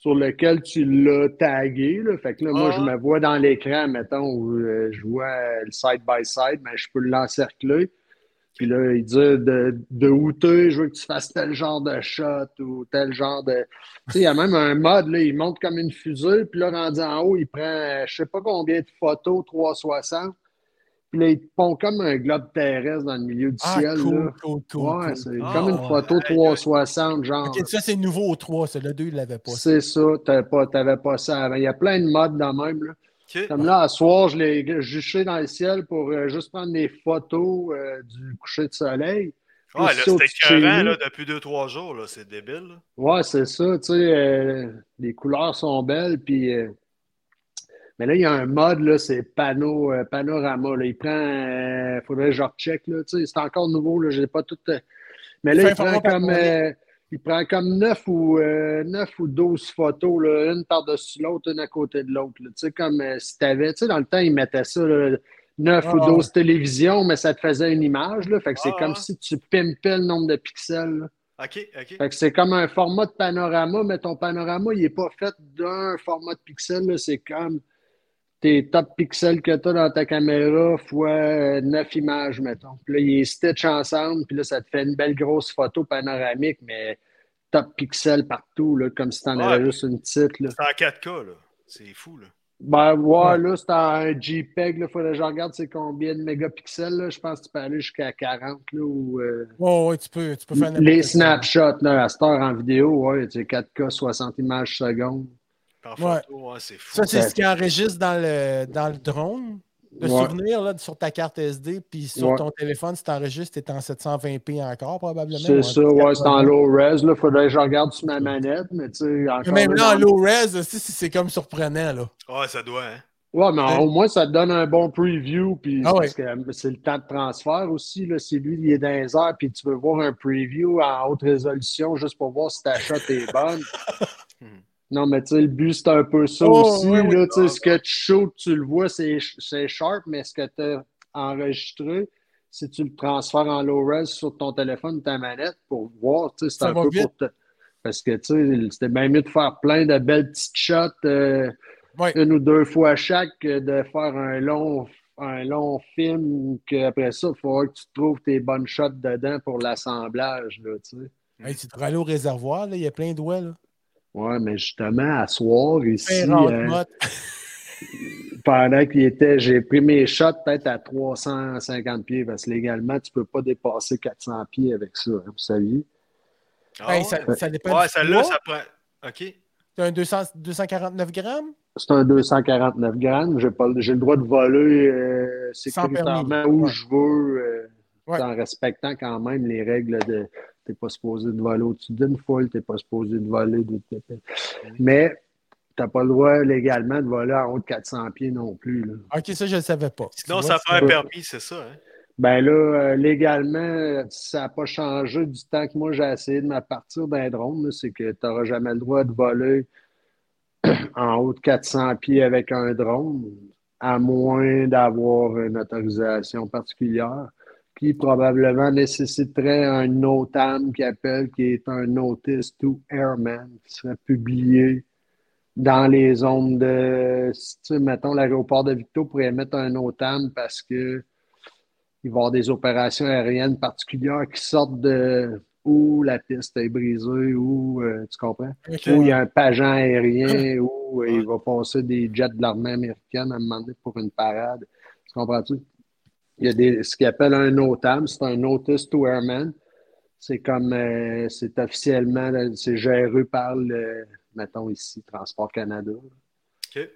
[SPEAKER 4] sur lequel tu l'as tagué. Là. Fait que là, moi,
[SPEAKER 1] Ah.
[SPEAKER 4] je me vois dans l'écran, mettons, où euh, je vois euh, le side-by-side, mais je peux l'encercler. Puis là, il dit de, de où t'es, je veux que tu fasses tel genre de shot ou tel genre de. Tu sais, il y a même un mode, là, il monte comme une fusée, puis là, rendu en haut, il prend euh, je sais pas combien de photos, 360. Puis là, il te pond comme un globe terrestre dans le milieu du
[SPEAKER 3] Ah,
[SPEAKER 4] ciel. là.
[SPEAKER 3] cool, cool, cool.
[SPEAKER 4] ouais,
[SPEAKER 3] cool.
[SPEAKER 4] c'est
[SPEAKER 1] Ah,
[SPEAKER 4] comme une
[SPEAKER 3] ouais.
[SPEAKER 4] photo 360, genre.
[SPEAKER 3] Ok, ça, c'est nouveau au 3, ça. Le 2, il l'avait pas.
[SPEAKER 4] C'est ça, t'avais pas, t'avais pas ça avant. Il y a plein de modes dans le même. Là.
[SPEAKER 1] OK.
[SPEAKER 4] Comme là, à soir, je l'ai juché dans le ciel pour euh, juste prendre des photos euh, du coucher de soleil.
[SPEAKER 1] Ah, là,
[SPEAKER 4] aussi au
[SPEAKER 1] c'était
[SPEAKER 4] petit chez
[SPEAKER 1] écœurant,
[SPEAKER 4] nous.
[SPEAKER 1] là, depuis 2-3 jours, là. C'est débile, là.
[SPEAKER 4] Ouais, c'est ça, tu sais, euh, les couleurs sont belles, puis... euh, mais là, il y a un mode, là, c'est pano, euh, panorama, là, il prend... euh, faudrait que je recheck, là, tu sais, c'est encore nouveau, là, j'ai pas tout... euh, mais là,
[SPEAKER 3] Fin
[SPEAKER 4] il prend
[SPEAKER 3] format
[SPEAKER 4] comme...
[SPEAKER 3] panoramique.
[SPEAKER 4] euh, il prend comme 9 ou, euh, neuf ou 12 photos, là, une par-dessus l'autre, une à côté de l'autre, là, tu sais, comme euh, si t'avais... Tu sais, dans le temps, ils mettaient ça, là, 9
[SPEAKER 3] Ah,
[SPEAKER 4] ou 12 télévisions, mais ça te faisait une image. Là. Fait que c'est
[SPEAKER 1] Ah,
[SPEAKER 4] comme
[SPEAKER 1] ouais.
[SPEAKER 4] si tu pimpais le nombre de pixels. là.
[SPEAKER 1] OK, OK.
[SPEAKER 4] Fait que c'est comme un format de panorama, mais ton panorama, il n'est pas fait d'un format de pixels. là. C'est comme tes top pixels que tu as dans ta caméra fois euh, neuf images, mettons. Puis là, ils stitchent ensemble, puis là, ça te fait une belle grosse photo panoramique, mais top pixels partout, là, comme si tu en
[SPEAKER 1] Ouais.
[SPEAKER 4] avais juste une petite. Là.
[SPEAKER 1] C'est en 4K, là. C'est fou, là.
[SPEAKER 4] Ben, ouais, là, c'est un JPEG. Il faudrait que je regarde c'est combien de mégapixels. Là. Je pense que tu peux aller jusqu'à 40 là, ou. euh,
[SPEAKER 3] Ouais, ouais, tu peux, tu peux faire n'importe
[SPEAKER 4] les
[SPEAKER 3] quoi.
[SPEAKER 4] snapshots, là, à cette heure en vidéo, ouais, c'est 4K, 60 images secondes.
[SPEAKER 1] En
[SPEAKER 3] Ouais.
[SPEAKER 1] photo, ouais, c'est fou.
[SPEAKER 3] Ça, c'est ce qui enregistre dans le, dans le drone. Le
[SPEAKER 4] Ouais.
[SPEAKER 3] souvenir là, sur ta carte SD, puis sur
[SPEAKER 4] Ouais.
[SPEAKER 3] ton téléphone, si tu enregistres, tu es en 720p encore, probablement.
[SPEAKER 4] C'est ça, ouais, c'est en low res, là. Faudrait que je regarde sur ma manette, mais tu sais,
[SPEAKER 3] Mais
[SPEAKER 4] encore.
[SPEAKER 3] même
[SPEAKER 4] là,
[SPEAKER 3] là, en low res, aussi, c'est c'est comme surprenant. Là.
[SPEAKER 1] Ouais, ça doit, hein.
[SPEAKER 4] Ouais, mais au moins, ça te donne un bon preview, puis
[SPEAKER 3] Ah
[SPEAKER 4] parce que euh, c'est le temps de transfert aussi, là. Si lui, il est dans les airs, puis tu veux voir un preview en haute résolution juste pour voir si ta shot est bonne. Non, mais tu sais, le but, c'est un peu ça
[SPEAKER 3] Oh,
[SPEAKER 4] aussi,
[SPEAKER 3] oui, oui.
[SPEAKER 4] là. Tu sais, ce que tu shoot, tu le vois, c'est c'est sharp, mais ce que tu as enregistré, si tu le transfères en low res sur ton téléphone ou ta manette pour voir, tu sais, c'est
[SPEAKER 3] Ça
[SPEAKER 4] un
[SPEAKER 3] va
[SPEAKER 4] peu
[SPEAKER 3] vite.
[SPEAKER 4] pour te. Parce que, tu sais, c'était bien mieux de faire plein de belles petites shots. euh,
[SPEAKER 3] Ouais.
[SPEAKER 4] une ou deux fois chaque que de faire un long, un long film qu'après ça, il faudra que tu trouves tes bonnes shots dedans pour l'assemblage. là, tu sais.
[SPEAKER 1] Euh.
[SPEAKER 3] Hey, tu devrais aller au réservoir, là, il y a plein d'oies. là.
[SPEAKER 4] Ouais, mais justement, à soir, ici,
[SPEAKER 3] Faire en
[SPEAKER 4] euh,
[SPEAKER 3] mode.
[SPEAKER 4] pendant qu'il était, j'ai pris mes shots peut-être à 350 pieds parce que légalement, tu peux pas dépasser 400 pieds avec ça, hein, vous saviez.
[SPEAKER 1] Ah,
[SPEAKER 3] Hey,
[SPEAKER 1] ouais,
[SPEAKER 3] ça, ça dépend.
[SPEAKER 1] Ouais,
[SPEAKER 3] du
[SPEAKER 1] celle-là,
[SPEAKER 3] poids.
[SPEAKER 1] ça prend. OK.
[SPEAKER 3] T'as un 200 249 grammes?
[SPEAKER 4] C'est un 249 grammes. J'ai pas, le- j'ai le droit de voler euh,
[SPEAKER 3] Sans permis.
[SPEAKER 4] sécuritairement où
[SPEAKER 3] Ouais.
[SPEAKER 4] je veux, euh,
[SPEAKER 3] Ouais.
[SPEAKER 4] en respectant quand même les règles de t'es pas supposé de voler au-dessus d'une foule, t'es pas supposé de voler de Mais t'as pas le droit légalement de voler en haut de 400 pieds non plus. là.
[SPEAKER 3] Ok, ça, je ne le savais pas.
[SPEAKER 1] Sinon,
[SPEAKER 3] Tu
[SPEAKER 1] ça
[SPEAKER 3] vois,
[SPEAKER 1] prend un
[SPEAKER 4] c'est-
[SPEAKER 1] permis, c'est ça, hein.
[SPEAKER 4] Ben là, euh, légalement, ça n'a pas changé du temps que moi j'ai essayé de m'appartir d'un drone. là. C'est que tu n'auras jamais le droit de voler en haut de 400 pieds avec un drone, à moins d'avoir une autorisation particulière qui probablement nécessiterait un OTAM qui appelle, qui est un Notice to Airman, qui serait publié dans les zones de, si tu sais, mettons, l'aéroport de Victo pourrait mettre un OTAM parce que il va y avoir des opérations aériennes particulières qui sortent de où la piste est brisée, où, euh, tu comprends?
[SPEAKER 3] c'est-
[SPEAKER 4] Où
[SPEAKER 3] Ok.
[SPEAKER 4] il y a un pageant aérien, où euh, il va passer des jets de l'armée américaine à un moment donné pour une parade. Tu comprends-tu? Il y a des, ce qu'ils appellent un OTAM, c'est un Notice to Airman. C'est comme, euh, c'est officiellement, là, c'est géré par le, mettons ici, Transport Canada.
[SPEAKER 1] OK.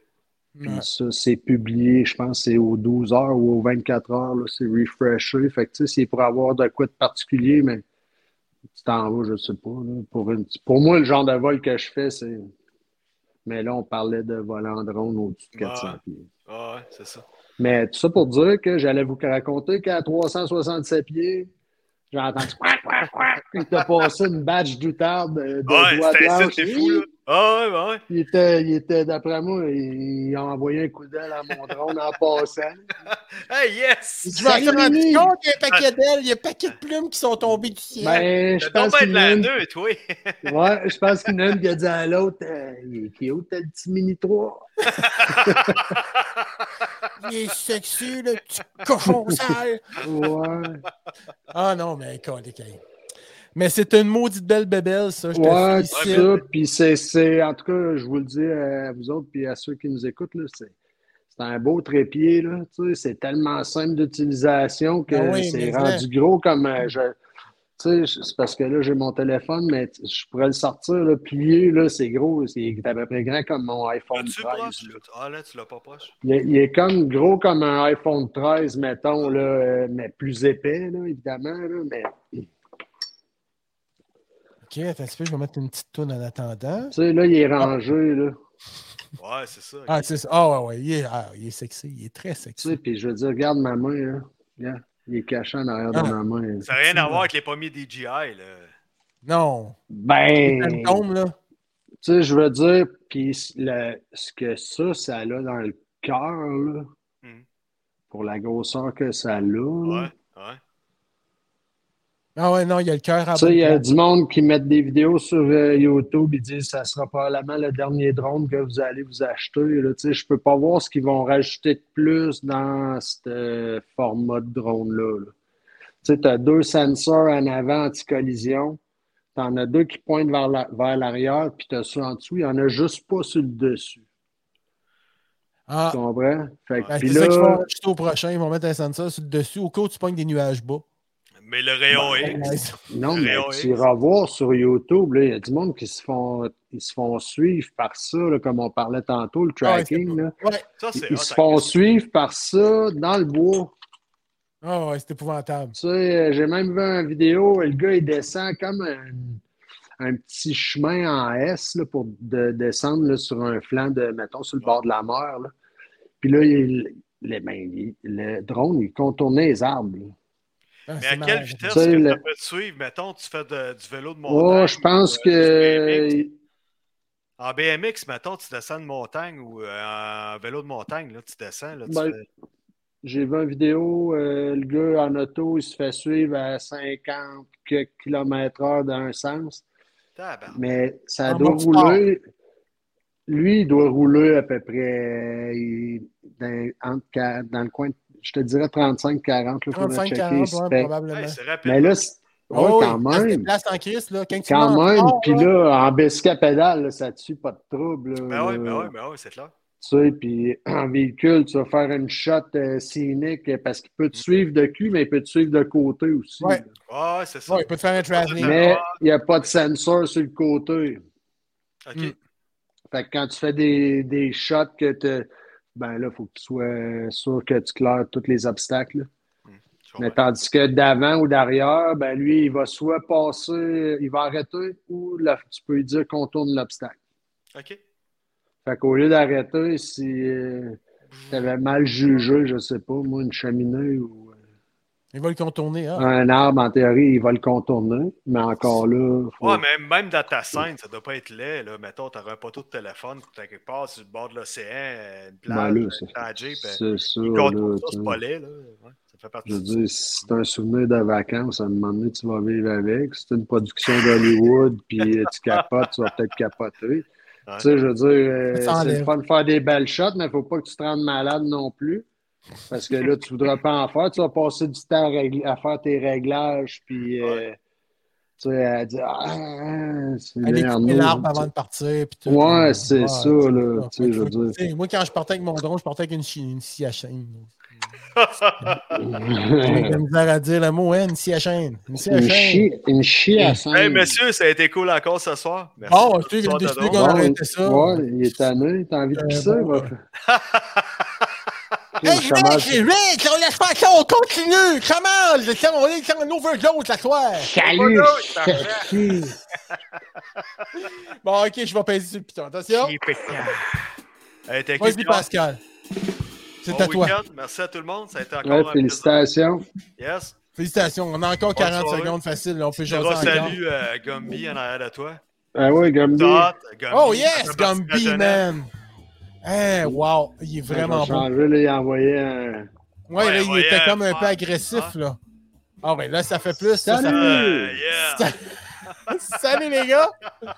[SPEAKER 4] Puis
[SPEAKER 3] Ouais.
[SPEAKER 4] ça, c'est publié, je pense, c'est aux 12 heures ou aux 24 heures, là, c'est refreshé. Fait que, tu sais, c'est pour avoir de quoi de particulier, mais tu t'en vas, je sais pas. là, pour, une- pour moi, le genre de vol que je fais, c'est. Mais là, on parlait de vol en drone au-dessus de 400
[SPEAKER 1] Ouais.
[SPEAKER 4] pieds.
[SPEAKER 1] Ah, ouais, c'est ça.
[SPEAKER 4] Mais tout ça pour dire que j'allais vous raconter qu'à 367 pieds, j'ai entendu quoi, quoi, quoi. Il t'a passé une batch d'outarde de, de
[SPEAKER 1] Ouais,
[SPEAKER 4] doigts
[SPEAKER 1] c'était ça,
[SPEAKER 4] blanches.
[SPEAKER 1] c'est fou, là. Ah, ouais, ouais.
[SPEAKER 4] Il était, il était d'après moi, il, il a envoyé un coup d'aile à mon drone en passant.
[SPEAKER 1] Hey, yes!
[SPEAKER 3] Tu m'en suis
[SPEAKER 4] Salut,
[SPEAKER 3] rendu
[SPEAKER 4] Mimi.
[SPEAKER 3] compte, il y a un paquet d'ailes, il y a un paquet de plumes qui sont tombées du ciel.
[SPEAKER 4] Ben, je
[SPEAKER 1] T'as donc
[SPEAKER 4] pense
[SPEAKER 1] bien
[SPEAKER 4] qu'il
[SPEAKER 1] de
[SPEAKER 4] y en a
[SPEAKER 1] la
[SPEAKER 4] une-
[SPEAKER 1] neutre, oui.
[SPEAKER 4] ouais, je pense qu'il y en a une qui a dit à l'autre euh, Il est cute, t'as le petit mini 3.
[SPEAKER 3] Il est sexu, le petit cochon sale.
[SPEAKER 4] Ouais.
[SPEAKER 3] Ah non, mais calique. Mais c'est une maudite belle bébelle, ça. Je te
[SPEAKER 4] Ouais,
[SPEAKER 3] félicite.
[SPEAKER 4] c'est ça. Puis c'est, c'est, en tout cas, je vous le dis à vous autres puis à ceux qui nous écoutent, là, c'est, c'est un beau trépied. Là, tu sais, c'est tellement simple d'utilisation que
[SPEAKER 3] Ah oui,
[SPEAKER 4] c'est
[SPEAKER 3] mais
[SPEAKER 4] rendu gros comme. euh, je, tu sais, je- c'est parce que là, j'ai mon téléphone, mais t- je pourrais le sortir, là, plier, là, c'est gros, c'est à peu près grand comme mon iPhone
[SPEAKER 1] L'as-tu
[SPEAKER 4] 13.
[SPEAKER 1] proche? Ah, là, tu l'as pas proche.
[SPEAKER 4] Il est, il est comme gros comme un iPhone 13, mettons, là, euh, mais plus épais, là, évidemment. Là, mais
[SPEAKER 3] Ok, attends un petit peu, je vais mettre une petite toune en attendant.
[SPEAKER 4] tu sais, là, il est rangé. Là,
[SPEAKER 1] Ouais, c'est ça.
[SPEAKER 3] Ah, c'est ça. Ah, ouais, ouais. Il est, ah, il est sexy. Il est très
[SPEAKER 4] tu
[SPEAKER 3] sexy.
[SPEAKER 4] sais, puis je veux dire, regarde ma main. Là, Regarde, il est caché en arrière de
[SPEAKER 3] Ah.
[SPEAKER 4] ma main.
[SPEAKER 1] Ça n'a rien à voir avec les premiers DJI, là.
[SPEAKER 3] Non.
[SPEAKER 4] Ben, tu
[SPEAKER 3] Phantom, là.
[SPEAKER 4] sais, je veux dire, puis le- ce que ça, ça a dans le cœur, là,
[SPEAKER 1] Mm.
[SPEAKER 4] pour la grosseur que ça a. là.
[SPEAKER 1] Ouais, ouais.
[SPEAKER 3] Ah ouais, non, il y a le cœur à
[SPEAKER 4] Tu sais, il y a
[SPEAKER 3] bout.
[SPEAKER 4] du monde qui mettent des vidéos sur euh, YouTube et disent ça sera probablement le dernier drone que vous allez vous acheter. Là, Tu sais, je peux pas voir ce qu'ils vont rajouter de plus dans ce euh, format de drone-là. là. Tu as deux sensors en avant anti-collision. Tu en as deux qui pointent vers la- vers l'arrière, puis tu as ceux en dessous. Il n'y en a juste pas sur le dessus.
[SPEAKER 3] Ah,
[SPEAKER 4] Tu comprends? Fait que-
[SPEAKER 3] ben,
[SPEAKER 4] puis
[SPEAKER 3] c'est ça qu'ils
[SPEAKER 4] là,
[SPEAKER 3] vont rajouter au prochain. Ils vont mettre un sensor sur le dessus. Au cas où tu pognes des nuages bas.
[SPEAKER 1] Mais le rayon X.
[SPEAKER 3] Nice.
[SPEAKER 4] Non, mais
[SPEAKER 1] Rayon
[SPEAKER 4] tu
[SPEAKER 1] X.
[SPEAKER 4] iras voir sur YouTube, là, il y a du monde qui se font, ils se font suivre par ça, là, comme on parlait tantôt, le
[SPEAKER 3] Ah, ouais,
[SPEAKER 4] tracking.
[SPEAKER 1] c'est
[SPEAKER 4] là.
[SPEAKER 3] Ouais.
[SPEAKER 1] Ça, c'est
[SPEAKER 4] Ils
[SPEAKER 1] hot,
[SPEAKER 4] se
[SPEAKER 1] hein.
[SPEAKER 4] font suivre par ça dans le bois.
[SPEAKER 3] Ah ouais, c'est épouvantable.
[SPEAKER 4] Tu sais, euh, j'ai même vu une vidéo, le gars, il descend comme un, un petit chemin en S là, pour de- descendre là, sur un flanc de, mettons, sur le bord de la mer. là. Puis là, il- le, ben, il- le drone, il contournait les arbres. là.
[SPEAKER 3] Ah,
[SPEAKER 1] Mais
[SPEAKER 3] c'est
[SPEAKER 1] à quelle
[SPEAKER 3] malade.
[SPEAKER 1] vitesse
[SPEAKER 4] Tu sais,
[SPEAKER 1] que
[SPEAKER 4] le-
[SPEAKER 1] ça peut te suivre? Mettons, tu fais de- du vélo de montagne.
[SPEAKER 4] Oh, je pense
[SPEAKER 1] ou, euh, du BMX.
[SPEAKER 4] que.
[SPEAKER 1] En BMX, mettons, tu descends de montagne ou euh, en vélo de montagne, là, tu descends. Là, tu
[SPEAKER 4] Ben,
[SPEAKER 1] fais-
[SPEAKER 4] J'ai vu une vidéo, euh, le gars en auto, il se fait suivre à 50 quelques kilomètres heure dans un sens,
[SPEAKER 1] Tabarnak.
[SPEAKER 4] mais ça
[SPEAKER 3] En
[SPEAKER 4] doit
[SPEAKER 3] mode sport.
[SPEAKER 4] rouler. Lui, il doit rouler à peu près euh, il- dans, entre quar- dans le coin, de- je te dirais 35-40, là, faudrait
[SPEAKER 3] 35,
[SPEAKER 4] checker
[SPEAKER 3] 40,
[SPEAKER 4] les
[SPEAKER 3] ouais,
[SPEAKER 4] specs.
[SPEAKER 3] probablement.
[SPEAKER 1] Hey, c'est rapide.
[SPEAKER 4] Mais là, c'est- ouais,
[SPEAKER 3] Ah oui,
[SPEAKER 4] quand
[SPEAKER 3] parce que
[SPEAKER 4] même,
[SPEAKER 3] place en crise, là. Quand, tu vas
[SPEAKER 4] quand
[SPEAKER 3] en
[SPEAKER 4] même,
[SPEAKER 3] sport,
[SPEAKER 4] puis là, en biscuit à pédale, là, ça tue pas de trouble.
[SPEAKER 1] Ben oui, ben
[SPEAKER 4] là.
[SPEAKER 1] oui, ben oui, c'est clair.
[SPEAKER 4] Tu sais, puis en véhicule, tu vas faire une shot euh, scénique euh, parce qu'il peut te suivre de cul, mais il peut te suivre de côté aussi.
[SPEAKER 3] Ouais.
[SPEAKER 1] Ouais,
[SPEAKER 4] là.
[SPEAKER 1] ouais, Ah, c'est ça.
[SPEAKER 3] Ouais, il peut te faire un traveling.
[SPEAKER 4] Mais il n'y a pas de sensor sur le côté.
[SPEAKER 1] OK.
[SPEAKER 3] Mm.
[SPEAKER 4] Fait que quand tu fais des, des shots que tu. Ben là, il faut que tu sois sûr que tu claires tous les obstacles. là.
[SPEAKER 1] Je comprends.
[SPEAKER 4] Mais tandis que d'avant ou d'arrière, ben lui, il va soit passer, il va arrêter ou là, tu peux lui dire contourne l'obstacle.
[SPEAKER 1] OK.
[SPEAKER 4] Fait qu'au lieu d'arrêter, si tu avais mal jugé, je sais pas, moi, une cheminée ou.
[SPEAKER 3] Il va le contourner. Ah.
[SPEAKER 4] Un arbre, en théorie, il va le contourner, mais encore là, faut...
[SPEAKER 1] Ouais, mais même dans ta scène, ça doit pas être laid. Là. Mettons, t'as un poteau de téléphone, t'es quelque part sur le bord de l'océan, euh, une
[SPEAKER 4] Ben là,
[SPEAKER 1] plage,
[SPEAKER 4] ça-
[SPEAKER 1] t'es en jeep. euh,
[SPEAKER 4] c'est ça.
[SPEAKER 1] ils
[SPEAKER 4] là,
[SPEAKER 1] contournent ça,
[SPEAKER 4] tu
[SPEAKER 1] c'est
[SPEAKER 4] sais.
[SPEAKER 1] pas laid. Là. Ouais, ça fait
[SPEAKER 4] je
[SPEAKER 1] partie
[SPEAKER 4] veux
[SPEAKER 1] du-
[SPEAKER 4] dire, si c'est un souvenir de vacances, à un moment donné, tu vas vivre avec. Si c'est une production d'Hollywood, puis euh, tu capotes, tu vas peut-être capoter.
[SPEAKER 1] Ouais.
[SPEAKER 4] Tu sais, je veux dire, euh,
[SPEAKER 3] Ça
[SPEAKER 4] c'est
[SPEAKER 3] s'enlève.
[SPEAKER 4] le fun de faire des belles shots, mais il ne faut pas que tu te rendes malade non plus. Parce que là, tu ne voudras pas en faire. Tu vas passer du temps à, régl- à faire tes réglages, puis. euh, Tu sais, à dire, ah, c'est
[SPEAKER 3] Aller
[SPEAKER 4] bien,
[SPEAKER 3] couper
[SPEAKER 4] non,
[SPEAKER 3] l'arbre
[SPEAKER 4] tu sais.
[SPEAKER 3] avant de partir. puis tout.
[SPEAKER 4] Ouais, c'est ça, là,
[SPEAKER 3] ça.
[SPEAKER 4] tu sais, je veux dire.
[SPEAKER 3] Tu sais, Moi, quand je partais avec mon drone, je partais avec une, chi- une scie à chaîne. J'ai de la misère à dire le mot, hein, une scie à chaîne. Une scie à
[SPEAKER 4] Une
[SPEAKER 3] chaîne.
[SPEAKER 4] chie, une chie à cinq.
[SPEAKER 1] Hey, monsieur, ça a été cool encore ce soir. Merci.
[SPEAKER 3] Bon, tu sais, Ah, j'ai
[SPEAKER 1] Bonsoir,
[SPEAKER 3] décidé
[SPEAKER 1] Dodon.
[SPEAKER 3] qu'on arrêtait ça.
[SPEAKER 4] Ouais, il est tanné, t'as envie de
[SPEAKER 3] Euh,
[SPEAKER 4] pisser,
[SPEAKER 3] bon,
[SPEAKER 4] va.
[SPEAKER 3] euh.
[SPEAKER 4] Chris,
[SPEAKER 3] Hey,
[SPEAKER 4] comment-
[SPEAKER 3] Rich, Rich, on laisse pas ça, on continue! Comment? Je sais, On est sur un overdose la soirée!
[SPEAKER 4] Salut,
[SPEAKER 1] Oh, non, il t'a fait.
[SPEAKER 4] sexy.
[SPEAKER 3] Bon, ok, je vais peser sur le piton. Attention!
[SPEAKER 1] Hey, t'es
[SPEAKER 3] Vas-y,
[SPEAKER 1] qui, Pierre?
[SPEAKER 3] Pascal. C'est
[SPEAKER 1] Bon
[SPEAKER 3] à toi.
[SPEAKER 1] week-end. Merci à tout le monde. Ça a été encore
[SPEAKER 4] Ouais,
[SPEAKER 1] un plaisir.
[SPEAKER 4] félicitations.
[SPEAKER 1] Yes.
[SPEAKER 3] Félicitations, on a encore
[SPEAKER 1] Bonne
[SPEAKER 3] 40
[SPEAKER 1] soirée.
[SPEAKER 3] secondes facile, là, on peut
[SPEAKER 1] Je
[SPEAKER 3] jaser encore.
[SPEAKER 1] salue euh, Gumby en arrière de toi.
[SPEAKER 4] Ah ouais, Gumby.
[SPEAKER 1] Dot, Gumby,
[SPEAKER 3] Oh yes,
[SPEAKER 1] ça fait partie de la
[SPEAKER 3] Gumby,
[SPEAKER 1] jeunesse.
[SPEAKER 3] man! Hey, wow, il est vraiment
[SPEAKER 4] Je
[SPEAKER 3] bon.
[SPEAKER 4] vais changer, là, il a envoyé un.
[SPEAKER 3] Ouais, là,
[SPEAKER 1] Ouais,
[SPEAKER 3] il
[SPEAKER 1] ouais,
[SPEAKER 3] était
[SPEAKER 1] euh,
[SPEAKER 3] comme un
[SPEAKER 1] ouais,
[SPEAKER 3] peu agressif,
[SPEAKER 1] ouais.
[SPEAKER 3] là. Ah ouais, là, ça fait plus. Ça, ça fait-
[SPEAKER 1] Euh, yeah.
[SPEAKER 3] Salut, les gars!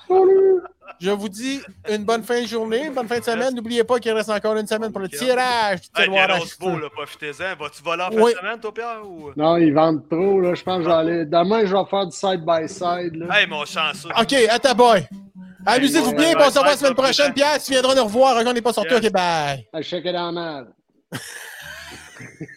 [SPEAKER 4] Salut!
[SPEAKER 3] Je vous dis une bonne fin de journée, une bonne fin de semaine. N'oubliez pas qu'il reste encore une semaine pour le tirage du
[SPEAKER 1] Hey,
[SPEAKER 3] tiroir à
[SPEAKER 1] annonce beau,
[SPEAKER 3] cheveux.
[SPEAKER 1] là, profitez-en. Vas-tu voler en fin
[SPEAKER 3] Oui.
[SPEAKER 1] de semaine, toi, Pierre? Ou...
[SPEAKER 4] Non, ils vendent trop, là. Je pense que j'allais. Demain, je vais faire du side-by-side, là.
[SPEAKER 1] Hey, mon chanceux.
[SPEAKER 3] OK, à ta boy! Amusez-vous
[SPEAKER 4] ouais,
[SPEAKER 3] bien,
[SPEAKER 4] ouais,
[SPEAKER 3] puis on se revoit la
[SPEAKER 1] ouais,
[SPEAKER 3] semaine
[SPEAKER 1] ouais,
[SPEAKER 3] prochaine.
[SPEAKER 1] ouais.
[SPEAKER 3] Pierre, tu viendras nous revoir. Regarde, on n'est pas sorti.
[SPEAKER 1] Yes.
[SPEAKER 3] OK, bye!
[SPEAKER 4] À checker dans la malle.